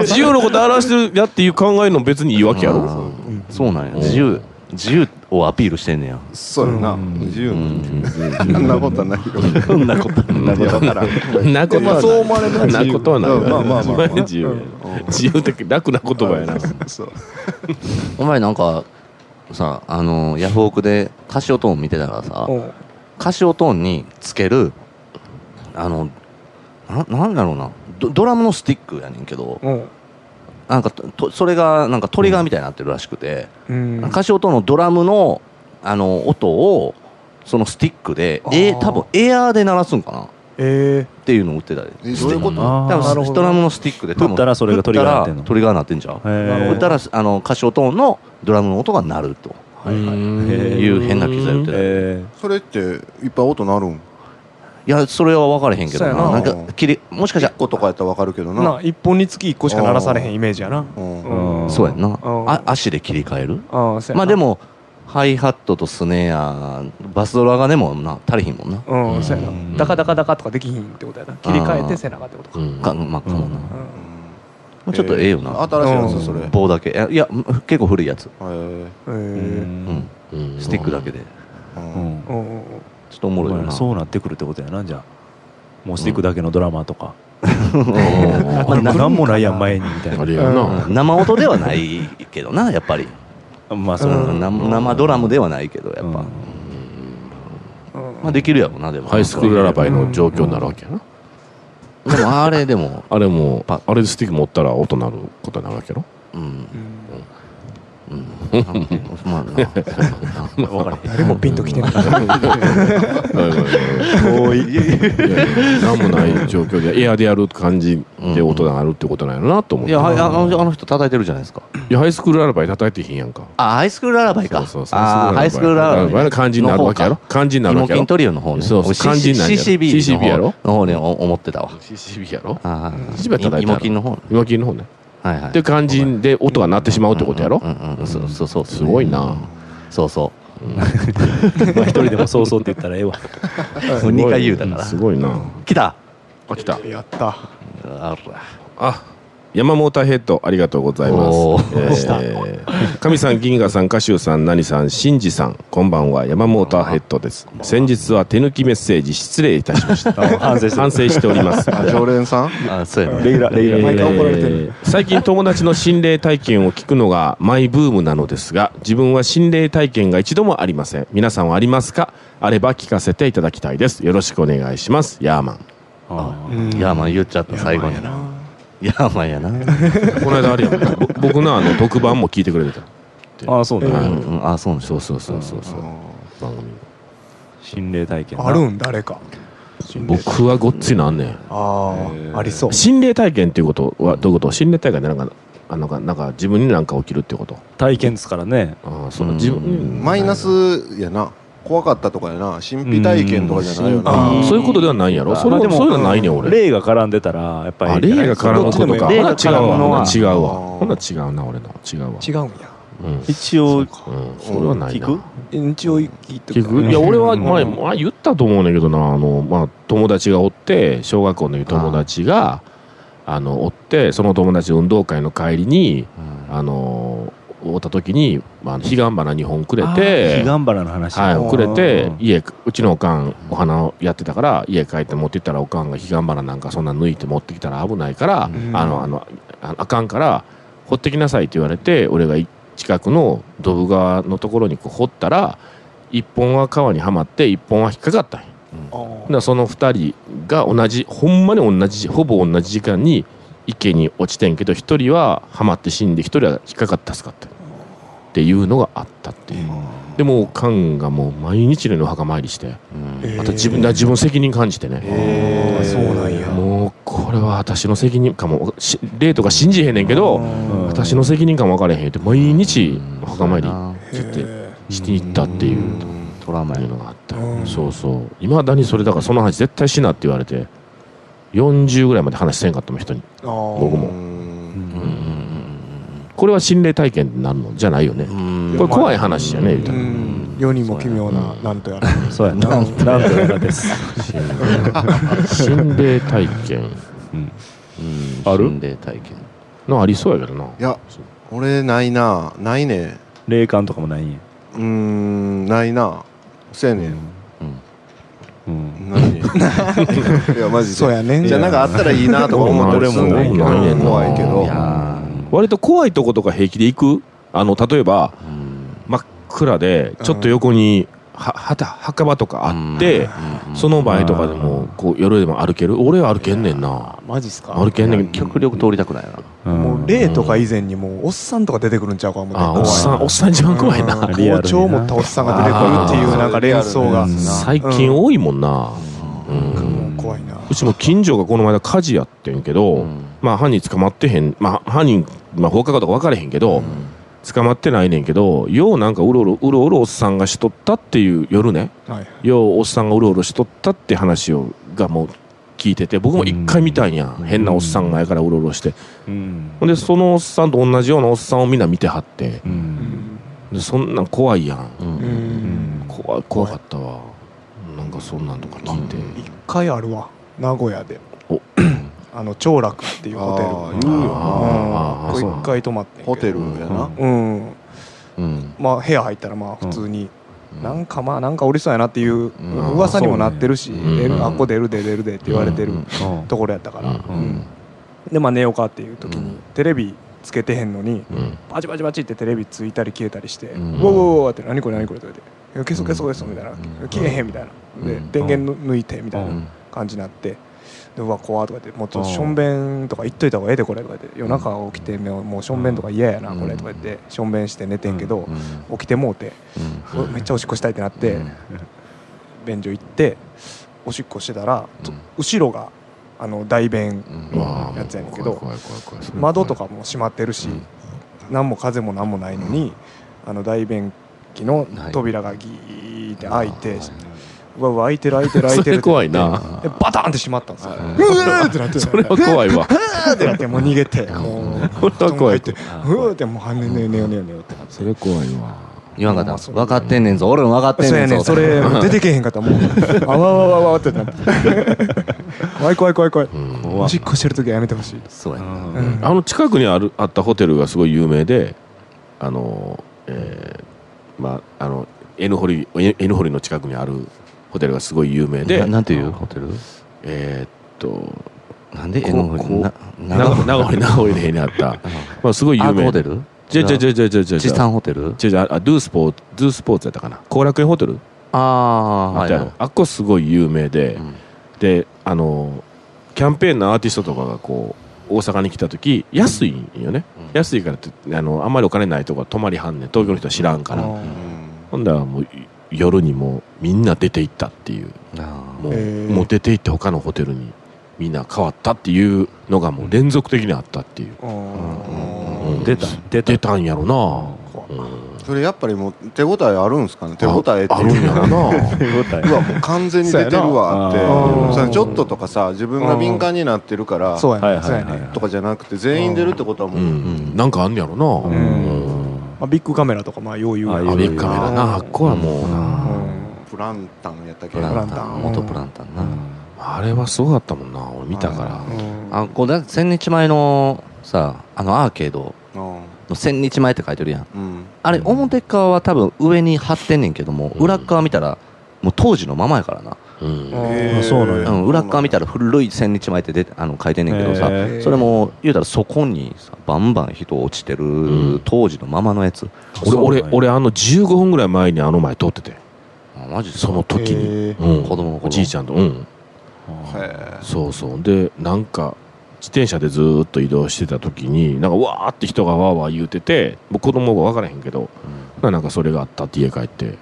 D: 自由のことを表してるやっていう考えるの別にいいわけやろ
B: そうなんや自由自由をアピールしてんねや
C: そうやな自由
B: う
C: なんそんなことはないよ
B: そんな こと
C: いやわからん
D: なことは
C: そう思われるのは
D: ない
C: 自由
D: なことはない
C: うんまあまあまあまあ
D: 自由や自由って楽な言葉やな
C: そう
B: お前なんかさあのヤフオクでカシオトーン見てたからさ
E: うん
B: カシオトーンにつけるあのななんだろうなドドラムのスティックやねんけど
E: うん
B: なんかととそれがなんかトリガーみたいになってるらしくて、
E: うん
B: カシオトーンのドラムのあの音をそのスティックでえ
E: あー
B: 多分エアーで鳴らすんかなっ
E: え
B: ていうのを売ってたで
C: えどういうこと
B: 多
A: あ
B: 分ドラムのスティックで多分
A: 振ったらそれがトリガーになってんの
B: 振ったらトリガーになってんじゃん
A: あへ
B: 振ったらあの歌唱トーンのドラムの音が鳴るという変な機材売ってたい
A: え
C: それっていっぱい音鳴るん
B: やそれは分からへんけどな
E: そうや
C: な
B: な
C: ん
B: か切りもしかした
C: 1
B: ら
C: 個とかやったらわかるけど
E: えな
C: な
E: 一本につき一個しか鳴らされへんイメージやな
C: うん
A: うん
B: そうやんな
E: うん
B: あ足で切り替える
E: ああそうやな
B: まあでもハイハットとスネアバスドラがでもな足りひんもんな
E: うんそうや
A: う
E: なんダカダカダカとかできひんってことやな切り替えて背中ってことか
B: かまあかもな
A: うん
B: も
E: う
B: う
E: ん
B: ちょっとええよな
C: 新しいやつそれへ
B: 棒だけいやいや結構古いやつ
C: え
A: う
E: え
A: ん
B: うんスティックだけで
C: う
A: うんん
E: えうんうん
B: ちょっとおもろいよ
A: まあ
B: な
A: そうなってくるってことやなじゃあもうスティックだけのドラマーとか
B: まあな
A: 何もないやん前にみたい
D: あれやな
B: うん生音ではないけどなやっぱり
A: なまあ
B: そ
A: そうう
B: な生ドラムではないけどやっぱ、
A: うん
B: まあ、できるやろなでも
D: ハイスクールララバイの状況になるわけやな
B: でもあれでも、
D: あれもあれでスティック持ったら音なることになるわけやろ
B: うん
E: うん
B: うん、まあなそうやな
A: 分からへん
E: 誰もピンときてない
D: おい何もない状況でエアでやる感じで音が鳴るってことなんやろなと思
B: い
D: って
B: やはいいあのあの人叩いてるじゃないですか
D: やハイスクールララバイ叩いてへんやんか
B: あハイスクールララバイか
D: そうそうそう
B: あーハイスクールララバイ
D: の感じになるわけやろ
B: の方か
D: 感じにな
B: イ
D: るわ
B: モ
D: けや
B: キン
D: ろ
B: トリオの方ね
D: そうそう
B: 俺 C-
D: 肝心なんや
B: CCB の方
D: CCB やろ
B: の方ねお思ってたわ
D: CCB やろ
B: あ
D: CCB は叩いて
B: あ
D: ある
B: イモキンの方ね
D: 今金の方ね
B: はいはい
D: って感じで音が鳴ってしまうってことやろ
B: うんうんうんそうそうそう
D: すごいな
B: そうそ
A: まあ一人でもそうそうって言ったらええわ
B: う もう2回言うだから
D: すごいな
B: 来た
D: あ来た
E: やった
B: あら
D: あ山本ヘッドありがとうございます
B: お
D: えー神さん銀河さん歌手さん何さん新次さんこんばんは山本ヘッドです先日は手抜きメッセージ失礼いたし ました
A: 反省してる
D: 反省しております
C: あ常連さん
B: あそうやね
A: レギュラーレギュラー
D: 毎
C: 回怒られてる
D: 最近友達の心霊体験を聞くのがマイブームなのですが自分は心霊体験が一度もありません皆さんはありますかあれば聞かせていただきたいですよろしくお願いしますヤーマン
A: あ
B: ヤーマン言っちゃった最後にヤーマンやな
D: この間あれやんぼ僕のあの特番も聞いてくれてた
A: ああそう
B: う
A: ね
B: んうんあそうなんです
D: そうそうそうそうそう番組
A: 心霊体験な
E: あるん誰か心霊
D: 僕はごっついのあんねん
E: あ
C: へえ
E: あありそう
D: 心霊体験っていうことはどういうこと心霊体験でなんかあのかなんか自分になんか起きるってこと
A: 体験ですからね
D: ああそう
B: うん
D: 自分
C: マイナスやな怖かったとかやな神秘体験とかじゃないよ
E: うん
C: な
D: そういうことではないやろそれ
A: まあ
D: で
A: で
D: も
A: も
D: そういうのはないねん俺
A: 霊が絡んでたらやっぱ
D: あ
A: りいいんじゃな
D: 霊
A: い
D: が絡むことか
E: どっちでもいい
D: ほ
B: 霊
D: な違う
B: が絡むの
D: わ
B: は
D: ほな違うわ
C: あー
D: ほな違うな俺な違うわ
E: 違うんや
D: うんうん
A: 一応
D: それはない
A: 聞
D: な
A: く
E: 一応聞いて
D: 結局いや
A: うん
D: 俺は
A: うん
D: 前前言ったと思うねんだけどなあのまあ友達がおって小学校の友達があのおってその友達の運動会の帰りにあのおった時にまあ彼岸花2本くれ
A: 彼
D: て
A: 岸花の話
D: はい、遅れて
A: うん
D: 家うちのおかんお花をやってたから家帰って持って行ったらおかんが彼岸花なんかそんな抜いて持ってきたら危ないから、
E: うん
D: あのあのああかんから掘ってきなさいって言われて俺がい近くのドブ川のところにこう掘ったら一本は川にはまって一本は引っかかったんやだからその二人が同じほんまに同じほぼ同じ時間に池に落ちてんけど一人ははまって死んで一人は引っかかって助かったっていうのがあったっていう。でもうカンがもう毎日のようにお墓参りしてまた自分だ自分責任感じてね
E: あそうなんや
D: もうこれは私の責任かもし霊とか信じへんねんけど
A: うん
D: 私の責任かも分からへんって毎日お墓参り
E: へ
D: 絶対
E: え
D: しに行ったっていう
B: トラウマ
D: ってい
B: や
D: うのがあった
E: うん
D: そうそういまだにそれだからその話絶対しなって言われて40ぐらいまで話せんかったもん人に
E: あー
D: 僕もこれは心霊体験になるのじゃないよね
B: うん
D: これ怖い話じゃね言うた
E: う
D: ら
E: ん世にも奇妙ななんとやら
A: そうやな。なんとやらです。
D: 心霊体験
A: うん
B: うん、
D: ある
B: 心霊体験
D: のありそうやけどない
C: や俺ないなないね
A: 霊感とかもないんや。
C: うーんないなそうやねん
A: うん。
C: ないねいやマジで
E: そうやね
C: じゃあなんかあったらいいなとか思ったりするんだけど
D: 俺もないね
C: 怖いけど
B: いや
D: 割と怖いとことか平気で行くあの例えば
B: ーうん
D: 真っ暗でちょっと横にははた墓場とかあって
B: うん
D: その前とかでもこう夜でも歩ける俺は歩けんねんな
E: マジっすか
D: 歩けんねん
B: 極力通りたくないな
E: もう霊とか以前にもうおっさんとか出てくるんちゃうかも
D: あおっさんおっさん一番怖いな
A: リアルにな
E: 包丁を持ったおっさんが出てくるっていうなんか連想が
A: あーうん
D: 最近多いもんなうん
E: もう怖いな
D: うちも近所がこの前火事やってんけど、
B: ん
D: まあ犯人捕まってへん、まあ、犯人、まあ、放火かとか分からへんけど、捕まってないねんけどようなんかうろうろうろうろおっさんがしとったっていう夜ね
E: はい
D: ようおっさんがうろうろしとったって話をがもう聞いてて僕も一回見たんや、変なおっさん前からうろうろして
A: うん。
D: ほんでそのおっさんと同じようなおっさんをみんな見てはって
A: うん。
D: でそんなん怖いやん
B: うん
E: うん
D: 怖い怖かったわなんかそんなんとか聞いて、
E: 一回あるわ名古屋で
D: お
E: あの長楽っていうホテル
C: あー言うよ
D: あ
C: な
D: ーあー
E: うん
D: そう
E: こう一回泊まってんけど
C: ホテルやな
E: うん
B: うん
E: まあ部屋入ったらまあ普通になんかまあなんかおりそうやなっていう
B: うん
E: 噂にもなってるし
B: そうね
E: 出る
B: うん
E: あっこ出るで出るでって言われてる
B: うん
E: ところやったから
D: うん
E: うんでまあ寝ようかっていう時
B: う
E: に
B: ん
E: テレビつけてへんのに
D: うん
E: バチバチバチってテレビついたり消えたりして「う
B: うん
E: わうわうわうわ」って「何これ何これ」とか言っていや「消そう消そう消そう」みたいな「消えへん」みたいなで電源抜いてみたいな
B: うん
E: 感じになってでうわ怖とか言ってもうちょっとしょんべんとか言っといた方がええでこれとか言って夜中起きてもうもうしょんべんとか嫌やなこれとか言ってしょんべんして寝てんけど起きてもうてうわめっちゃおしっこしたいってなって便所行っておしっこしてたらと後ろがあの大便
D: うわー
E: やつやねんけど
D: 怖い怖い怖い怖い
E: 窓とかも閉まってるし何も風も何もないのにあの大便器の扉がギーって開いてうわうわ開いてる開いてる開いてる
D: それ怖い
E: って
D: な
E: でバタンって閉まったんですようわーってなっ て
D: それは怖いわ
E: うわーってなってもう逃げてもう
D: それは怖い
E: 布団入ってうわーってもうはねねねよねよねよってなって
D: それ怖いわ
B: 言わんかったんです分かってんねんぞ俺も分かってん
E: そう
B: ね
E: や
B: ん
E: ね
B: ぞ
E: んそれ出てけへんか ったもうあわわわわわってなって怖い怖い怖い怖い
A: 怖
E: お
A: っ
E: しっこしてる時はやめてほしい
B: そうやね
E: うん
D: あの近くにあるあったホテルがすごい有名であのえーまああの N 堀 N 堀の近くにあるホテルがすごい有名で
B: ななんていうホテル
D: えーっと
B: なんで
D: こ
B: 絵の具
D: こ
B: にな
D: 名
B: 長
D: 古名古屋名古屋でにあったまあすごい
B: ア
D: 有
B: ート
D: 名
B: ホテル
D: じゃじゃじゃじゃじゃじゃ
B: チタンホテル
D: じゃじゃあドゥースポーツドゥースポーツやったかな後楽園ホテル
B: ああ
D: あっ
B: はい
D: たや
B: は
D: ろあっこすごい有名で、
B: いうん
D: であのキャンペーンのアーティストとかがこう大阪に来た時安いんよね、
B: うん
D: 安いからってあのあんまりお金ないとこは泊まりはんねん東京の人は知らんから、ほんだらもうい夜にもうみんな出て行ったっていう
B: なあ
D: もう,、
E: へー
D: もう出て行って他のホテルにみんな変わったっていうのがもう連続的にあったっていう、
E: うん
A: 出た出た
D: 出たんやろな
E: 怖い
C: それやっぱりもう手応えあるんですかね手応えって
D: ああるん
C: いう
D: やろ
C: か
D: な
A: 手応え
C: うわもう完全に出てるわっ
A: そうやな
E: あー
C: てそのちょっととかさ自分が敏感になってるから
E: そうや
A: はい
E: ね
A: はい
E: そう
A: は
E: や
A: いはい
E: ね
C: とかじゃなくて全員出るってことはも
D: う
C: う、
D: ん、なんかあんねやろな、
A: う
E: うん
A: ん
E: まあビッグカメラとかまあよう言うな
A: ああいう
D: アビッグカメラなあっこはもうな、
E: うん
C: プランタンやったっけ
B: プラ
E: ラ
B: ン
E: ン
B: タ
E: タ
B: ン
E: ン
B: 元プランタンな
D: あれはすごかったもんな俺見たから、
B: あこうだ千日前のさあのアーケード
C: うん
B: の千日前って書いてるやん
C: うん
B: あれ表側は多分上に貼ってんねんけども
D: うん
B: 裏側見たらもう当時のままやからな、
D: うん
A: あそうなん
B: う
A: や
B: ん、裏側見た
C: ら
B: ら古い千日前って出てあの書いてんねんけどさ
A: へ
E: ー
B: それも言うたらそこにさバンバン人落ちてる
D: ん
B: 当時のままのやつ、
A: そ
D: 俺俺
A: うなんや
D: 俺あの15分ぐらい前にあの前通ってて
B: あマジで
D: その時に、うん、
B: 子供の頃
D: おじいちゃんとうんそうそうでなんか自転車でずーっと移動してた時になんかわーって人がわーわー言うてて僕子供が分からへんけど、なんかそれがあったって家帰って、うん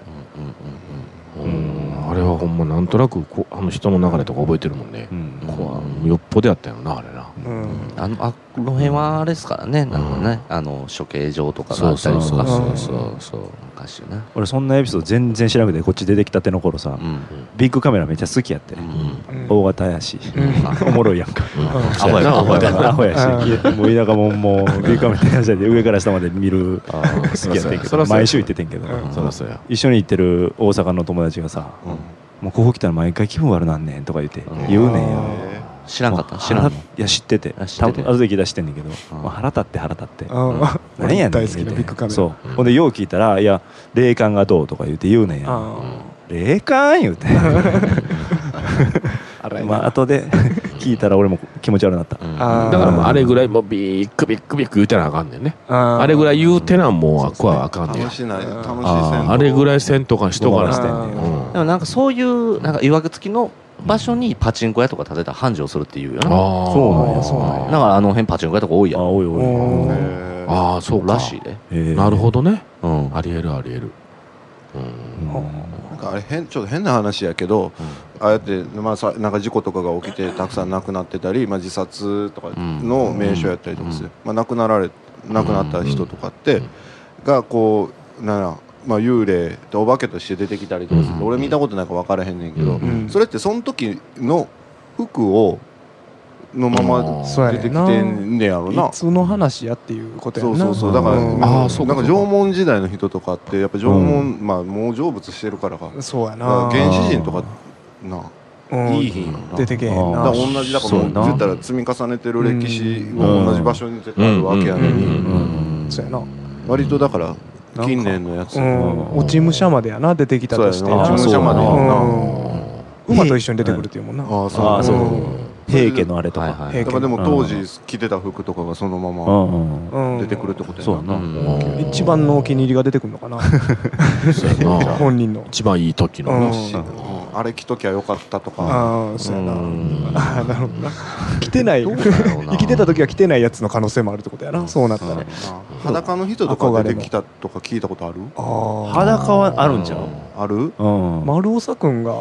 D: あれはほんまなんとなくこあの人の流れとか覚えてるもんね
A: う、ん
D: こうよっぽどやったよなあれな、
E: うん
B: あのあこの辺はあれですからねなんかね、あの処刑場とかがあ
D: そう
B: った
D: そ
B: り
D: う
B: と
D: そ
B: か
D: うそう
B: そ
D: そうう
B: そう昔よな
A: 俺そんなエピソード全然知らなくてこっち出てきたての頃さ
B: うん
A: ビッグカメラめっちゃ好きやって
B: うん
E: うん
A: 大型やし、おもろいやんか。
B: アホやな、アホやな。
A: アホやし、もう田舎もんもビーカメラで上から下まで見る好きやってんけど、毎週行っててんけど、
D: そらそうや
A: 一緒に行ってる大阪の友達がさ、もうここ来たら毎回気分悪なんねんとか言って言うねんよ。
B: 知らんかった、知らんの
A: い。や知ってて
B: あ知ってて
A: た後で聞いたら知ってんねんけど、
B: うん
A: まあ腹立って腹立って、
H: あ
A: 何やねん
H: 俺大好きなビッグカメラ
A: そう、ほんでよう聞いたら「いや霊感がどう?」とか言うて言うねんや
H: あ
A: 霊感言うてまあ後で聞いたら俺も気持ち悪くなった、
H: あ
D: だからもうあれぐらいもうビックビックビック言うてなあかんねんね
H: あ
D: あれぐらい言うてなもうあっこはあかんねん
C: 楽しない楽しい
D: あ
C: 戦
D: ーあれぐらい
C: 戦
D: せんとかしとかなしてんねんうん
B: でもなんかそういう、なんかいわくつきの場所にパチンコ屋とか建てたら繁盛するっていうよな。だ
D: あ
A: そうなんやそうなん
B: からあの辺パチンコ屋とか多いや
A: あ
B: ん。
A: おいおい、
H: おー
D: ああーそうから
B: しいで。
A: えー
D: なるほどね
B: うん。
D: ありえるありえる
C: なんかあれ変ちょっと変な話やけど、ああやって、まあ、さなんか事故とかが起きてたくさん亡くなってたり、まあ、自殺とかの名所やったりとかする、まあ、亡くなられ亡くなった人とかって、がこうなんやまあ、幽霊とお化けとして出てきたりとかする、俺見たことないから分からへんねんけど、それってその時の服をのまま
H: そうやね
C: 出て
H: ん
C: き
H: な
C: てんねやろな
H: 普。通の話やっていうことや
C: そ
H: ん
C: う
H: な
C: そうそうだから、
H: うん
C: なんか
D: あーそうか
C: なんか縄文時代の人とかってやっぱ縄文、まあもう成仏してるからか
H: そうや
C: だから
H: な
C: 原始人とかな
H: うん
C: いい品やろな
H: 出てけへん
A: あ
C: だから
H: な
C: 同じだから
A: そ
C: もう
A: うやな
C: 言ったら積み重ねてる歴史が同じ場所に絶対あるわけやの
D: うんうん
C: に
H: そうやな
C: 割とだから近年のやつ
H: うん落ち武者までやな出てきた
C: そう
H: と
C: や
H: して
C: な落ち武者までやな
H: うん馬と一緒に出てくるっていうもんな
C: ああそう
A: ああそう、
H: うん
A: 平家のあれとか、
B: はいはい
H: 平
C: だ
H: 家
C: からでも当時着てた服とかがそのまま
A: うんうん
H: うん
C: 出てくるってことや
A: そうや
C: な、
A: な、
D: うん
H: 一番のお気に入りが出てくるのかな
D: そうやな
H: 本人の
D: 一番いい時の
H: うん
D: な
C: しうんあれ着ときゃよかったとか
H: ああそうやな
B: うん
H: ああなるほどな来てない
B: どうだろうな
H: 生きてた時は来てないやつの可能性もあるってことやなそうなったらあ
C: 裸の人とか出てきたとか聞いたことある
H: あ
A: 裸はあるんちゃう
C: ある
A: うん、
H: 丸尾くんが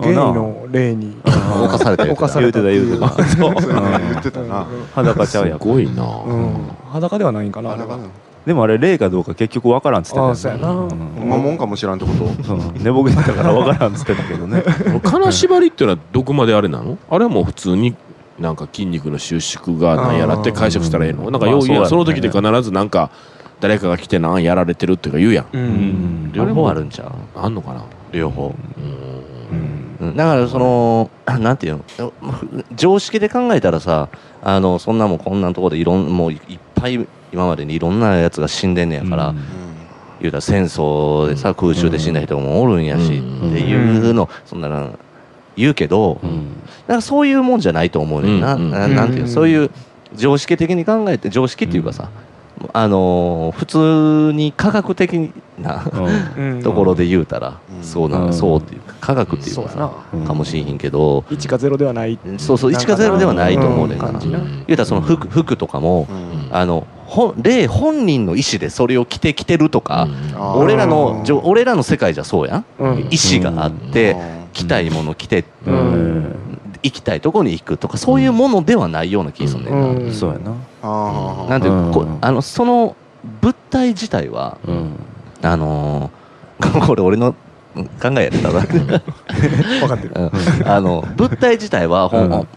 H: ゲイの霊に
B: 犯されたよ。
H: 犯さ
A: 言
H: れ
A: う
H: た
A: てた言うてた
C: そういうの言ってたな
A: 裸ちゃう
D: す
A: やん
D: ごいな
H: うん裸ではないんかなあれ
C: 裸
H: は
C: なの
A: でもあれ霊かどうか結局わからんっつってた
H: あそうやな
A: うん
C: ほんまもんかもしらんってこと
A: うん寝ぼけてたからわからんっつってたけどね
D: 金縛りっていうのはどこまであれなのあれはもう普通になんか筋肉の収縮がなんやらって解釈したらええのなんかよ
A: まあ
D: う
A: そうや
D: 言うや
A: ね
D: んその時で必ずなんか誰かが来てなんやられてるっていうか言うやん
H: う
A: うんん
B: 両方あるんちゃう
D: あんのかな
B: 両方。
A: うん
B: うんだからその、 なんていうの、常識で考えたらさ、あの、そんなもんこんなとこでいろん、もういっぱい今までにいろんなやつが死んでんねやから、
A: うん
B: 言うたら戦争でさ、空襲で死んだ人もおるんやし、
D: うん
B: っていうの、そんなの言うけど、なんかそういうもんじゃないと思うねんな。
D: うん
B: ななんていうう、
H: ん
B: そういう常識的に考えて、常識っていうかさ、あのー普通に科学的な、
H: うん
B: ところで言うたら、
C: うん
B: そうな
A: うん
B: んそうっていうか科学っていう
H: そう
B: か
H: や
B: さ、
H: な
A: うん
B: かもしれへんけど、
H: 1か0ではない
B: そうそう1か0ではないと思うねんな、
H: うん感じ
B: 言
H: な
B: うたらその服服とかも、
C: うん
B: あの本例本人の意思でそれを着てきてるとか、
C: あー
B: 俺らのじょ俺らの世界じゃそうやん、
H: うん
B: 意思があって、着たいもの着て、
A: うん
B: 行きたいとこに行くとかそういうものではないような気がするねんな、
H: うん
A: そうやな
C: あ
B: な
C: あ
B: んていうか
A: うん
B: こうあのその物体自体は、あのー これ俺のうん考えやったな
H: 分かってる
B: うんあの物体自体はほん、
A: うん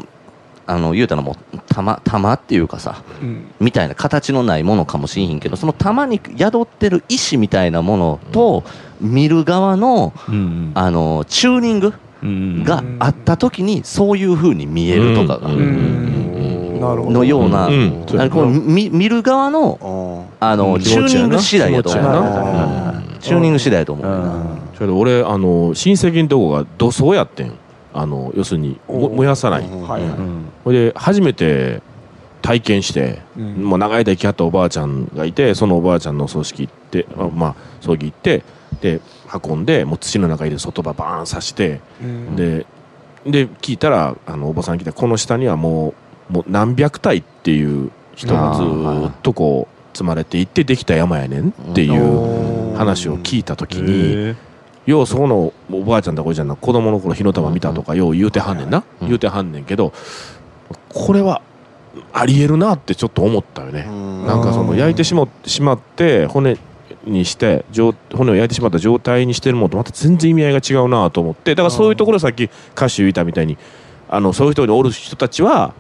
B: あの言うたらもう玉玉っていうかさ
H: うん
B: みたいな形のないものかもしれへんけどその玉に宿ってる意志みたいなものと見る側の
A: うん
B: あのチューニング
A: うん
B: があった時にそういう風に見えるとかが、
D: うん
H: うんなるほど
B: のような,、
D: うんそうや
B: なんかこうみ見る側の
C: あ
B: あの
D: 気
B: チュ
D: 持
B: ー
D: ち
B: ニ
D: や
B: ング次第
D: な
B: やと思う
D: 気持ちや
C: な
B: うんチューニング次第やと思うねんな、
D: それで俺あの親戚のとこが土葬やってんあの要するにも
H: おー
D: 燃やさない
C: うん
H: はいはい
A: うん
D: ほいで初めて体験して、
H: うん
D: もう長い間生きはったおばあちゃんがいてそのおばあちゃんの葬式行って、あまあ葬儀行ってで運んでもう土の中入れて外葉バーン刺して、
H: うん
D: でで聞いたらあのおばさんに聞いたらこの下にはもうもう何百体っていう人がずーっとこう積まれていってできた山やねんっていう
H: おー
D: 話を聞いた時に。ようそこのおばあちゃんとこじゃなく子供の頃火の玉見たとかよう言うてはんねんな、
B: うん
D: 言うてはんねんけどこれはありえるなってちょっと思ったよ
C: う
D: ね、
C: ん
D: なんかその焼いてしもしまって骨にして状骨を焼いてしまった状態にしてるものとまた全然意味合いが違うなと思ってだからそういうところさっき歌手言いたみたいにあのそういう人におる人たちは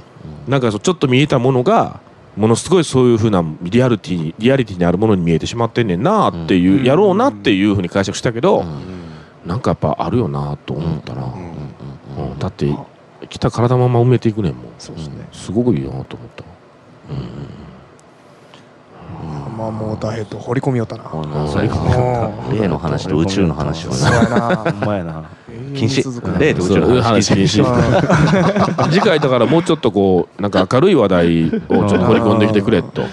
D: なんかそうちょっと見えたものがものすごいそういうふうなリアリティにリアリティにあるものに見えてしまってんねんなっていう、やろうなっていうふうに解釈したけど、なんかやっぱあるよなと思ったな、うんだって来た体まま埋めていくねんもん
E: そうですね
D: すごくいいなと思った
E: まあもう大変と掘り込みよったな
B: この最後
E: お
B: 例の話と宇宙の話
E: そう
B: は
E: やな
A: ほんまやな
B: 禁止例と宇
D: そう
B: 宙
D: いう
B: の話
D: 話
B: 禁止
D: 禁止次回だからもうちょっとこうなんか明るい話題をちょっと掘り込んできてくれと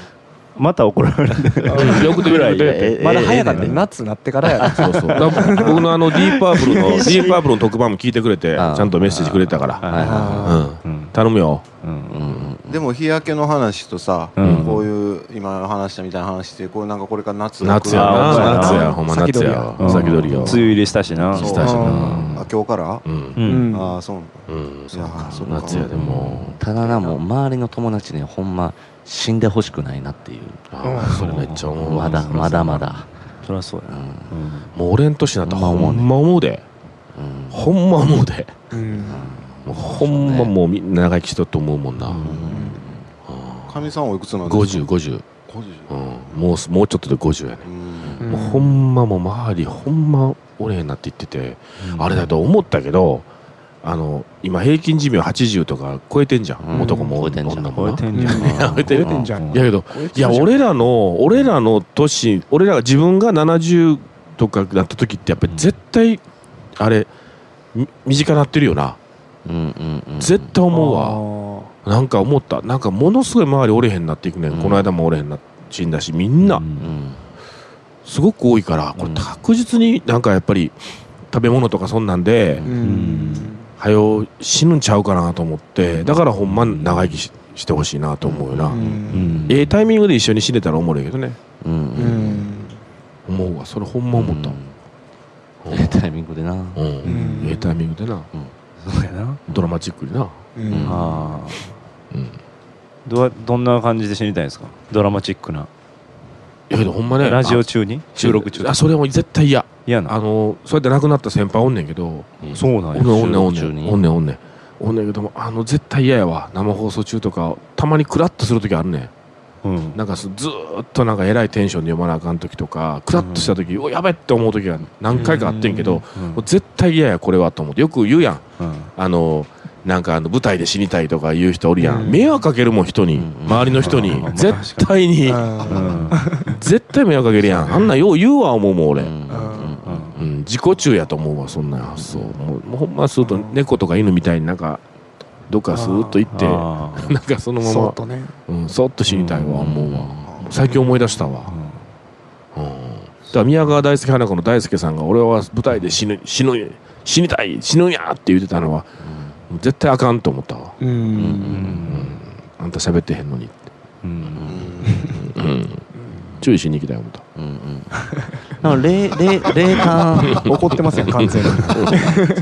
A: また怒られる
D: よくできると
B: ええ
E: まだ早かっ た
B: ええ
E: ね夏なってからやな
D: そうそうだから僕のあのディープアップルのディープアップルの特番も聞いてくれてち
B: ああ
D: ゃんとメッセージくれたか
B: はいは
D: らうん
A: うん
D: 頼むよ
A: うん
B: うん
C: でも日焼けの話とさ、
A: うん
C: こういう今話したみたいな話ってこうなんかこれから夏が来る
D: 夏や
A: ああ
D: な夏
A: そうや
D: や
A: な
D: ほんま夏や
A: うん
D: 先取りよ
A: 梅雨入りしたしな
C: そう
D: したしな
C: あ今日から、
D: うん
A: うん
C: ああそうなんだ
D: うん
C: そうかそうか
D: 夏やでも
B: ただなもう周りの友達にほんま死んでほしくないなっていう
D: ああそれめっちゃ思う
B: まだまだまだ
A: そりゃそうやな
B: う
A: んうん
D: もう俺ん年になったら
B: ほ
D: ほ
B: んま思うね
D: んま思うで
B: うん
D: ほんま思うで
E: うん
D: もうほんまもうみんな長生きしとると思うもんな
C: かみさんはおいくつなんですか
D: 5050
C: 50
D: うんもうすもうちょっとで50やね
C: うん
D: もうほんまもう周りほんまおれへんなって言ってて、あれだと思ったけどあの今平均寿命80とか超えてんじゃん、
B: うん
D: 男も
B: 超えてんじゃん
D: 女も
A: 超え
D: な
A: てんじゃん
D: 超えてる
E: 出てんじゃん
A: う
D: やけどいや俺らの俺らの年俺らが自分が70とかなった時ってやっぱり絶対、あれみ身近なってるよな、
B: うんうんうん
D: 絶対思うわ、
E: わ
D: なんか思ったなんかものすごい周り折れへんなっていくね、
B: うん
D: ん、この間も折れへんな死んだしみんな
B: うん
D: すごく多いからこれ確実になんかやっぱり食べ物とかそんなんで
E: うん
D: 早う死ぬんちゃうかなと思ってだからほんま長生きししてほしいなと思うよな、
A: うん
D: ええタイミングで一緒に死ねたらおもろいけどね
B: うんうん
E: う
B: うん
E: ん
D: 思うわそれほんま思ったもん
B: うんええタイミングでな
D: うん
E: うん
D: ええタイミングでな
A: そうやな
D: ドラマチックにな、
E: うん
A: ああ
D: うん、い
A: どうどんな感じで死にたいんですかドラマチックな
D: やけどほんまね
A: ラジオ
D: あ
A: 中に収録中
D: あそれも絶対嫌
A: 嫌
D: あ
A: な
D: のそうやって亡くなった先輩おんねんけど
A: そうなん
D: おんね
A: や
D: んおんねんお
B: 収
D: んね
B: 録中
D: ん
B: に
D: おんねんおんねんおんねんけどもあの絶対嫌やわ生放送中とかたまにクラッとする時あるねん
A: うん
D: なんかすずーっとなんかえらいテンションで読まなあかん時とかクラッとした時、うわやべって思う時が何回かあってんけど、
A: うん
D: もう絶対嫌やこれはと思ってよく言うや
A: う
D: ん
A: ん
D: あのなんかあの舞台で死にたいとか言う人おるやん、
E: うん
D: 迷惑かけるもん人に、
B: うん
D: 周りの人に、
A: うん
D: 絶対に
A: うん
D: 絶対迷惑かけるやんあんなんよう言うわ思うもん
B: う
D: 俺、うん
B: ん
A: うん
D: 自己中やと思うわそんな発想もうもうほんますると猫とか犬みたいになんかどっかスーッと行って
A: あー
D: なんかそのまま
E: そうとね
D: うん、そっと死にたいわ思うわ最近思い出したわ、うん、だから宮川大輔花子の大輔さんが俺は舞台で死ぬ死ぬ死にたい死ぬんやって言ってたのは絶対あかんと思ったわ、
E: う
B: うん
A: うんん
D: あんた喋ってへんのにって、
A: うん
D: うん、注意しに行きたい思った
B: うんうんなんか霊霊霊感
E: 怒ってますよ完全に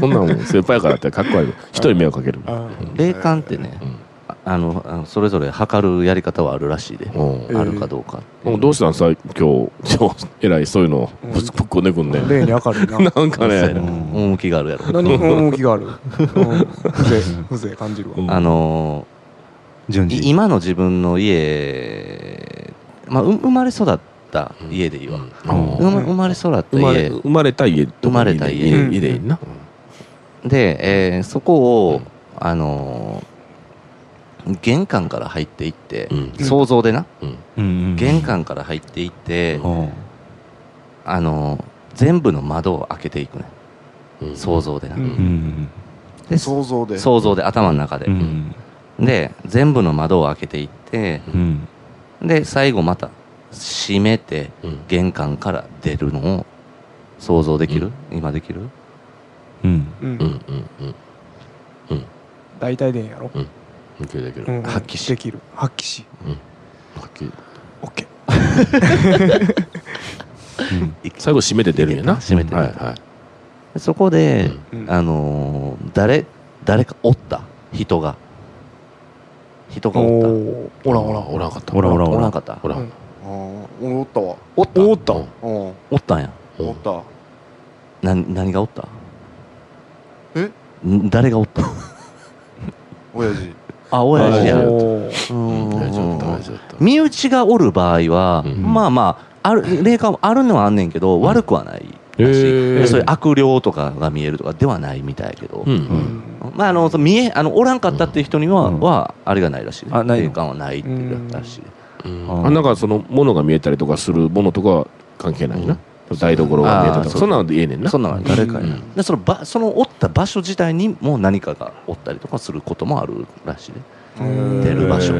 D: そんなもん先輩やからってかっこ悪い一人迷惑かける
E: あ
B: 霊感ってね
D: うん
B: ああのあのそれぞれ測るやり方はあるらしいで
D: うん
B: あるかどうか
D: もうどうしたんさ今日今日えらいそういうのぶつぶっこんでくんね
E: 例に明るい
D: な
E: な
D: んか
B: そうやな
D: ね
B: 趣があるやろ
E: 何も趣があるうん風情風情感じるわ
D: うん
B: あの
A: 順
B: ーい
A: 次
B: 今の自分の家まあう生まれ育った家でいいわ
D: うん
B: 生ま生まれ育った
D: 生まれ
B: 家
D: 生まれた家とかでいいね
B: 生まれた家
D: いいねいいねいいな
B: で、えーそこを、あのー玄関から入っていって、
D: うん
B: 想像でな、玄
A: 玄
B: 関から入っていって、
A: うん
B: あのー全部の窓を開けていくね、
D: うん
B: 想像でな、
E: うん
A: うん
B: で
C: 想像で
B: 想像で頭の中で、
A: うん
B: で全部の窓を開けていって
A: うん
B: で最後また閉めて
D: うん
B: 玄関から出るのを想像できる、今できる
A: うん
E: う
D: うんんうんうん
E: 大体でいいんやろ
D: いけるいける
E: うん
B: 発揮し
E: できる発揮し
D: はっきり
E: OK
D: 最後締めて出るんやな
B: 締めて
D: はいは
B: でそこで、
D: うん
E: うん
B: あのー誰誰かおった人が人がおっ
E: ーおらおら
D: あおらんかった
A: おらお
B: た
A: ら
B: お
A: お
B: らん
A: ら
B: かった
D: おら
E: うんん
C: あー俺おったわ
B: おった
E: おった
D: うん
C: うんお
B: おったんや
C: った
B: な何がおった
C: え
B: ん誰がおった
C: 親父
B: あ親父やる身内がおる場合は、まあまあある霊感もあるのはあんねんけど、悪くはない
D: へ
B: らし
D: ー
B: でそういう悪霊とかが見えるとかではないみたいやけど、
D: うん
B: まああのその見えあのおらんかったっていう人には、
A: うん
B: はあれがないらしい、
A: あないの
B: 霊感はないっていうらしい、
A: うん
D: あなんかその物が見えたりとかするものとかは関係ないな、台所が見えた
B: あ
D: りと
B: ー
D: かそんなのでええねんな
B: そんなのは誰かに、
D: うん
B: でその場そのおった場所自体にも何かがおったりとかすることもあるらしいね出る場所、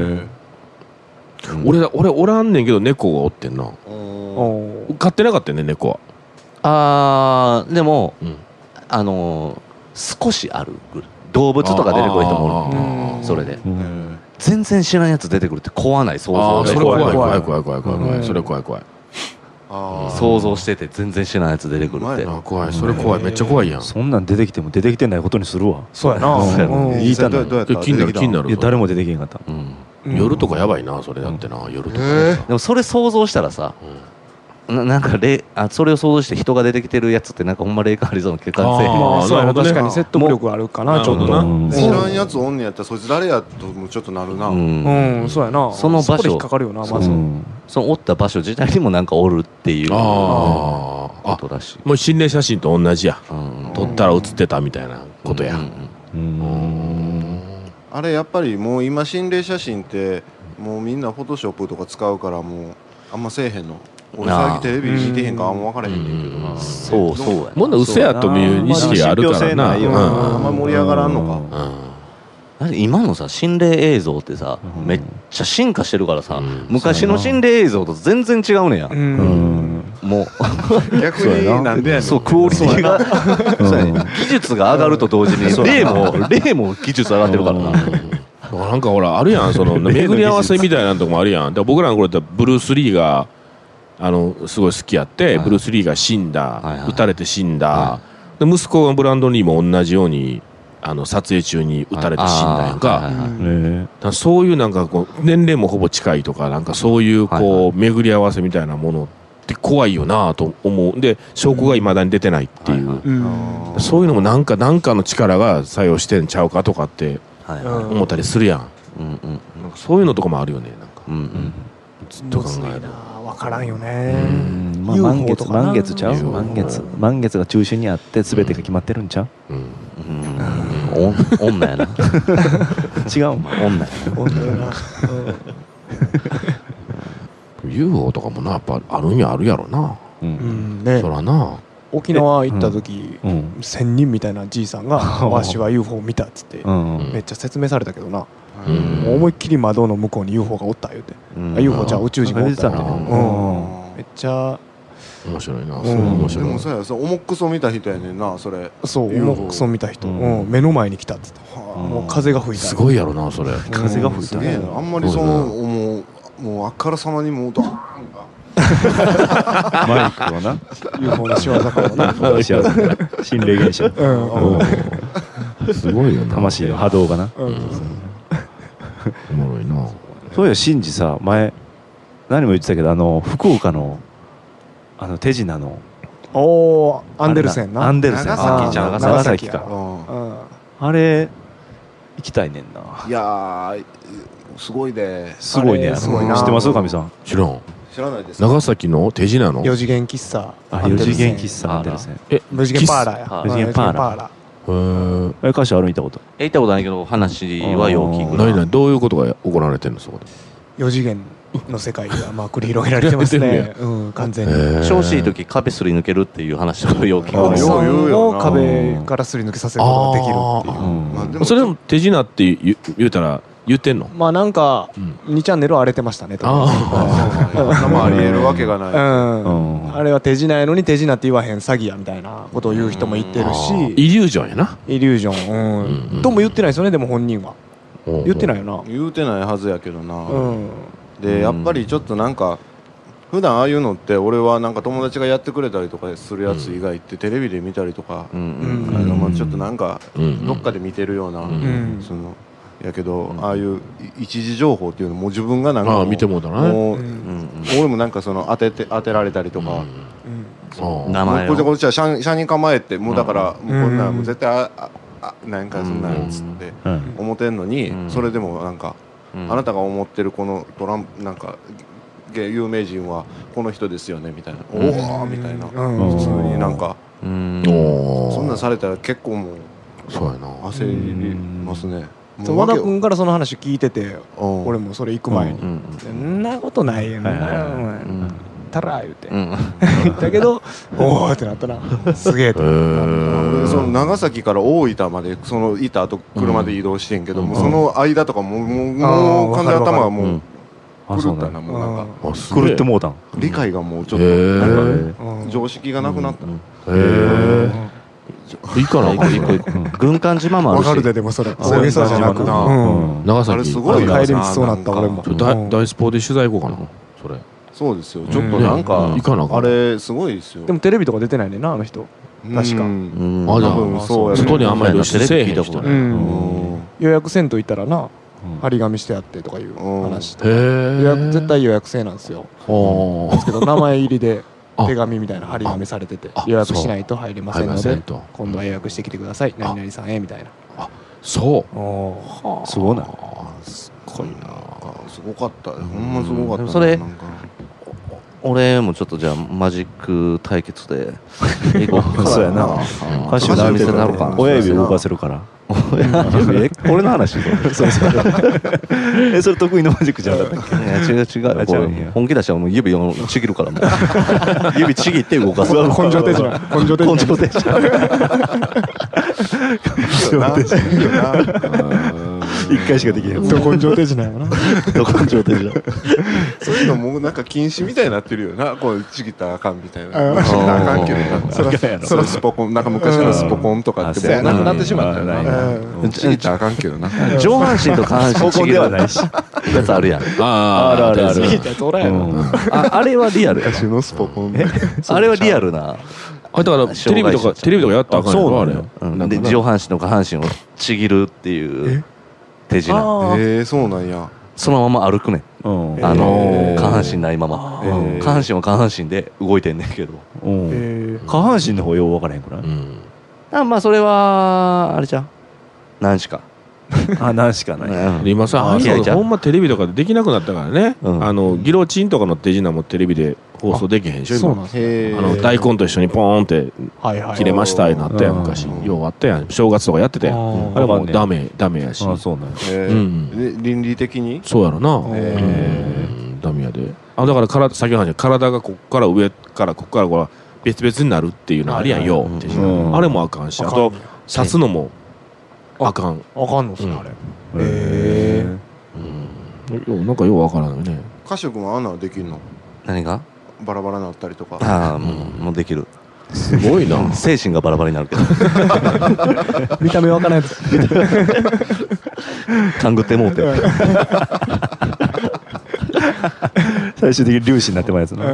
D: 俺だ俺おらんねんけど猫がおってんな飼ってなかったよね猫は
B: あーでも、
D: うん
B: あのー少しあるぐらい動物とか出てこいと思
D: 思
B: うそれで全然知らんやつ出てくるって怖ない想像
D: ああ
B: で
D: それ怖い怖い怖い怖い怖い怖いそれ怖い怖い
C: あー
B: 想像してて全然知らんやつ出てくるって
C: うま
D: あ怖いそれ怖いめっちゃ怖いやん
A: そんなん出てきても出てきてないことにするわ
E: そうやな
A: そうやな
E: うん
A: 言いた
C: ど
A: な
C: うどうやった
D: 気になる気にない
A: や
D: る
A: 誰も出てきへんかった
B: うん
E: うん
D: 夜とかやばいなそれだってな夜とか
C: え
D: ね
C: ー
B: でもそれ想像したらさ、ななんか霊あそれを想像して人が出てきてるやつってなんかほんま霊感ありそうな気がせえへん
E: ま
D: あ
E: あ
D: ー
E: そうや
D: なるほど
E: な
D: ね
E: 確かに説得力あるか
D: な
E: な
D: る
E: ち
D: ほ
E: ょっ
D: ど
E: と
D: な
A: うん
C: 知らんやつおんねやったらそいつ誰やともちょっとなるな、
B: うん
E: うんそうやな
B: その場所
E: そこで引っかかるよなまず
A: うん
B: そのおった場所自体にもなんかおるっていうこ
D: あーあ
B: とだし、
D: もう心霊写真と同じや
B: うん
D: 撮ったら写ってたみたいなことや
B: うんうん
C: あれやっぱりもう今心霊写真ってもうみんなフォトショップとか使うからもうあんませえへんの俺
B: な
C: 最近
B: あ
C: テレビ見てへんからあんま分からへんねんけど
D: う
C: なん
B: そうそうやな
D: もんな嘘やと見る意識があるからな
A: まあ信憑性
D: うん
A: ないよ
C: あんま盛り上がらんのか
B: だって今のさ心霊映像ってさ、
A: うん
B: めっちゃ進化してるからさ、
D: うん
B: 昔の心霊映像と全然違うねや、
E: うん
A: うん
B: も
C: 逆になんでやね
B: う
C: ん
B: そうクオリティがそうやね技術が上がると同時に霊も霊も技術上がってるからな、
D: なんかほらあるや んその巡り合わせみたいなとこもあるやんだから僕らの頃だってブルース・リーがあのすごい好きやって、
B: はい
D: ブルース・リーが死んだ、
B: はいはい
D: 撃たれて死んだ、
B: は
D: で息子がブランドンリーも同じようにあの撮影中に撃たれて死んだやんか,、
B: あーはいはいはい
A: え
D: だからそういうなんかこう年齢もほぼ近いとかなんかそういうこう、
B: はいは
D: 巡り合わせみたいなものって怖いよなと思うで証拠がいまだに出てないっていう、
B: はいは
E: うん
D: そういうのもなんかなんかの力が作用してんちゃうかとかって
B: はい
E: うん
B: は
D: 思ったりするやん、
B: いうんうん
D: なんかそういうのとかもあるよねなんか
B: うんうん
D: ずっと考える
E: 分からんよ
A: う
E: ね
A: んまあ
E: UFO
A: 満
E: と
A: 月
E: かな
A: 満月ちゃう
D: UFO
A: 満月満月が中心にあって全てが決まってるんちゃう
D: うん
B: うんお女やな
A: 違うん
B: 女や
E: 本当だ な
D: UFO とかもなやっぱあるにはあるやろな、
A: う
E: うんんね
D: そらな
E: 沖縄行った時
A: うん
E: 仙人みたいなじいさんが 「わしは UFO 見た」っつって
A: うん
E: めっちゃ説明されたけどな
D: う
E: もう思いっきり窓の向こうに UFO がおった言うて
B: うん
E: あ UFO じゃあ宇宙人がおっ
A: な
E: た
A: んか
E: な
A: 出
E: う
A: て
E: ん
A: たね
E: めっちゃ
D: 面白いな、
E: ん
D: それ面
C: で
D: 白い
C: もそうやそう重くそ見た人やねんなそれ
E: そう重
C: UFO
E: くそ見た人
A: うん
E: うん目の前に来たっつってもう風が吹いた
D: すごいやろなそれ
A: 風が吹い
C: す
A: た
C: げえ
A: ね
C: なあんまりそのもうもうあからさまにもうドーンが
A: マイクは な
E: UFO の仕業かも な
A: 幸せだ心霊現象
E: うん
D: すごいよな
A: 魂の波動がな
D: おもろいな
A: そういやシンジさ前何も言ってたけどあの福岡のあの手品の
E: おおアンデルセンな
A: アンデルセン
C: 長崎じゃん
A: あー長崎
E: 長崎
A: か
C: う
A: あれ行きたいねんなん
C: いやーすごいです
A: ごいねあ
E: あれ
A: の
E: すごいな
A: 知ってますかみさん
D: 知らん
C: 知らないです
D: 長崎の手品の
E: 4次元喫茶
A: あ4次元
E: 茶
A: 喫茶アンデルセン
D: え
E: 4次元パーラーや
B: 喫茶
E: うん
A: 四次元パーラー
E: 四
D: へー
A: え歌手歩いたこと
B: え行ったことないけど話はよう聞く
D: 何々どういうことが行われてんのそこで
E: 4次元の世界がまあ繰り広げられてます
D: や
E: ねうん完全に
B: 調子いい時壁すり抜けるっていう話とかよう聞
C: あー
E: 奥
B: く
E: さ
C: よう言うんよ
E: を
C: な
E: 壁からすり抜けさせることができるっていう
C: まあで
D: うんそれでも手品って言う言うたら言ってんの
E: まあなんか
D: うん
E: 2チャンネルは荒れてましたねとりあ
D: あ
C: あんなもんありえるわけがない
E: えずう
A: うんん
E: あれは手品やのに手品って言わへん詐欺やみたいなことを言う人も言ってる
D: ー
E: し
D: イリュージョンやな
E: イリュージョン
D: うんう
E: うんんとも言ってないですよねでも本人は言ってないいよな
C: 言うてないはずやけどな、
E: うん
C: でやっぱりちょっとなんか普段ああいうのって俺はなんか友達がやってくれたりとかするやつ以外ってテレビで見たりとか、
B: うんうん
E: うん
C: あのまあちょっとなんか
D: うん
C: どっかで見てるような、
E: ん
C: そのやけど、ああいうい一時情報っていうのも自分がなんか
D: ああ見てもうたね
C: もう
E: うん
C: 俺もなんかその当てて当てられたりとか、
E: うん
D: あー
B: 名
C: もう
B: 前
C: こっち
B: を
C: こっちは車に車に構えてもうだから、もうこんなん
E: うん
C: もう絶対あああなんかそんなんつって
A: うん
C: 思ってんのに、
B: うん
C: それでもなんか、
B: うん
C: あなたが思ってるこのトランプなんか芸有名人はこの人ですよねみたいな、
B: うん
C: おおみたいな、
A: ん
C: 普通になんか
B: うん
D: お
C: そんなん
D: ー
C: されたら結構もう
D: そうやな
C: 焦りますね。
E: そう
C: も
E: 和
C: う
E: 田
C: 訳を
E: 君からその話聞いてて
C: うん
E: 俺もそれ行く前に
B: う
E: 「
B: ん
E: そんなことないよ
A: はいはいはい
E: な
B: うん
E: たら」言うて
B: うん
E: 言ったけど 「おお!」ってなったなすげえって
C: 俺その長崎から大分までそのいた後車で移動してんけど、もうその間とかもうもうもう
E: あー
C: 完全に頭が
D: う
C: も
D: ん
C: う
A: あそ
C: 狂
A: う
C: った
A: な
C: な、
A: ん
C: もうなんか
D: あすげえ
A: 狂ってもうたん
C: 理解がもうちょっと
D: へー
C: なんか
E: うん
C: 常識がなくなった、
D: へえいいかな
B: 一個一個一個軍艦島もあ
E: わ
B: るし
E: かるででもそれ
A: そう
E: 大げさじゃなく
A: な
E: うん
D: 長
C: あれ
D: 崎
C: すごいよな
E: 帰り道そうなった
C: んか
E: 俺も
D: ちょ大
E: うん
D: 大スポで取材行こうかなそれ
C: そうですよちょっとなん
D: ね
C: か
D: 行かなあかん
C: あれすごいですよ
E: でもテレビとか出てないねんなあの人確か
C: うん
B: うん
D: あじゃ
C: 多
D: あ
C: 分そうや
D: 外にあんまり露出せえへん
B: テレビ聞いた
D: 人
B: こと
D: ね
B: ない
C: うん
E: 予約せんといたらな
A: うん
E: 張り紙してあってとかいう話
D: へえ
E: 予約絶対予約制なんですよ
D: お
E: ですけど名前入りで
D: あ
E: 手紙みたいな張り紙されてて
D: あ
E: 予約しないと入れま
D: は
E: せ
D: い
E: ん
D: ま
E: の
D: せん
E: で
D: と
E: 今度は予約してきてください何々さんへみたいな
D: そう
A: すごいな
D: すごいな
C: すごかったほんますごか
B: で
C: っ
B: も
C: た
B: それ
C: なんか
B: 俺もちょっとじゃあマジック対決で行こう
A: そうやな
B: うん
A: 歌手の
B: 見せなろうかな
A: 親指動かせるから 親指えこれの話これえそれ得意のマジックじゃなかったっ
B: いや違う違う
A: あ
B: こ
A: 違
B: う
A: うんや
B: 本気出したらもう指をちぎるからもう指ちぎって動かす
E: 根性停止な根性停止
B: 根性停止
C: いいよないいよな
A: け一回しかできへん
E: な根性停止なんやな
B: 根性停止
C: そういうのもうなんか禁止みたいになってるよなこうちぎったらあかんみたい
E: あ
C: な
E: ー
C: ちぎったらあかんけどな
A: そらそうやろ
C: そらスポコンなんか昔のスポコンとかってもうなくなってしまったよ
A: あ
C: な
A: そうやな
E: うん
A: うん
C: ちぎったらあかんけどな
B: 上半身と下半身ちぎる
A: ではないし
B: やつあるやん
D: あー
A: あるあるある
D: 確かに
E: いやそらやな
B: ああれはリアルや
C: 昔のスポコン
B: あれはリアルな
D: あだからテレビとかテレビとかやったらあかんやろあれ
B: うん
D: なんか
B: で上半身と下半身をちぎるっていう手品
C: ええそうなんや
B: そのまま歩くねん
A: うん
B: あの
D: へー
B: 下半身ないまま
A: ー
B: 下半身は下半身で動いてんねんけど
A: うん
E: え
A: 下半身の方よう分からへんくらい
D: うん
B: あまあそれはあれじゃん何しか
A: あなんしかない
B: うん
D: 今さああい
B: 気合
D: う
B: いちゃ
D: の
B: う
D: ほんまテレビとかでできなくなったからね
B: うん
D: あのギロチンとかの手品もテレビで放送できへんでしょ
E: そう
D: 今
E: なんですね
C: へえ
D: あの大根と一緒にポーンって
E: はいはい
D: 切れましたになったやん
A: うん
D: 昔
C: うん
D: ようあったやん正月とかやってたやん
E: ー
D: あれも
A: あかん
D: う
A: ね
D: ダメダメやし
A: あそうなんや
C: え
D: うん
C: えで倫理的に
D: そうやろな
C: え
D: うんダメやであだからから先ほどの話体がこっから上からこっからこう別々になるっていうのありやんよ
B: はいはい
D: 手
A: う
D: 品
A: ん
D: あれもあかんしあと刺すのもあかん
E: あかんのっすねあれ
A: へー
D: ようなんかようわからんよね
C: 歌手君はあんなのできんの
B: 何が
C: バラバラになったりとか
B: ああもうもうできる
D: すごい な
B: 精神がバラバラになるけど
E: 見た目わからんやつ
B: 勘ぐってもうて
A: 最終的に粒子になってまうやつな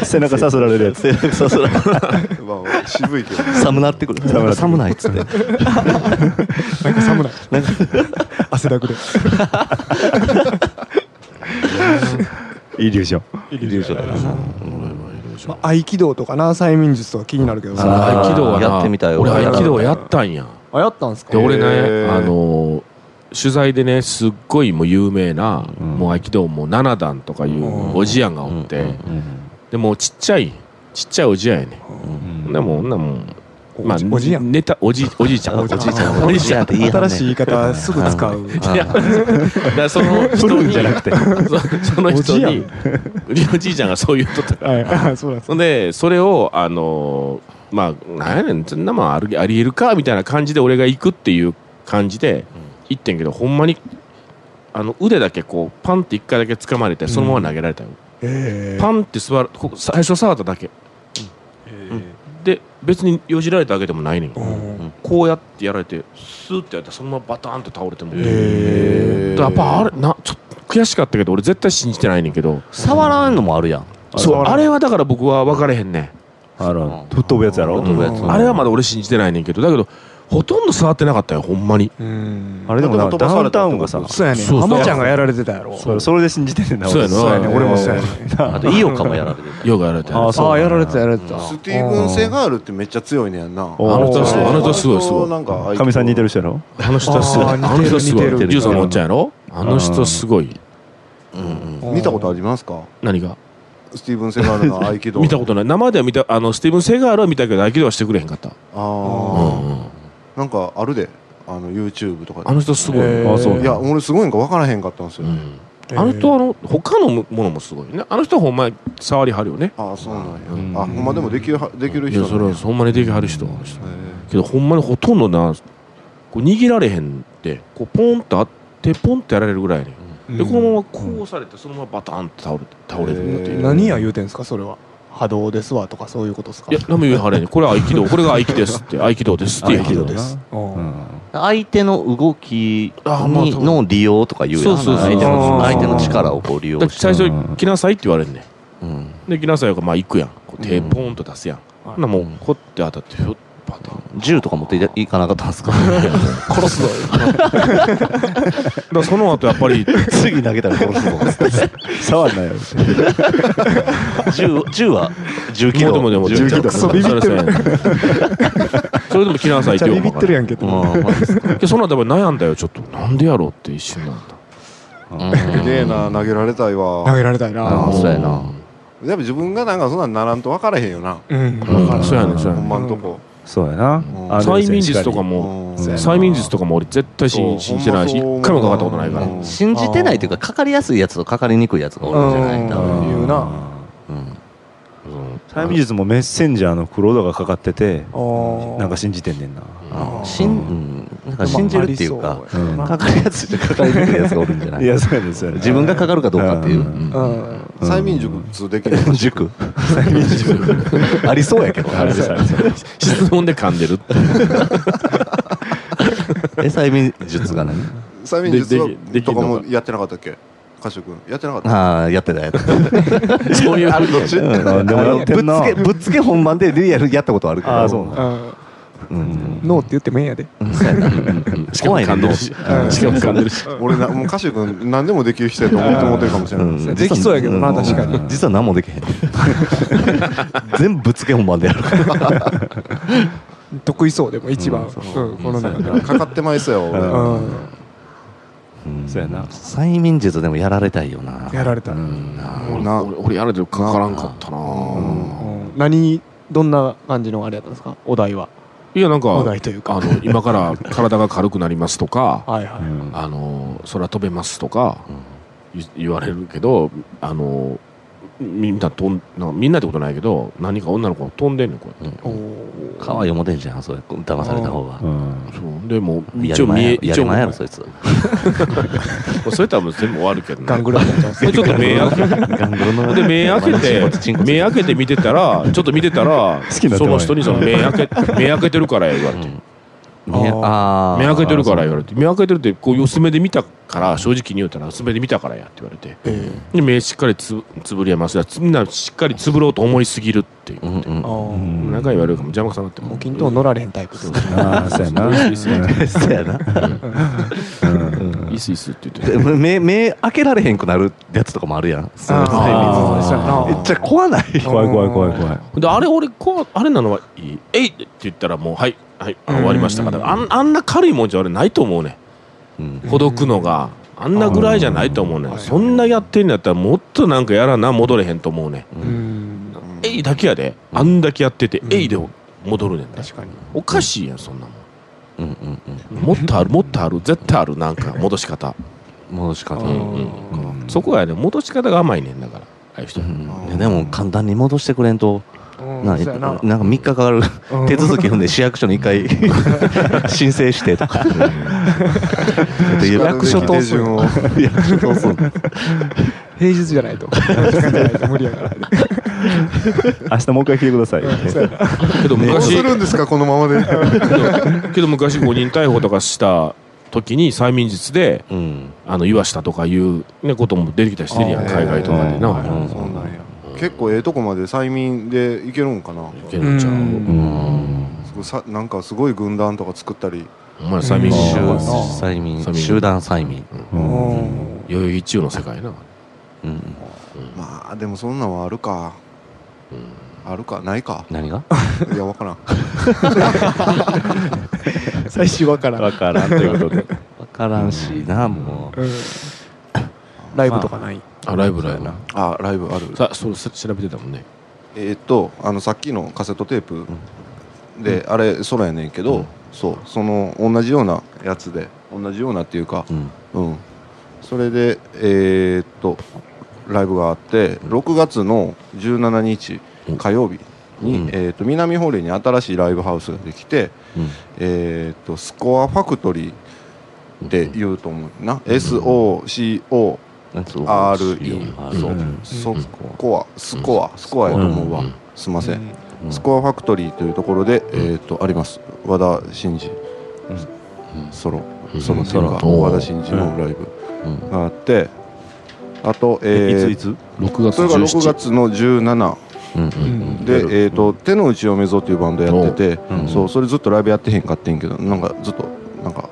A: 背 背中さすられるやつ
B: さす ら
C: まあ渋いけど
B: 寒なってくる
A: 寒なってくる
B: 寒ないっつって
E: なんか寒ない。汗だくで。
A: イリュージョン
E: イリュージョン。まあ、合気道とかな、催眠術とか気になるけど
D: 俺
B: あ
E: さ。
B: ー
D: 合気道はな
B: やってみたい
D: 俺
B: 俺
D: 合気道やったんや
E: あ、やったんすか
D: で俺ね
C: へー
D: あのー取材でねすっごいもう有名な、もう合気道もう7段とかいうおじやんがおって、でもうちっちゃいちっちゃいおじやんやね、ん、でもう女もんまあ
E: おじやん
D: ネタおじおじいちゃん
B: おじいちゃん
D: おじいちゃん
B: っていいやんね
E: 新しい言い方すぐ使う。
D: いや だからその人にじゃなくて そその
E: お
D: 人
E: じやん
D: にうちの おじいちゃんがそう言うとったから
E: はいあ、そうなんです
D: ほんでそれをあのーまあなんやねんそんなもんあるありえるかみたいな感じで俺が行くっていう感じで行ってんけどほんまにあの腕だけこうパンって一回だけ掴まれてそのまま投げられたよ、
E: え
D: パンって座るここ最初触っただけ、で別によじられたわけでもないねん、
E: うん
D: こうやってやられてスーってやったらそのままバターンって倒れてもう
E: え
D: やっぱあれなちょっと悔しかったけど俺絶対信じてないねんけど
B: 触らんのもあるやん
D: そうあれはだから僕は分かれへんねん
A: あら吹っ飛ぶやつやろ
B: 飛ぶやつ
D: あれはまだ俺信じてないねんけどだけどほとんど触ってなかったよほんまに
E: うん
A: あれでもなんかダウンタウンがさ
E: そうやね
D: そうそう
E: ハマちゃんがやられてたやろ
A: それで信じてんねんな
D: そうやな
E: そうやね俺もそうやね
B: あと、イオカもやられてた。
D: よくやられてる
A: あ
D: あ
A: あそう
E: ああやられてたやられてた
C: スティーブン・セガールってめっちゃ強いねやんな
A: お
D: の人はすごいあ
E: おー
D: の人はすごいすごい
C: なんか
A: かみさん似て
C: る
A: る人やろ
D: あの人はすごい
E: あ
D: あ
E: ー似てる
D: の人はすごい
E: 似てる
D: ジュースのおっちゃんやろあの人すごい
B: うん
C: 見たことありますか
D: 何が
C: スティーブン・セガールの合気道
D: 見たことない生では見たあのスティーブン・セガールは見たけど相手ではしてくれへんかったう
C: あ
D: んうん
C: あなんかあるであの YouTube とかで
D: あの人すごい
E: へー
A: あそう
C: いや俺すごいんか分からへんかったんですよ
D: う
C: ね
D: んあの人はあの他のものもすごいねあの人はほんまに触りはるよね
C: ああそうな
D: うん
A: ん
C: やあほんまでもできるはできる
D: いや
C: 人
D: それ
C: なん
D: は
C: や
D: ほんまにできはる人はあの人
C: へ
D: けどほんまにほとんどなこう握られへんってこうポンとあってポンってやられるぐらいやね、でこのままこうされてそのままバタンって倒れて倒れるんだっていう、
C: へー
E: 何や言うてんすかそれは波動ですわとかそういうことですか
D: いや何も言わはれへんこれは合気道これが合気ですって合気道ですって言うはる
A: す
E: うん
B: 相手の動き
D: あまあ
B: に
D: 多分
B: の利用とか言うやん
D: そうそうそう
B: 相手
E: あ
B: の
E: ー
B: 相手の力をこう利用
D: だって
B: して
D: 最初「来なさい」って言われるね
B: うん
D: で来なさいがまあ行くやんこう手
B: うん
D: ポンと出すやん、ほんなもうこって当たってひょっバタン
B: 銃とか持っていいかなかったんですか
E: 殺すぞ
D: だからその後やっぱり
A: 次投げたら殺すぞ触んなよ
B: 銃銃は銃
D: も
B: 器
D: うで
B: の
D: もでも
A: 銃器
D: でも
A: だ
D: それそれそれでも来なさいっ
E: めってちゃ
D: 言
E: ビ
D: うから
E: ビってるやんけど
B: あーまあですか
D: でその後やっぱり悩んだよちょっとなんでやろうって一瞬なんだ
C: えすげえな投げられたいわ
E: 投げられたい
B: あ
E: な
B: ーそうやな
C: やっぱ自分がなんかそんなんならんと分からへんよな
E: うん
D: うんそうやねそうや
C: ほん
D: ね
C: まんとこ
A: そうやな
C: うん
A: あ
D: 催眠術とか
C: う
D: も
C: ん
A: そうやな
D: 催眠術とかも俺絶対信信じてないし
C: そうほん
D: 一
C: ま
D: 回
C: そう
D: もかかったことないから
C: うん
B: 信じてないというかかかりやすいやつとかかりにくいやつがおるんじゃない多分
E: 言うな
B: うん
D: うん
A: 催眠術もメッセンジャーの黒度がかかっててなんか信じてんねんな
B: あーしんうんなんか信じるっていうか
A: う
E: まあ
A: ん
B: かかるやつとかかりにくいやつがおるんじゃない
A: いやそうやねんそうやねん
B: 自分がかかるかどうかっていう
A: う
E: うんん
C: 催眠術でき る
B: 塾ありそうやけどな
A: あれですあれです
D: 質問で噛んでるって
B: え催眠術が何
C: 催眠術は
D: でできでき
C: と
D: んの
C: かも
D: か
C: やってなかったっけ歌手君やってなかった
B: ああやってたやってた
D: そういう
C: あれどっち
B: うん
A: あでもやってんな
B: ぶっつけぶっつけ本番でリアルやったことあるけど
A: あーそうなん
B: う
E: う
B: ん
E: んノーって言ってもええんやで
B: うんそうやな怖いねどうし
E: うん
D: しかも噛んでるし
C: 俺なもう歌手君何でもできる人やと思って思ってるかもしれない
B: ん
E: 実はそうやけどなん確かに
B: 実は何もできへん全部ぶっつけ本番でやるから
E: 得意そうでも一番うんこの中では
C: かかってまいそうやわ
E: うん
A: そうやな
B: 催眠術でもやられたいよな
E: やられた
C: 俺な
D: 俺俺やられてるかからんかったな
E: うん何どんな感じのあれやったんですかお題はい
D: やなんか
E: お題という
D: あ
E: か
D: の今から体が軽くなりますとか
E: はいは
A: う
E: い
A: ん
D: あの空飛べますとか言言われるけどあのみんな飛んなんかみんなってことないけど何か女の子が飛んでんねんこうやって、
E: おー
B: 可愛い思てんじゃんそうや騙された方が
A: うん
D: そうでもう
B: や
D: 一応
B: りまん
D: 見え
B: やや
D: 一
B: り
D: 応
B: まんやろそいつ
D: それとはもう全部終わるけど
E: ガン
D: ね
E: グルになっちゃうんです
D: ちょっと目開け
B: ガングロの
D: で目開けて目開けて見てたらちょっと見てたら
A: 好きになって
D: そ
A: もら
D: の
A: え
D: 人にその目開け目開けてるからや言われて、
B: 目あー
D: 目開けてるから言われて目開けてるってこう薄めで見たから正直に言うたら薄めで見たからやって言われて、で目しっかりつぶつぶりやますやつみんなしっかりつぶろうと思いすぎるっていう
B: う、んうん
E: あ
A: う
E: ー
A: ん
D: 何回言われるかも邪魔くさなっても
E: もう均等乗られへんタイプですね
A: ああそうやな
B: そうやな
D: いいっすいいっすって言って
B: で目目開けられへんくなるやつとかもあるやんその催
E: あーそうやな
B: 眠術めっちゃ怖ない
A: 怖い怖い怖い怖い
D: であれ俺こうあれなのはいいえいって言ったらもうはいはいあ終わりましたからあんあんな軽いもんじゃ俺ないと思うね
B: うん
D: ほどくのがあんなぐらいじゃないと思うねんそんなやってんのやったらもっとなんかやらな戻れへんと思うね
E: うん
D: んえいだけやであんだけやってて
E: うん
D: えいで戻るねんで
E: 確かに
D: おかしいやんそんなもん
B: うんうんうん
D: もっとあるもっとある絶対あるなんか戻し方
B: 戻し方
E: あ
D: うん
E: ー
A: うん
D: そこがやね戻し方が甘いねんだからああいう人
B: うんいやでも簡単に戻してくれんと
E: うん
B: な
E: そうや
B: な
E: なん
B: か3日かかる
E: うん
B: 手続き踏ん で市役所に1回申請してとかで役所通
C: 手
B: す
C: 順を
B: 役所通す
E: 平日じゃないと平日じゃないと無理やから
A: 明日もう一回来てください
D: け
C: ど
D: ど
C: うす
D: 昔
C: るんですかこのままで
D: けど昔誤認逮捕とかした時に催眠術で
B: うん
D: あの岩下とかいう、ね、ことも出てきたりしてるやん
C: あー
D: 海外とかでな、
B: うん
D: うん
C: そうなんや結構ええとこまいけるんかない
D: けるんちゃう
E: うん
B: うん
C: すごいさなんかすごい軍団とか作ったり
D: お前催眠
B: 集
D: 集
B: 催眠
D: 催眠
B: 集団催眠、
E: うん
D: 代々木中の世界な
B: うん、
C: まあでもそんなんはあるかあるかないか
B: 何が
C: いやわからん
E: 最終話からん
A: わからんということで
B: 分からんしなもう
E: ライブとかない
D: あライブライブ
C: あライブある
D: さそうそ調べてたもんね
C: えーっとあのさっきのカセットテープで、あれソロやねんけど、
D: うん
C: そうその同じようなやつで同じようなっていうか
B: うん
C: うんそれでえーっとライブがあって6月の17日
D: うん
C: 火曜日に、
D: うん
C: えーっと南ホールに新しいライブハウスができて、
D: うん
C: えーっとスコアファクトリーって言うと思うな、SOCO
B: なんつう
C: RE
B: そ
C: そううんソコアスコアスコアやと思うわ、
D: うん
C: すいません
B: うん
C: スコアファクトリーというところで、えー、とあります和田真二、
B: うん
C: ソロ
D: うん
C: ソロっていうか
D: うん
C: 和田真二のライブ
B: うん
C: があってあと、え
A: えい
C: ー
A: ついつ
D: 6月
C: それが6
D: 17
C: 月の17
B: うん
E: うん
C: で、えーと手の内を目ぞっていうバンドやってて、
A: うん
C: そうそれずっとライブやってへんかってんけどなんかずっとなんか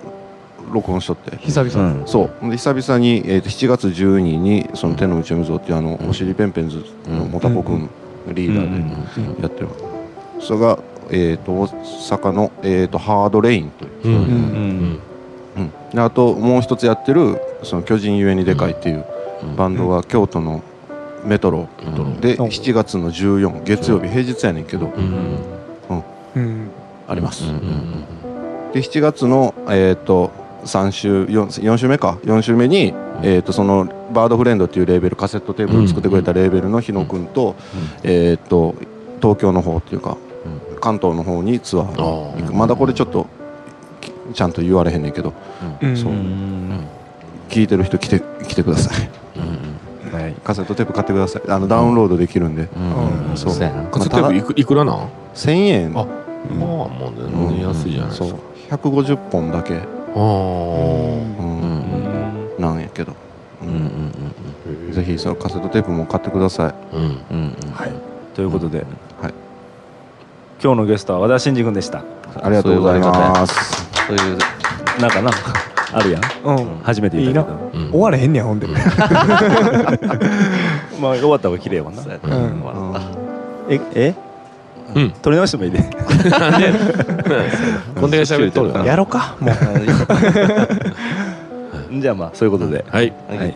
C: 録音しとって
E: 久々
A: ん
C: そうで久々に、えー、と7月12日にその手の内を目ぞっていうあの、おしりペンペンズのもたこくんリーダーで、やってるそれが、えー、と大阪の、えー、とハードレインという、
D: うんう
E: うん
A: うんん
C: うんであともう一つやってる「その巨人ゆえにでかい」っていうバンドが京都のメトロで
E: うん
C: 7月の14月曜日平日やねんけど
D: うん
E: うん
C: あります
D: うんうん
C: で7月のえっと3週 4, 四週目か4週目に、えー、とそのバードフレンドっていうレーベルカセットテープを作ってくれたレーベルの日野君と,、えー、と東京の方っていうか関東の方にツアー
D: あ
C: 行くまだこれちょっときちゃんと言われへんねんけど
E: うん
C: そう
A: うん
C: 聞いてる人来て来てください
A: はい
C: カセットテープ買ってくださいあのダウンロードできるんで
B: うんうん
C: そう
B: そうやな
D: カセットテープいくいくらなん
C: 1000円
D: あ
C: う
D: まあもう全然安いじゃないです
C: そう
D: か
C: 150本だけ、
D: ああ
C: う
B: うんん
C: なんやけど、う
B: うんうん
C: んぜひそのカセットテープも買ってください
D: うん
B: うんうんうんはい
A: ということで、
C: はい
A: 今日のゲストは和田真二君でした
C: ありがとうございます
B: そういう
A: なんかなんかあるやん
E: うん
A: 初めて言ったけど
D: うん
E: 終われへんねやほんで
A: まあ終わった方が綺麗やもんな
B: そうや
E: う
B: なん笑った
A: ええ
D: うん
A: 取り直してもいいで
D: こんだけ喋ってるから
E: やろかもう
A: じゃあまあそういうことで、
D: はい
A: はい